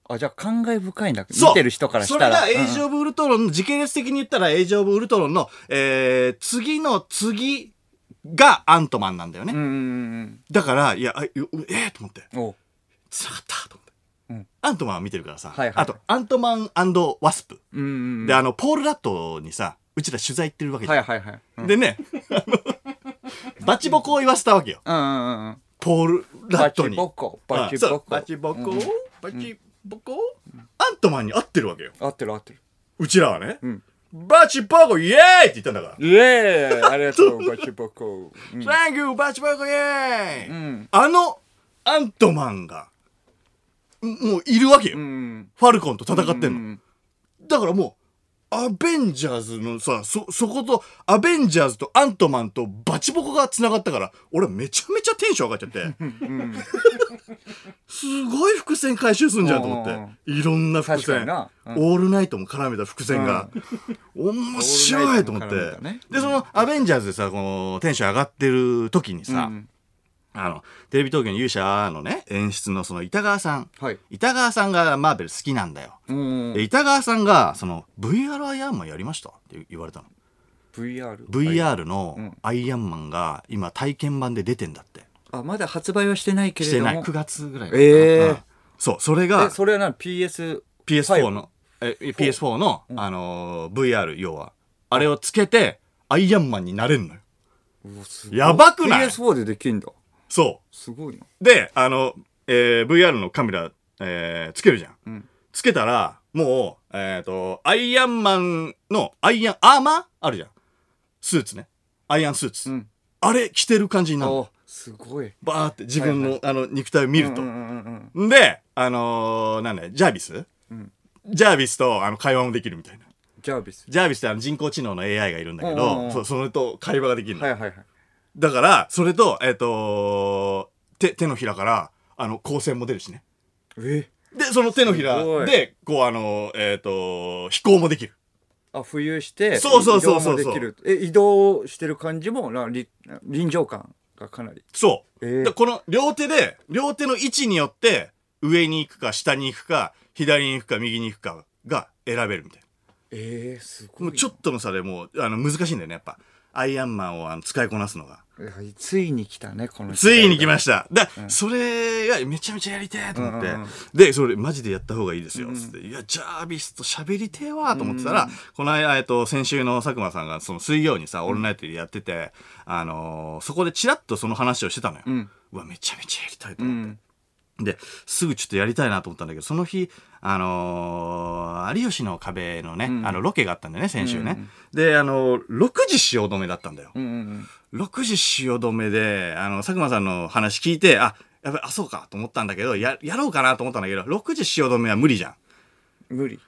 Speaker 2: あ、じゃあ感慨深いんだ。
Speaker 1: そう
Speaker 2: 見てる人からしたら。
Speaker 1: それがエイジ・
Speaker 2: うん
Speaker 1: オブ・ウルトロンの、時系列的に言ったらエイジ・オブ・ウルトロンの、えー、次の次がアントマンなんだよね。
Speaker 2: うんうん
Speaker 1: だから、いや、あえー、えーと思って、
Speaker 2: うん。おう
Speaker 1: つがったと思って。
Speaker 2: うん
Speaker 1: アントマンは見てるからさ、
Speaker 2: はいはい
Speaker 1: あと、アントマンワスプ。
Speaker 2: うんうん。
Speaker 1: で、あの、ポール・ラットにさ、うちら取材行ってるわけじゃん
Speaker 2: はいはいはい。うん
Speaker 1: でね、あの、バチボコを言わせたわけよ。
Speaker 2: うんうんうんうん。
Speaker 1: ポール・ラ
Speaker 2: バ
Speaker 1: ット
Speaker 2: チ
Speaker 1: に。
Speaker 2: ボコ。バチ
Speaker 1: あそ
Speaker 2: ボ
Speaker 1: う
Speaker 2: コ。
Speaker 1: バチボコ
Speaker 2: うん。
Speaker 1: バチボコ。アントマンに合ってるわけよ。
Speaker 2: 合ってる合ってる。
Speaker 1: うちらはね。
Speaker 2: ん
Speaker 1: バチボコイエーイって言ったんだから。
Speaker 2: イエーイありがとう、バチボコ。うん。
Speaker 1: Thank you! バチボコイエーイ、
Speaker 2: うん
Speaker 1: あの、アントマンが、んもういるわけよ。
Speaker 2: うん。
Speaker 1: ファルコンと戦ってんの。
Speaker 2: うん
Speaker 1: だからもう、アベンジャーズのさ、そ、そこと、アベンジャーズとアントマンとバチボコが繋がったから、俺めちゃめちゃテンション上がっちゃって、すごい伏線回収すんじゃんと思
Speaker 2: うんうん
Speaker 1: って、いろんな伏
Speaker 2: 確か
Speaker 1: 線、
Speaker 2: になうん
Speaker 1: オールナイトも絡めた伏線が、面白いと思っ
Speaker 2: オールナイ
Speaker 1: て、
Speaker 2: トも絡めたね
Speaker 1: で、そのアベンジャーズでさ、このテンション上がってる時にさ、
Speaker 2: うん
Speaker 1: あの、テレビ東京の勇者のね、演出のその板川さん、
Speaker 2: はい。
Speaker 1: 板川さんがマーベル好きなんだよ。
Speaker 2: うん
Speaker 1: で。板川さんがその VR アイアンマンやりましたって言われたの
Speaker 2: VR。。
Speaker 1: VR の
Speaker 2: ん
Speaker 1: アイアンマンが今体験版で出てんだって
Speaker 2: あ、まだ発売はしてないけ
Speaker 1: して
Speaker 2: れど
Speaker 1: ない
Speaker 2: も
Speaker 1: 9。月ぐらい
Speaker 2: えー
Speaker 1: うんそうそれが
Speaker 2: え、それはな、PS。
Speaker 1: PS4 のえ PS4 の、あのー VR 要はあれをつけてアイアンマンになれんのよ
Speaker 2: うわすご
Speaker 1: やばくない
Speaker 2: PS4 でできんだ。
Speaker 1: そ
Speaker 2: すごいな。
Speaker 1: うであの、えー VR のカメラ、えーつけるじゃん
Speaker 2: うん。
Speaker 1: つけたらもうえっ、とアイアンマンのアイアンアーマーあるじゃんスーツねアイアンスーツ、
Speaker 2: うん。
Speaker 1: あれ着てる感じになるの
Speaker 2: あ、すごい。
Speaker 1: バーって自分の,、あの肉体を見ると。
Speaker 2: うんうんうんうん。
Speaker 1: んで、あのーなんだよジャービス、
Speaker 2: うん
Speaker 1: ジャービスとあの会話もできるみたいな。
Speaker 2: ジャービス。
Speaker 1: ジャービスってあの人工知能の AI がいるんだけ
Speaker 2: うんうんう
Speaker 1: ど、
Speaker 2: ん
Speaker 1: そそれと会話ができるの、
Speaker 2: はいはいはい。
Speaker 1: だから、それと、えっ、と手、手のひらから、あの、光線も出るしね。
Speaker 2: え
Speaker 1: で、その手のひら
Speaker 2: すごい
Speaker 1: で、こう、あのーえっ、と飛行もできる。
Speaker 2: あ浮遊して
Speaker 1: そうそうそうそう
Speaker 2: 移動もできるえ移動してる感じもなり臨場感がかなり
Speaker 1: そう。
Speaker 2: えー
Speaker 1: でこの両手で、両手の位置によって、上に行くか、下に行くか、左に行くか、右に行くかが選べるみたいな。
Speaker 2: えー、すごい
Speaker 1: もうちょっとの差でもう、あの、難しいんだよね、やっぱ。アイアンマンをあの使いこなすのが。
Speaker 2: いやついに来たねこの
Speaker 1: ついに来ま
Speaker 2: し
Speaker 1: した。だ、それがめちゃめちゃやりてえと思って、
Speaker 2: うんうんうん
Speaker 1: で、それマジでやった方がいいですよ、つって、いや、ジャービスと喋りてえわと思ってたら、この間、えっと、先週の佐久間さんが、その水曜にさ、オールナイトでやってて、あのーそこでチラッとその話をしてたのよ。うんわ、めちゃめちゃやりたいと
Speaker 2: う
Speaker 1: 思って。
Speaker 2: ん
Speaker 1: で、すぐちょっとやりたいなと思ったんだけど、その日、あのー有吉の壁のね、あの、ロケがあったんだよね、先週ね。で、あのー6時汐留だったんだよ。
Speaker 2: うんうん
Speaker 1: 6時汐留で、あの、佐久間さんの話聞いて、あ、やっぱり、あ、そうかと思ったんだけど、や、やろうかなと思ったんだけど、6時汐留は無理じゃん。
Speaker 2: うん無理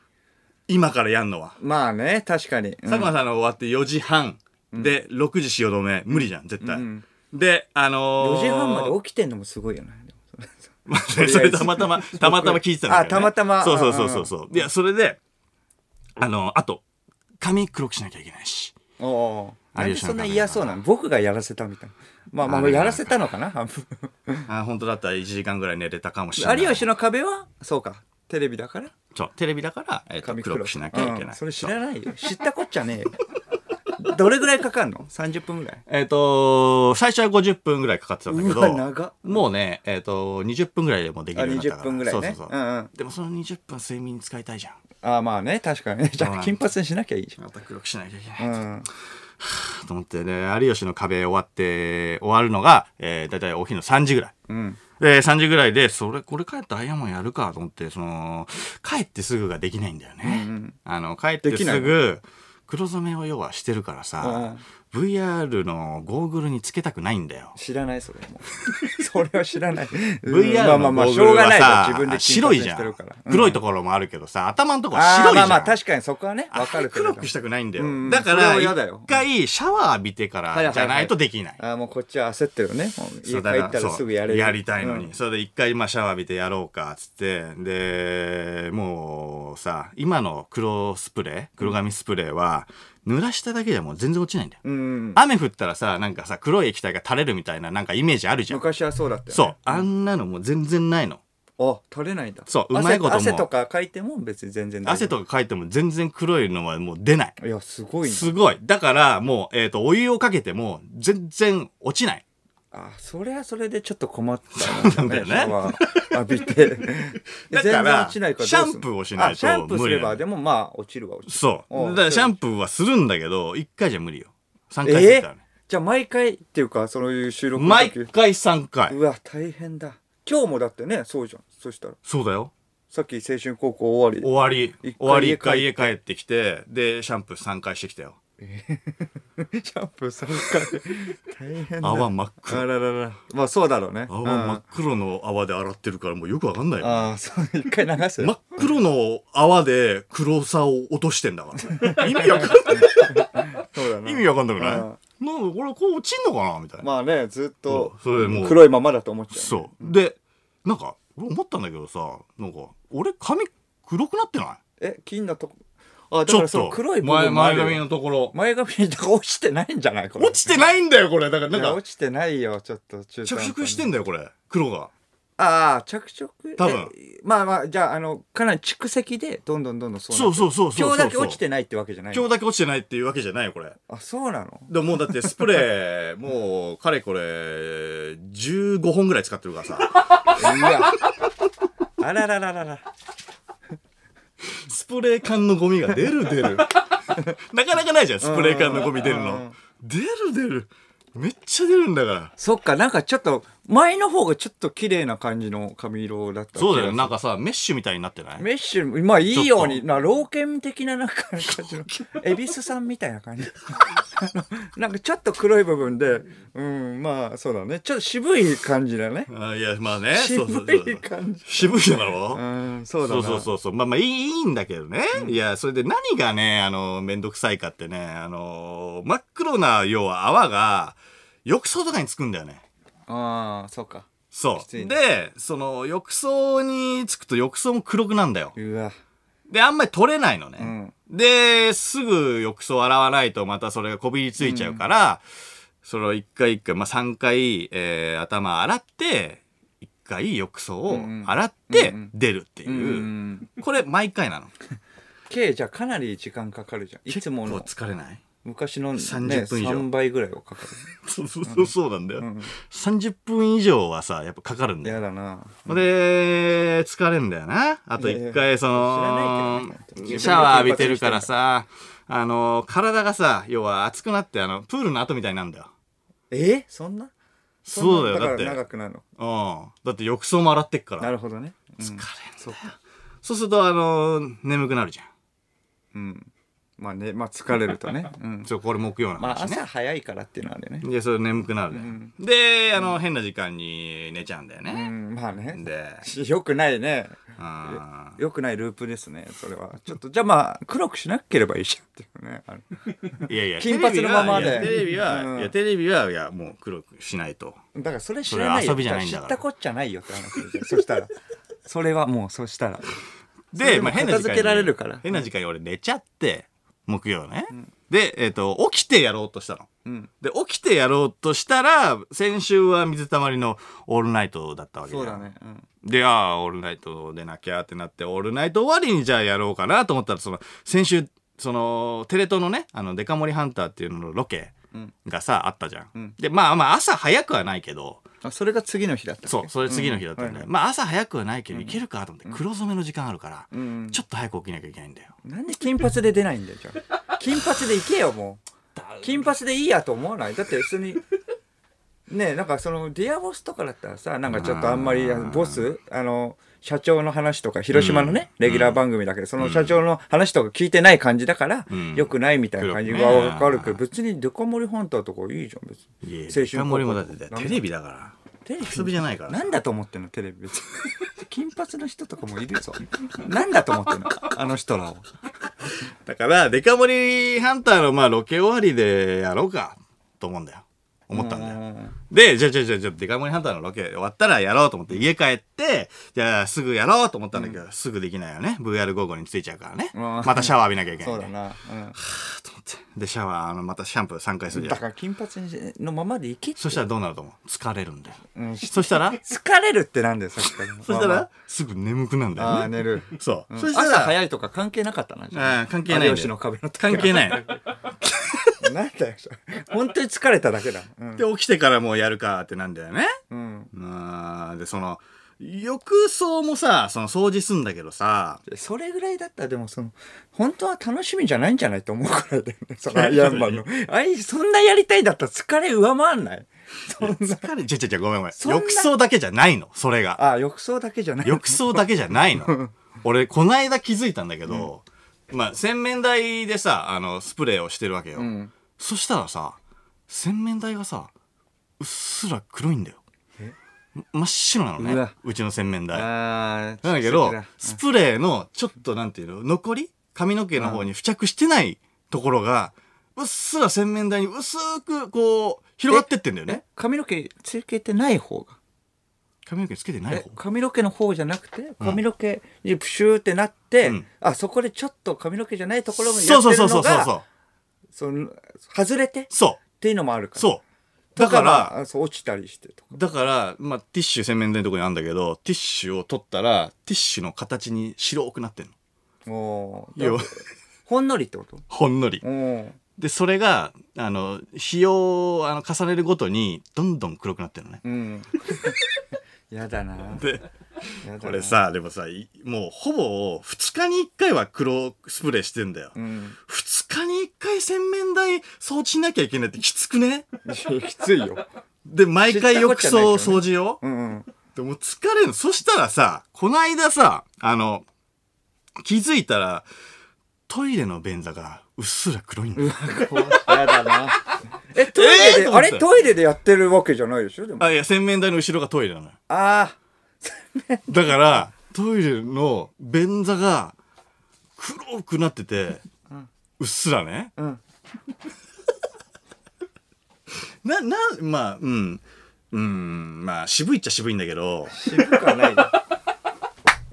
Speaker 1: 今からやんのは。
Speaker 2: まあね確かに、うん
Speaker 1: 佐久間さんの終わって4時半で、6時汐留無理じゃん、絶対。で、あのー、
Speaker 2: 4時半まで起きてんのもすごいよねでも
Speaker 1: ま
Speaker 2: それ
Speaker 1: あねそれたまた ま、たまたま聞いてたんだけど、ね。
Speaker 2: あたまたま
Speaker 1: そうそうそうそうそう。いや、それで、あの、あと、髪黒くしなきゃいけないし。
Speaker 2: おうおうなんでそんな
Speaker 1: 有吉の壁
Speaker 2: 嫌そうなの僕がやらせたみたいなまあまあまあやらせたの かな半分
Speaker 1: あ、本当だったら1時間ぐらい寝れたかもしれない。
Speaker 2: 有吉の壁はそうかテレビだから
Speaker 1: そう、テレビだから、えっと
Speaker 2: 紙
Speaker 1: 黒くしなきゃいけない。
Speaker 2: うんそれ知らないよ知ったこっちゃねえよどれぐらいかかんの30分ぐらい
Speaker 1: えっ、と最初は50分ぐらいかかってたんだけ
Speaker 2: うわ
Speaker 1: ど
Speaker 2: 長、
Speaker 1: もうね、えっ、と20分ぐらいでもうできるようになったから。
Speaker 2: あ20分ぐらいね
Speaker 1: そうそうそう。
Speaker 2: うんうん
Speaker 1: でもその20分睡眠に使いたいじゃん。
Speaker 2: ああまあね 確かにねじゃあ金髪にしなきゃいいじ
Speaker 1: また黒くしなきゃいけ
Speaker 2: ゃ
Speaker 1: ない。
Speaker 2: ん、うん、
Speaker 1: と思ってね、有吉の壁終わって、終わるのが、えー、だいたいお昼の3時ぐらい。
Speaker 2: ん
Speaker 1: で、3時ぐらいで、それ、これ帰ってアイアンマンやるかと思って、その、帰ってすぐができないんだよね。あの、帰って
Speaker 2: できない
Speaker 1: すぐ、黒染めを要はしてるからさ、VR のゴーグルにつけたくないんだよ。
Speaker 2: 知らないそれはもう それは知らない
Speaker 1: VR のゴー
Speaker 2: し
Speaker 1: グル
Speaker 2: ょうが
Speaker 1: は
Speaker 2: ないよ
Speaker 1: さ
Speaker 2: 自分で、金
Speaker 1: 白
Speaker 2: 髪
Speaker 1: い
Speaker 2: に
Speaker 1: じ
Speaker 2: し
Speaker 1: ゃ
Speaker 2: てる
Speaker 1: ん
Speaker 2: から。
Speaker 1: 黒い
Speaker 2: と
Speaker 1: ところもあるけどさ、頭のところは
Speaker 2: 白
Speaker 1: 白
Speaker 2: い
Speaker 1: いじ
Speaker 2: ま
Speaker 1: ゃ
Speaker 2: あ
Speaker 1: ん。
Speaker 2: まあ確かにそこはね分かるけれ
Speaker 1: 黒
Speaker 2: ども
Speaker 1: くしたくないんだよ。
Speaker 2: うん
Speaker 1: だか
Speaker 2: それ
Speaker 1: ら、
Speaker 2: は嫌だよ
Speaker 1: 一回シャワー浴びてか
Speaker 2: はいはいは
Speaker 1: ら
Speaker 2: い
Speaker 1: じゃないとできない。
Speaker 2: ああもうこっちは焦ってるよねもう
Speaker 1: そ
Speaker 2: 家
Speaker 1: う
Speaker 2: 帰
Speaker 1: だから
Speaker 2: ったらすぐやれ
Speaker 1: そう
Speaker 2: る
Speaker 1: やりたいのに、
Speaker 2: うん
Speaker 1: それで一回まあシャワー浴びてやろうかっつってでもうさ今の黒スプレー黒髪スプレーは濡らしただけじゃもう全然落ちないんだよ、
Speaker 2: うん
Speaker 1: 雨降ったらさなんかさ黒い液体が垂れるみたいななんかイメージあるじゃん、
Speaker 2: 昔はそうだったよ、ね、
Speaker 1: そうあんなのもう全然ないの
Speaker 2: あ取れないんだ
Speaker 1: そううまいことも
Speaker 2: 汗汗とかかいても別に全然大丈夫
Speaker 1: 汗とかかいても全然黒いのはもう出ない
Speaker 2: いやすごいね
Speaker 1: すごいだからもう、えっとお湯をかけても全然落ちない
Speaker 2: あそれはそれでちょっと困った
Speaker 1: そうなん だよね
Speaker 2: シャワー浴びて
Speaker 1: だから
Speaker 2: 全然落ちないからどうすんの
Speaker 1: シャンプーをしないと
Speaker 2: あシャンプーすれ
Speaker 1: 無理なの
Speaker 2: ばでもまあ落ちるは落ちる
Speaker 1: そう
Speaker 2: おう
Speaker 1: だからシャンプーはするんだけど一回じゃ無理よ3回するからね、
Speaker 2: じゃあ毎回っていうかそういう収録の
Speaker 1: 毎
Speaker 2: 時
Speaker 1: 回3回
Speaker 2: うわ大変だ今日もだってねそうじゃんそしたら
Speaker 1: そうだよ
Speaker 2: さっき青春高校終わ
Speaker 1: 終わり
Speaker 2: 一回
Speaker 1: 終わり
Speaker 2: 家
Speaker 1: 1回
Speaker 2: 帰
Speaker 1: 家帰ってきてでシャンプー3回してきたよ
Speaker 2: りシャンプー3回大変だ
Speaker 1: 泡真っ黒
Speaker 2: あらららまあそうだろうね
Speaker 1: 泡
Speaker 2: うん
Speaker 1: 真っ黒の泡で洗ってるからもうよくわかんないよ
Speaker 2: ああそう一回流す
Speaker 1: 真っ黒の泡で黒さを落としてんだ から意味わかんな
Speaker 2: そうだない
Speaker 1: 意味わかんなくない
Speaker 2: うん
Speaker 1: なんでこれこう落ちんのかなみたいな、
Speaker 2: まあねずっと
Speaker 1: そうそれもう
Speaker 2: 黒いままだと思っちゃう
Speaker 1: そうでなんか俺思ったんだけどさなんか俺髪黒くなってない
Speaker 2: え金のとこあだ
Speaker 1: ち
Speaker 2: か
Speaker 1: ょ
Speaker 2: ら
Speaker 1: っ
Speaker 2: その
Speaker 1: と
Speaker 2: 黒い部
Speaker 1: 前
Speaker 2: 分もあ
Speaker 1: 前
Speaker 2: るよ
Speaker 1: 髪のところ
Speaker 2: 前髪とか落ちてないんじゃないこれ
Speaker 1: 落ちてないんだよこれだから
Speaker 2: いや
Speaker 1: なんか
Speaker 2: 落ちてないよちょっと中途
Speaker 1: 着
Speaker 2: 半端に
Speaker 1: 色してんだよこれ黒が
Speaker 2: ああ着色
Speaker 1: 多分
Speaker 2: えまあまあじゃああのかなり蓄積でどんどんどんどんそう
Speaker 1: そうそうそうそうそ
Speaker 2: 今
Speaker 1: う
Speaker 2: 日だけ落ちてないってわけじゃない
Speaker 1: 今日だけ落ちてないっていうわけじゃないよこれ
Speaker 2: あそうなの
Speaker 1: でももうだってスプレーもうかれこれ15本ぐらい使ってるから さ
Speaker 2: うわあららららら
Speaker 1: スプレー缶のゴミが出る出る なかなかないじゃんスプレー缶のゴミ出る
Speaker 2: うんうんう
Speaker 1: の
Speaker 2: ん
Speaker 1: 出る出るめっちゃ出るんだから
Speaker 2: そっかなんかちょっと前の方がちょっと綺麗な感じの髪色だった
Speaker 1: そうだよ
Speaker 2: 気が
Speaker 1: なんかさメッシュみたいになってない
Speaker 2: メッシュまあいいよう
Speaker 1: ちょっ
Speaker 2: にな老犬的ななんか感じの恵比寿さんみたい な感じあのなんかちょっと黒い部分でうんまあそうだねちょっと渋い感じだね
Speaker 1: あいやまあねそうそう
Speaker 2: 渋
Speaker 1: そうそう
Speaker 2: い感じ
Speaker 1: 渋いだろ、
Speaker 2: うんそうだ
Speaker 1: そ
Speaker 2: な
Speaker 1: うそうそうそうまあまあいいいいんだけどね、いやそれで何がねあの面倒くさいかってねあの真っ黒な要は泡が浴槽とかにつくんだよね
Speaker 2: ああそうか
Speaker 1: そ
Speaker 2: つ
Speaker 1: う
Speaker 2: いね
Speaker 1: でその浴槽につくと浴槽も黒くなんだよ
Speaker 2: うわ
Speaker 1: で、あんまり取れないのね。
Speaker 2: ん
Speaker 1: で、すぐ浴槽洗わないとまたそれがこびりついちゃうから、それを一回一回、まあ、3回、えー頭洗って、一回浴槽を洗って出るっていう。
Speaker 2: うん。
Speaker 1: これ毎回なの。
Speaker 2: K じゃあかなり時間かかるじゃん。いつ
Speaker 1: も
Speaker 2: も
Speaker 1: う
Speaker 2: の
Speaker 1: 疲れない
Speaker 2: 昔のね
Speaker 1: 30分以上
Speaker 2: 3倍ぐらいはかか
Speaker 1: そうそうそうなんだよ、
Speaker 2: る。うん。
Speaker 1: 30分以上はさ、やっぱかかるんだよ。
Speaker 2: やだな。
Speaker 1: で、疲れんだよな。あと
Speaker 2: いやいや
Speaker 1: 一回、その
Speaker 2: 知らないけどね、
Speaker 1: シャワー浴びてるからさ、あの、体がさ、要は熱くなって、あの、プールの後みたいになるんだよ。
Speaker 2: えそんな
Speaker 1: そうんだ
Speaker 2: な
Speaker 1: よ、だっ
Speaker 2: か
Speaker 1: て。
Speaker 2: ら
Speaker 1: うん。
Speaker 2: 長くなるの。
Speaker 1: だって浴槽も洗ってっか
Speaker 2: な
Speaker 1: ら。
Speaker 2: るほどね。疲れそうか。
Speaker 1: そうすると、あの、眠くなるじゃ
Speaker 2: うん。まあね、まあ疲れる とね。うん
Speaker 1: ん。。そう、これ木曜の
Speaker 2: まあ
Speaker 1: 話ね。
Speaker 2: 朝早いからっていうのはあれね。
Speaker 1: で、それ眠くなるだよ
Speaker 2: うん
Speaker 1: で、あの、変な時間に寝ちゃうんだよ
Speaker 2: う
Speaker 1: ね。
Speaker 2: ん、まあね。
Speaker 1: で、
Speaker 2: よくないね。
Speaker 1: あ
Speaker 2: よくないループですね、それ は。ちょっと、じゃあまあ、黒くしなければいいじゃんっていうね。あの
Speaker 1: ーいやいや、
Speaker 2: 金髪のままで
Speaker 1: テレビは、いやテレビは、
Speaker 2: うん
Speaker 1: いや、テレビは、いや、もう黒くしないと。
Speaker 2: だからそれ知らない
Speaker 1: そ
Speaker 2: よ。
Speaker 1: れ遊びじゃないんだ
Speaker 2: 知
Speaker 1: から
Speaker 2: ったこっちゃないよって話ですよそした ら。それはもう、そしたら。それ
Speaker 1: で、
Speaker 2: でも
Speaker 1: まあ、変な時間
Speaker 2: 片
Speaker 1: に
Speaker 2: 付けられるから
Speaker 1: 変な時間に俺寝ちゃって、木曜ね。で、えっ、と、起きてやろうとしたの。
Speaker 2: うん。
Speaker 1: で、起きてやろうとしたら、先週は水たまりのオールナイトだったわけじゃ
Speaker 2: そ
Speaker 1: ん
Speaker 2: うだね。うん。
Speaker 1: で、ああ、オールナイトでなきゃってなって、オールナイト終わりにじゃあやろうかなと思ったら、その、先週、その、テレ東のね、あの、デカ盛りハンターっていうののロケ
Speaker 2: うん
Speaker 1: がさ、あったじゃん。
Speaker 2: うん
Speaker 1: で、まあまあ、朝早くはないけど、
Speaker 2: あ、それが次の日だったっけ
Speaker 1: そう、それ次の日だったん
Speaker 2: うん
Speaker 1: で、
Speaker 2: はい
Speaker 1: まあ朝早くはないけど、いけるかと思って、黒染めの時間あるから、
Speaker 2: うん。
Speaker 1: ちょっと早く起きなきゃいけないんだよ。
Speaker 2: なんで金髪で出ないんだよ、じゃあ。金髪で行けよ、もう。金髪でいいやと思わないだって別に。ねえ、なんかその、ディアボスとかだったらさ、なんかちょっとあんまり、あのボス、あの、社長の話とか、広島のね、レギュラー番組だけど、その社長の話とか聞いてない感じだから、
Speaker 1: ん
Speaker 2: よくないみたいな感じが
Speaker 1: 黒くね
Speaker 2: わかるけど、別にデカ盛りハンターとかいいじゃん、別
Speaker 1: い
Speaker 2: に。
Speaker 1: やいや、デカ盛りもだって、
Speaker 2: なん
Speaker 1: テレビだから。
Speaker 2: テレビ
Speaker 1: 遊びじゃないからさ
Speaker 2: なんだと思ってんのテレビ別に 金髪の人とかもいるぞ なんだと思ってんの あの人らを
Speaker 1: だから、デカ盛りハンターのまあロケ終わりでやろうかと思うんだよ。思ったんだよ。
Speaker 2: よ
Speaker 1: で、じゃあじゃあじゃあじゃあデカ盛りハンターのロケ終わったらやろうと思って家帰って、じゃあすぐやろうと思ったんだけど、すぐできないよね。VR55 についちゃうからね。
Speaker 2: うん
Speaker 1: またシャワー浴びなきゃいけない
Speaker 2: そ
Speaker 1: ん
Speaker 2: う
Speaker 1: だ
Speaker 2: だ
Speaker 1: よ。
Speaker 2: な、
Speaker 1: と思ってで、シャワー、あの、またシャンプー3回す
Speaker 2: うん、
Speaker 1: るじゃ
Speaker 2: だ
Speaker 1: ん。
Speaker 2: から金髪にのままでいけって
Speaker 1: そ したらどうなると思う疲れるんだよ。
Speaker 2: うん
Speaker 1: そしたら
Speaker 2: 疲れるってなんだよさっき から
Speaker 1: そした
Speaker 2: まあ
Speaker 1: らすぐ眠くなるんだ
Speaker 2: まああ
Speaker 1: よ
Speaker 2: ー
Speaker 1: ね。
Speaker 2: 寝る、
Speaker 1: そうう。
Speaker 2: ん
Speaker 1: そした
Speaker 2: 朝
Speaker 1: ら、
Speaker 2: 早いとか関係なかったなじ
Speaker 1: あ
Speaker 2: ゃ
Speaker 1: ー関係ないんだよ
Speaker 2: 有吉の壁の時
Speaker 1: 関係ない。
Speaker 2: なんだよそれ本当に疲れただけだも ん
Speaker 1: で、起きてからもうやるかってなんだよね。
Speaker 2: うん、うん
Speaker 1: あーでその浴槽もさその掃除すんだけどさ
Speaker 2: でそれぐらいだったらでもその本当は楽しみじゃないんじゃないと思うからだよね そのアイアンマンのあいそんなやりたいだったら疲れ上回んないそんな
Speaker 1: 疲れちゃちゃちゃごめんごめん
Speaker 2: そんな
Speaker 1: 浴槽だけじゃないのそれが
Speaker 2: あ浴槽だけじゃない
Speaker 1: 浴槽だけじゃない の俺こないだ気づいたんだけど、まあ洗面台でさあのスプレーをしてるわけよ、
Speaker 2: うん
Speaker 1: そしたらさ洗面台がさうっすら黒いんだよ
Speaker 2: え
Speaker 1: 真っ白なのね
Speaker 2: う
Speaker 1: う
Speaker 2: わ
Speaker 1: ちの洗面台
Speaker 2: あー
Speaker 1: なんだけど
Speaker 2: ちょっと、
Speaker 1: スプレーの、ちょっとなんていうの、残り髪の毛の方に付着してないところが、うっすら洗面台に薄く、こう、広がってってんだよね。
Speaker 2: 髪の毛つけてない方が
Speaker 1: 髪の毛つけてない
Speaker 2: え
Speaker 1: 方
Speaker 2: 髪の毛の方じゃなくて髪の毛にプシューってなって、
Speaker 1: うん
Speaker 2: あそこでちょっと髪の毛じゃないところもや
Speaker 1: そう
Speaker 2: って
Speaker 1: そう
Speaker 2: る
Speaker 1: そうそ
Speaker 2: の
Speaker 1: うそうそ
Speaker 2: が
Speaker 1: う。
Speaker 2: その外れてっ
Speaker 1: そ
Speaker 2: ていうのもあるか
Speaker 1: う。
Speaker 2: ら
Speaker 1: そう。
Speaker 2: と
Speaker 1: だ
Speaker 2: か
Speaker 1: から、
Speaker 2: まあそう落ちたりしてとか
Speaker 1: だから、まあ、ティッシュ洗面台のとこにあるんだけど、ティッシュを取ったら、ティッシュの形に白くなってんの。
Speaker 2: おー
Speaker 1: 要は
Speaker 2: だからほんのりってこと
Speaker 1: ほんのり
Speaker 2: お。ー
Speaker 1: で、それが、あの、日を、あの、重ねるごとに、どんどん黒くなってるのね。
Speaker 2: うん やだな
Speaker 1: で、
Speaker 2: やだな
Speaker 1: これさでもさいもうほぼ2日に1回は黒スプレーしてんだよ、
Speaker 2: うん
Speaker 1: 2日に1回洗面台掃除しなきゃいけないってきつくね
Speaker 2: いやきついよ
Speaker 1: で毎回浴槽掃除よ、
Speaker 2: うんうん
Speaker 1: でも疲れるそしたらさこないださあの気づいたらトイレの便座がうっすら黒いんだよ、
Speaker 2: やだなえトイレで、
Speaker 1: えーと思
Speaker 2: あ
Speaker 1: って
Speaker 2: れトイレでやってるわけじゃないでしょでも
Speaker 1: あいや洗面台の後ろがトイレなのよ
Speaker 2: あ
Speaker 1: だからトイレの便座が黒くなってて、うっすらね
Speaker 2: あ、うん。
Speaker 1: な、な、まあ、うん。うん、まあ、渋いっちゃ渋いんだけど、
Speaker 2: 渋くはないね。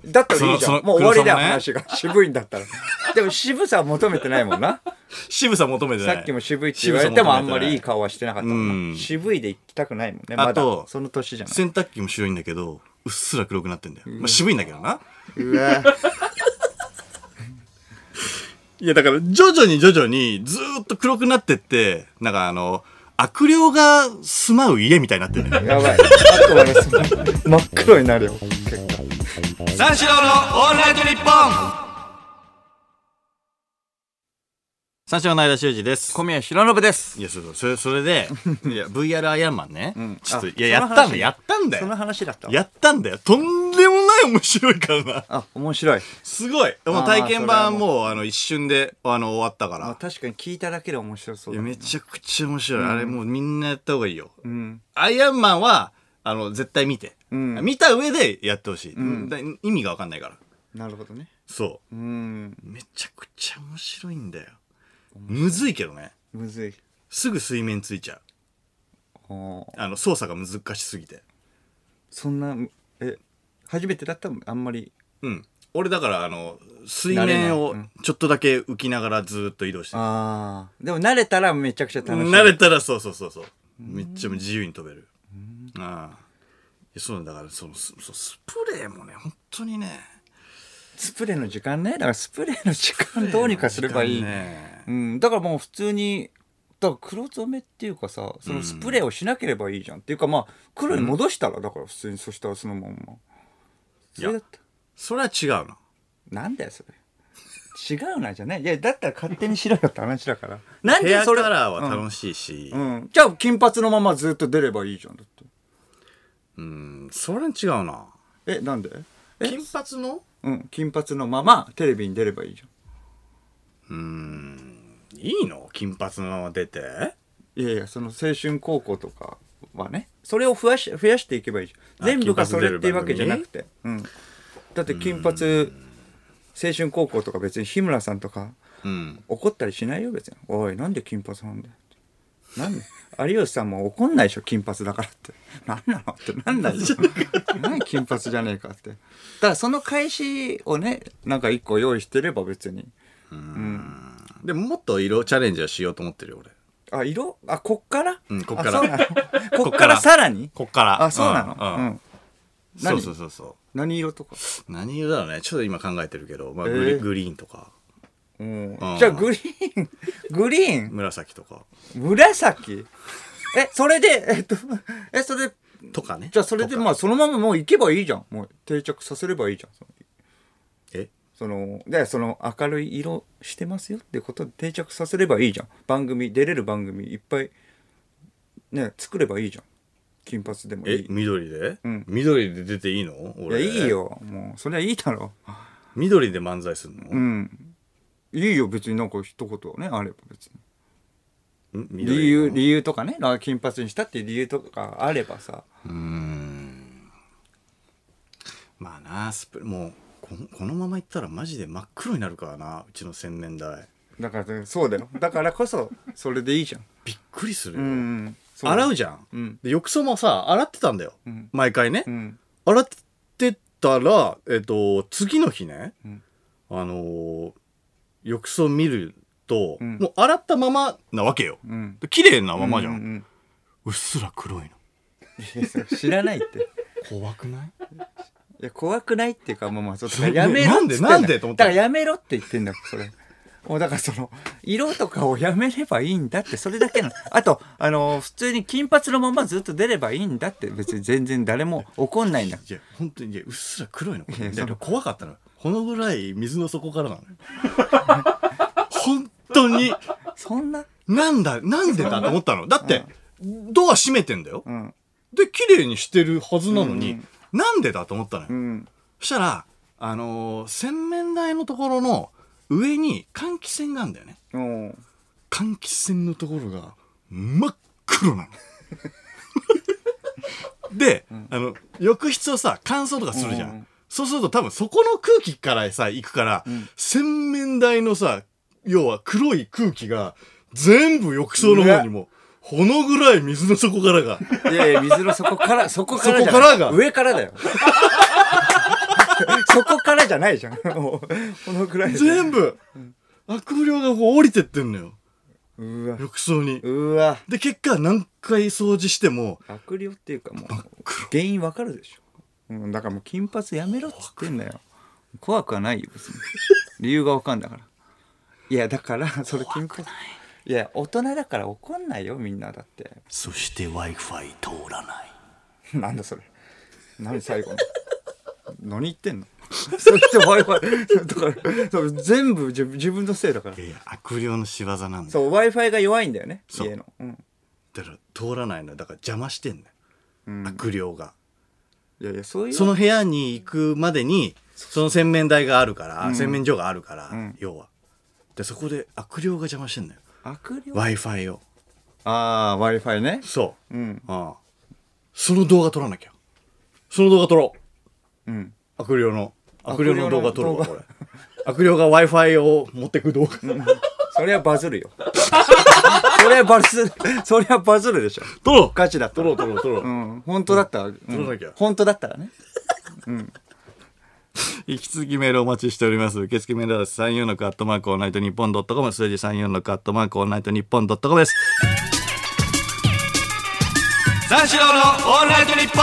Speaker 2: だったらいいじゃ
Speaker 1: そのその
Speaker 2: ん。もう終わりだよ、
Speaker 1: 黒
Speaker 2: 話が。渋いんだったら。でも渋さは求めてないも んな。
Speaker 1: 渋さ求めてない
Speaker 2: さっきも渋いって言われてもあんまりいい
Speaker 1: 渋さ
Speaker 2: 顔はしてなかったもん
Speaker 1: うん
Speaker 2: な。渋いで行きたくないもんね。ま
Speaker 1: あと
Speaker 2: だ、その年じゃない。
Speaker 1: 求めてない洗濯機も白いんだけどうっすら黒くなってんだよ、まあ、渋いんだけどな
Speaker 2: うわ
Speaker 1: いやだから徐々に徐々にずーっと黒くなってってなんかあの悪霊が住まう家みたいになってる、ね、
Speaker 2: やばい。あと俺その真っ黒になるよ、結果。
Speaker 1: 三四郎のオールナイトニッポン三四郎の間修二です
Speaker 2: 小宮宏信です。
Speaker 1: いや、そうそうそれ、それで、 いや、VR アイアンマンね。
Speaker 2: ん
Speaker 1: ちょっと、
Speaker 2: あ
Speaker 1: いや、
Speaker 2: そ
Speaker 1: やっ
Speaker 2: の
Speaker 1: たんだ、やったんだ
Speaker 2: 話そ
Speaker 1: よ
Speaker 2: の。話だったわ
Speaker 1: やったんだよ。とんでもない面白いからな。
Speaker 2: あ、面白い。
Speaker 1: すごい。も
Speaker 2: ま
Speaker 1: う
Speaker 2: あ
Speaker 1: 体験版
Speaker 2: それは
Speaker 1: もう、あの、一瞬で、あの、終わったか
Speaker 2: まあ
Speaker 1: ら。
Speaker 2: 確かに聞いただけで面白そう
Speaker 1: い
Speaker 2: だ
Speaker 1: や、
Speaker 2: ね
Speaker 1: めちゃくちゃ面白い。あれ、もうみんなやった方がいいよ。
Speaker 2: うん。
Speaker 1: アイアンマンは、あの、絶対見て。
Speaker 2: うん
Speaker 1: 見た上でやってほしい。
Speaker 2: ん
Speaker 1: だ意味がわかんないから。
Speaker 2: なるほどね。
Speaker 1: そうう。
Speaker 2: ん。
Speaker 1: めちゃくちゃ面白いんだよ。むずいけどね。
Speaker 2: むずい。
Speaker 1: すぐ水面ついちゃう。
Speaker 2: ほう
Speaker 1: あの、操作が難しすぎて。
Speaker 2: そんな、え、初めてだったらあんまり。
Speaker 1: うん。俺だから、あの、水
Speaker 2: 慣れない
Speaker 1: 面を
Speaker 2: うん
Speaker 1: ちょっとだけ浮きながらずーっと移動してる。
Speaker 2: ああ。でも慣れたらめちゃくちゃ楽しい。
Speaker 1: 慣れたら、そうそうそうそう。めっちゃ自由に飛べる。ああ。いやそうなんだから、そのスそうスプレーもね、本当にね。
Speaker 2: スプレーの時間ね。だからスプレーの時間どうにかすればいい。
Speaker 1: ね
Speaker 2: うん。だからもう普通に、だから黒染めっていうかさ、そのスプレーをしなければいいじゃん。っていうかまあ、黒に戻したら、だから普通にそしたらそのまんま。それだった。
Speaker 1: それは違うの。
Speaker 2: なんだよそれ。違うなじゃない。いやだったら勝手にしろよって話 だから。なん
Speaker 1: ヘ
Speaker 2: で
Speaker 1: ア
Speaker 2: そ
Speaker 1: カ
Speaker 2: れ。
Speaker 1: ラーは楽しいし、う、
Speaker 2: うんん。じゃあ金髪のままずっと出ればいいじゃんだって。
Speaker 1: それは違うな。
Speaker 2: えなんで？え
Speaker 1: 金髪の
Speaker 2: うん金髪のままテレビに出ればいいじゃん。
Speaker 1: いいの金髪のまま出て。
Speaker 2: いやいやその青春高校とかはねそれを増やし増やしていけばいいじゃん
Speaker 1: あ
Speaker 2: 全部がそれってい
Speaker 1: 金
Speaker 2: うわ
Speaker 1: 髪
Speaker 2: け
Speaker 1: 出
Speaker 2: じ
Speaker 1: れ
Speaker 2: ゃ
Speaker 1: る
Speaker 2: な
Speaker 1: 番組
Speaker 2: くて、うん、だって金髪青春高校とか別に日村さんとか
Speaker 1: うん。
Speaker 2: 怒ったりしないよ別に「おいなんで金髪なんだよ」ってなんで有吉さんも怒んないでしょ金髪だからって何なのってなんないじゃん 何金髪じゃねえかってだからその返しをねなんか一個用意してれば別に
Speaker 1: でももっと色チャレンジはしようと思ってるよ、俺。
Speaker 2: あ色あこっから、
Speaker 1: うんこっから
Speaker 2: あそうなのこ
Speaker 1: こ
Speaker 2: っ
Speaker 1: っか
Speaker 2: かららさらに
Speaker 1: こっから。
Speaker 2: あそうなの
Speaker 1: うん。うん
Speaker 2: うん
Speaker 1: そうそうそうそう。
Speaker 2: 何色とか、
Speaker 1: 何色だろうねちょっと今考えてるけど、まあ
Speaker 2: えー
Speaker 1: グリグリーンとか
Speaker 2: うん
Speaker 1: あー
Speaker 2: じゃあグリーン グリーン
Speaker 1: 紫とか
Speaker 2: 紫えそれでえっとえそれで
Speaker 1: とかね
Speaker 2: じゃあそれで
Speaker 1: とか
Speaker 2: まあそのままもう行けばいいじゃんもう定着させればいいじゃんその
Speaker 1: え
Speaker 2: そのでその明るい色してますよってことで定着させればいいじゃん番組出れる番組いっぱいね作ればいいじゃん金髪でもい
Speaker 1: え
Speaker 2: い
Speaker 1: 緑で、
Speaker 2: ん
Speaker 1: 緑で出ていいの
Speaker 2: いや
Speaker 1: 俺
Speaker 2: いいよもうそれはいいだろ
Speaker 1: 緑で漫才するの、
Speaker 2: ううんいいよ別になんか一言ねあれば別に
Speaker 1: ん緑の
Speaker 2: 理由理由とかねだから金髪にしたっていう理由とかあればさ
Speaker 1: うーんまあなスプレーもうこのこのままいったらマジで真っ黒になるからなうちの洗面台
Speaker 2: だからそうだよだからこそそれでいいじゃん
Speaker 1: びっくりする
Speaker 2: う
Speaker 1: よ、
Speaker 2: ん
Speaker 1: 洗う
Speaker 2: じ
Speaker 1: じゃん、
Speaker 2: うん
Speaker 1: で浴槽もさ洗ってたんだよ、
Speaker 2: ん
Speaker 1: 毎回ね、
Speaker 2: ん
Speaker 1: 洗ってたら、えっと、次の日ね、
Speaker 2: うん
Speaker 1: あのー浴槽見ると、
Speaker 2: ん
Speaker 1: もう洗ったままなわけよ。
Speaker 2: うん
Speaker 1: 綺麗なままじゃん,、う
Speaker 2: うんうん
Speaker 1: っすら黒いの。
Speaker 2: いやそれ知 らないって
Speaker 1: 怖くない
Speaker 2: いや怖くないっていうかもうまあそう
Speaker 1: それ
Speaker 2: やめろっつっての
Speaker 1: なんでなんでと思った
Speaker 2: だからやめろって言ってんだよそれもうだからその色とかをやめればいいんだってそれだけなのあとあの普通に金髪のままずっと出ればいいんだって別に全然誰も怒んないんだ
Speaker 1: いや、本当に、いや、うっすら黒いの。
Speaker 2: や
Speaker 1: いや
Speaker 2: その
Speaker 1: 怖かったの。このぐらい水の底からなのよ。本当に、
Speaker 2: そんな
Speaker 1: なんだ、なんでだと思ったの。だって、ドア閉めてんだよ。
Speaker 2: うん
Speaker 1: で、綺麗にしてるはずなのに、
Speaker 2: うん
Speaker 1: なんでだと思ったのよ。
Speaker 2: うん
Speaker 1: そしたら、あのー洗面台のところの上に換気扇があるんだよね。
Speaker 2: うん
Speaker 1: 換気扇のところが真っ黒なの。 で、あの、浴室をさ、乾燥とかするじゃん。
Speaker 2: うん
Speaker 1: そうすると多分そこの空気からさ、行くから、洗面台のさ、要は黒い空気が全部浴槽の方にも、このぐらい水の底からが。
Speaker 2: いやいや、水の底から、そこからじゃない
Speaker 1: そこからが
Speaker 2: 上からだよ。そこからじゃないじゃん。もうこのくらいで。
Speaker 1: 全部、悪霊がこう降りてってんのよ。
Speaker 2: うわ。
Speaker 1: 浴槽に。
Speaker 2: うわ。
Speaker 1: で、結果何回掃除しても、
Speaker 2: 悪霊っていうかもう、原因わかるでしょ。うん、だからもう金髪やめろっつってんだよ。怖くはないよ、別に。理由がわかんだから。いや、だから、それ金髪。いや、大人だから怒んないよ、みんなだって。
Speaker 1: そして Wi-Fi 通らない。
Speaker 2: なんだそれ。何最後 の。何言ってんの それって Wi-Fi。だ から、そう全部自分自分のせいだから
Speaker 1: い。やいや、悪霊の仕業なんだよ。
Speaker 2: そう、Wi-Fi が弱いんだよね、
Speaker 1: そう
Speaker 2: 家の。うん。
Speaker 1: だから通らないのよだから邪魔してんだよ。悪霊が。
Speaker 2: いやいや、そういう。
Speaker 1: その部屋に行くまでに、その洗面台があるから、洗面所があるから、
Speaker 2: ん
Speaker 1: 要は。で、そこで悪霊が邪魔してんだよ。
Speaker 2: 悪霊
Speaker 1: Wi-Fi を。
Speaker 2: ああ、Wi-Fi ね。
Speaker 1: そう。
Speaker 2: うん。
Speaker 1: ああその動画撮らなきゃ。その動画撮ろ
Speaker 2: うん。
Speaker 1: う。悪霊の。悪霊の動画撮るわ、
Speaker 2: 悪
Speaker 1: こ
Speaker 2: 霊
Speaker 1: れ。悪霊が Wi-Fi を持ってく動画。
Speaker 2: それはバズるよ。 それはバズる。それはバズるでしょ。
Speaker 1: 撮ろう
Speaker 2: ガチだった
Speaker 1: 撮
Speaker 2: ら
Speaker 1: ろう、撮ろう、撮ろ
Speaker 2: う
Speaker 1: う。
Speaker 2: ん。本当だったら。うん
Speaker 1: 撮らなきゃ
Speaker 2: 本当だったらね。
Speaker 1: 引き続きメールお待ちしております。受付メールは346アットマークオールナイトニッポンドットコム、数字346アットマークオールナイトニッポンドットコムです。三四郎のオールナイトニッポン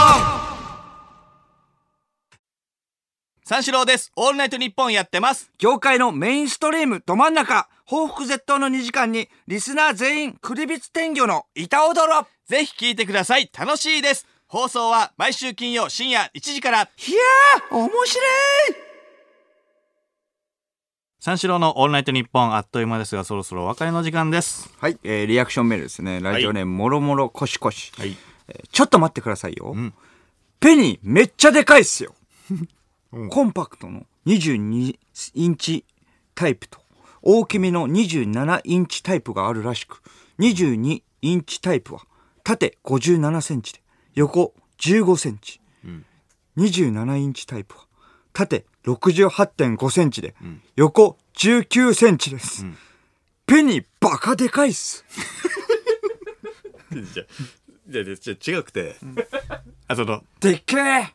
Speaker 1: 三四郎です。オールナイトニッポンやってます。
Speaker 2: 業界のメインストリームど真ん中、報復絶倒の2時間に、リスナー全員、クリビツ天魚の板踊ろ
Speaker 1: ぜひ聞いてください。楽しいです。放送は毎週金曜深夜1時から。
Speaker 2: いやー、面白い
Speaker 1: 三四郎のオールナイトニッポンあっという間ですが、そろそろお別れの時間です。
Speaker 2: はい、えーリアクションメールですね。ラジオネーム、もろもろこしこし。
Speaker 1: い。
Speaker 2: えーちょっと待ってくださいよ。
Speaker 1: ん
Speaker 2: ペニーめっちゃでかいっすよ。
Speaker 1: うん
Speaker 2: コンパクトの22インチタイプと、大きめの27インチタイプがあるらしく、22インチタイプは、縦57センチで、横15センチ。27インチタイプは、縦68.5センチで、横19センチです。ペニーバカでかいっす。
Speaker 1: じゃ、じゃ、じゃ、違くて。あ、その、
Speaker 2: でけえ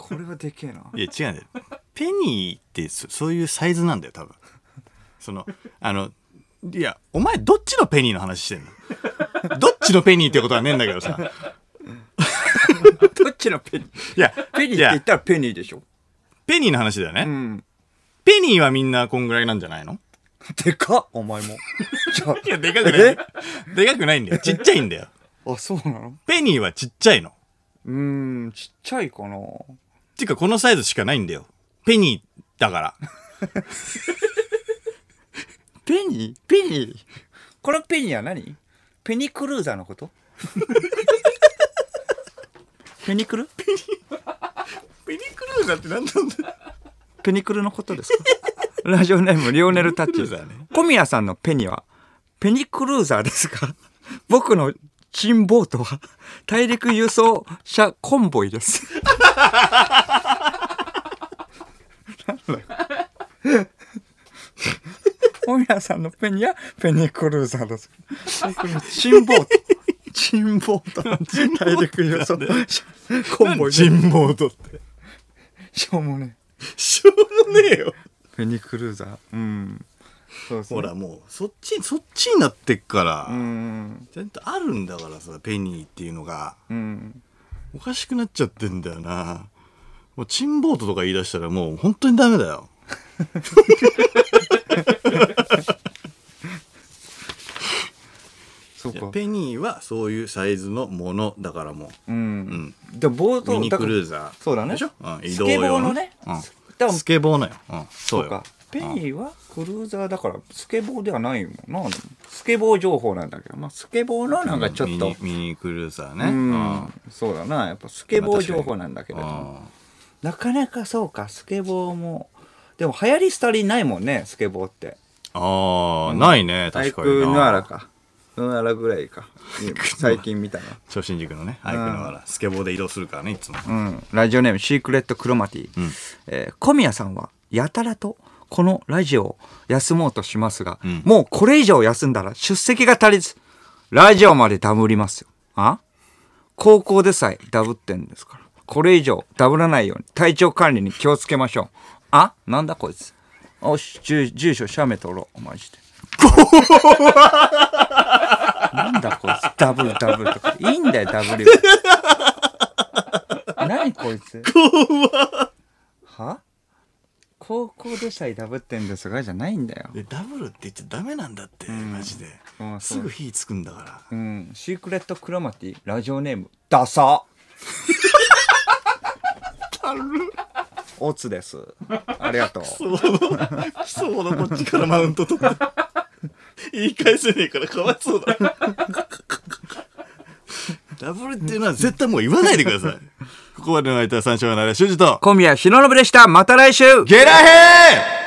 Speaker 2: これはでけえな。
Speaker 1: いや違うんだよ。ペニーってそそういうサイズなんだよ、多分。その、あの、いや、お前どっちのペニーの話してんのどっちのペニーってことはねえんだけどさ。
Speaker 2: どっちのペニー
Speaker 1: いや、
Speaker 2: ペニーって
Speaker 1: いや
Speaker 2: 言ったらペニーでしょ。
Speaker 1: ペニーの話だよね。
Speaker 2: うん。
Speaker 1: ペニーはみんなこんぐらいなんじゃないの
Speaker 2: でかっお前も。じゃ
Speaker 1: いや、でかくない。でかくないんだよ。ちっちゃいんだよ。
Speaker 2: あ、あ、そうなの
Speaker 1: ペニーはちっちゃいの。
Speaker 2: うーん、ちっちゃいかな。
Speaker 1: てか、このサイズしかないんだよ。ペニーだから。
Speaker 2: ペニーペニーこのペニーは何ペニクルーザーのこと ペニクル
Speaker 1: ペニクルーザーって何なんだ
Speaker 2: ペニクルのことですか ラジオネームリオネルタッ
Speaker 1: ペ
Speaker 2: チ
Speaker 1: ニクルーザーね
Speaker 2: 小宮さんのペニはペニクルーザーですか 僕のチンボートは大陸輸送車コンボイです なんだよ小宮さんのペニはペニクルーザーです僕のチンボートチンボート大陸輸送車コンボイです
Speaker 1: 人望とって。
Speaker 2: しょうもねえ
Speaker 1: しょうもねえよ。
Speaker 2: ペニクルーザー。うん。そうそう。
Speaker 1: ほら、もう、そっち、そっちになってっから。
Speaker 2: うん。
Speaker 1: ちゃんとあるんだからさペニーっていうのが
Speaker 2: うん。
Speaker 1: おかしくなっちゃってんだよなもうチンボートとか言い出したらもう本当にダメだよ
Speaker 2: そう
Speaker 1: いや
Speaker 2: か。
Speaker 1: ペニーはそういうサイズのものだからもう、
Speaker 2: うん。
Speaker 1: ん、
Speaker 2: でも冒頭
Speaker 1: ミニクルーザ
Speaker 2: だか
Speaker 1: ー
Speaker 2: らそうだね。
Speaker 1: でしょ、うん、移
Speaker 2: ス
Speaker 1: 動
Speaker 2: ケボー
Speaker 1: 用
Speaker 2: のね。
Speaker 1: うん
Speaker 2: だから
Speaker 1: スケボーのよ、うん、そう
Speaker 2: そう
Speaker 1: よ
Speaker 2: か。ペニーはクルーザーだからスケボーではないもんな。スケボー情報なんだけど、まあスケボーのなんかちょっと
Speaker 1: ミ。ニミニクルーザーね、
Speaker 2: う
Speaker 1: うん
Speaker 2: ん。そうだな。やっぱスケボー情報なんだけれども。なかなかそうか、スケボーも。でも流行り廃りないもんね、スケボーって。
Speaker 1: あーないね
Speaker 2: ア
Speaker 1: 確
Speaker 2: イク
Speaker 1: かに
Speaker 2: ヌアラ
Speaker 1: な
Speaker 2: か。ヌアラぐらい か。最近見たな。
Speaker 1: 超新塾のねアイクのあらスケボーで移動するからねいつも
Speaker 2: うん、ラジオネームシークレットクロマティ、えー小宮さんはやたらとこのラジオを休もうとしますが、
Speaker 1: ん
Speaker 2: もうこれ以上休んだら出席が足りずラジオまでダブりますよあ高校でさえダブってんですからこれ以上ダブらないように体調管理に気をつけましょう。あなんだこいつ。おし、住住所、写メ取ろう。マジで。なんだこいつ。ダブル、ダブルとか。いいんだよ、ダブル。何こいつ。は高校でさえダブってんですがじゃないんだよ。
Speaker 1: でダブルって言っちゃダメなんだって、マジで、
Speaker 2: うん
Speaker 1: すぐ火つくんだから
Speaker 2: うん。シークレットクロマティ、ラジオネーム、ダサオツです。ありがとう。
Speaker 1: そう基礎のこっちからマウント取って 言い返せねえからかわいそうだ ダブルっていうのは絶対もう言わないでくださいここまでの相手は三章のあれ修二と
Speaker 2: 小宮の信でした。また来週
Speaker 1: ゲラヘー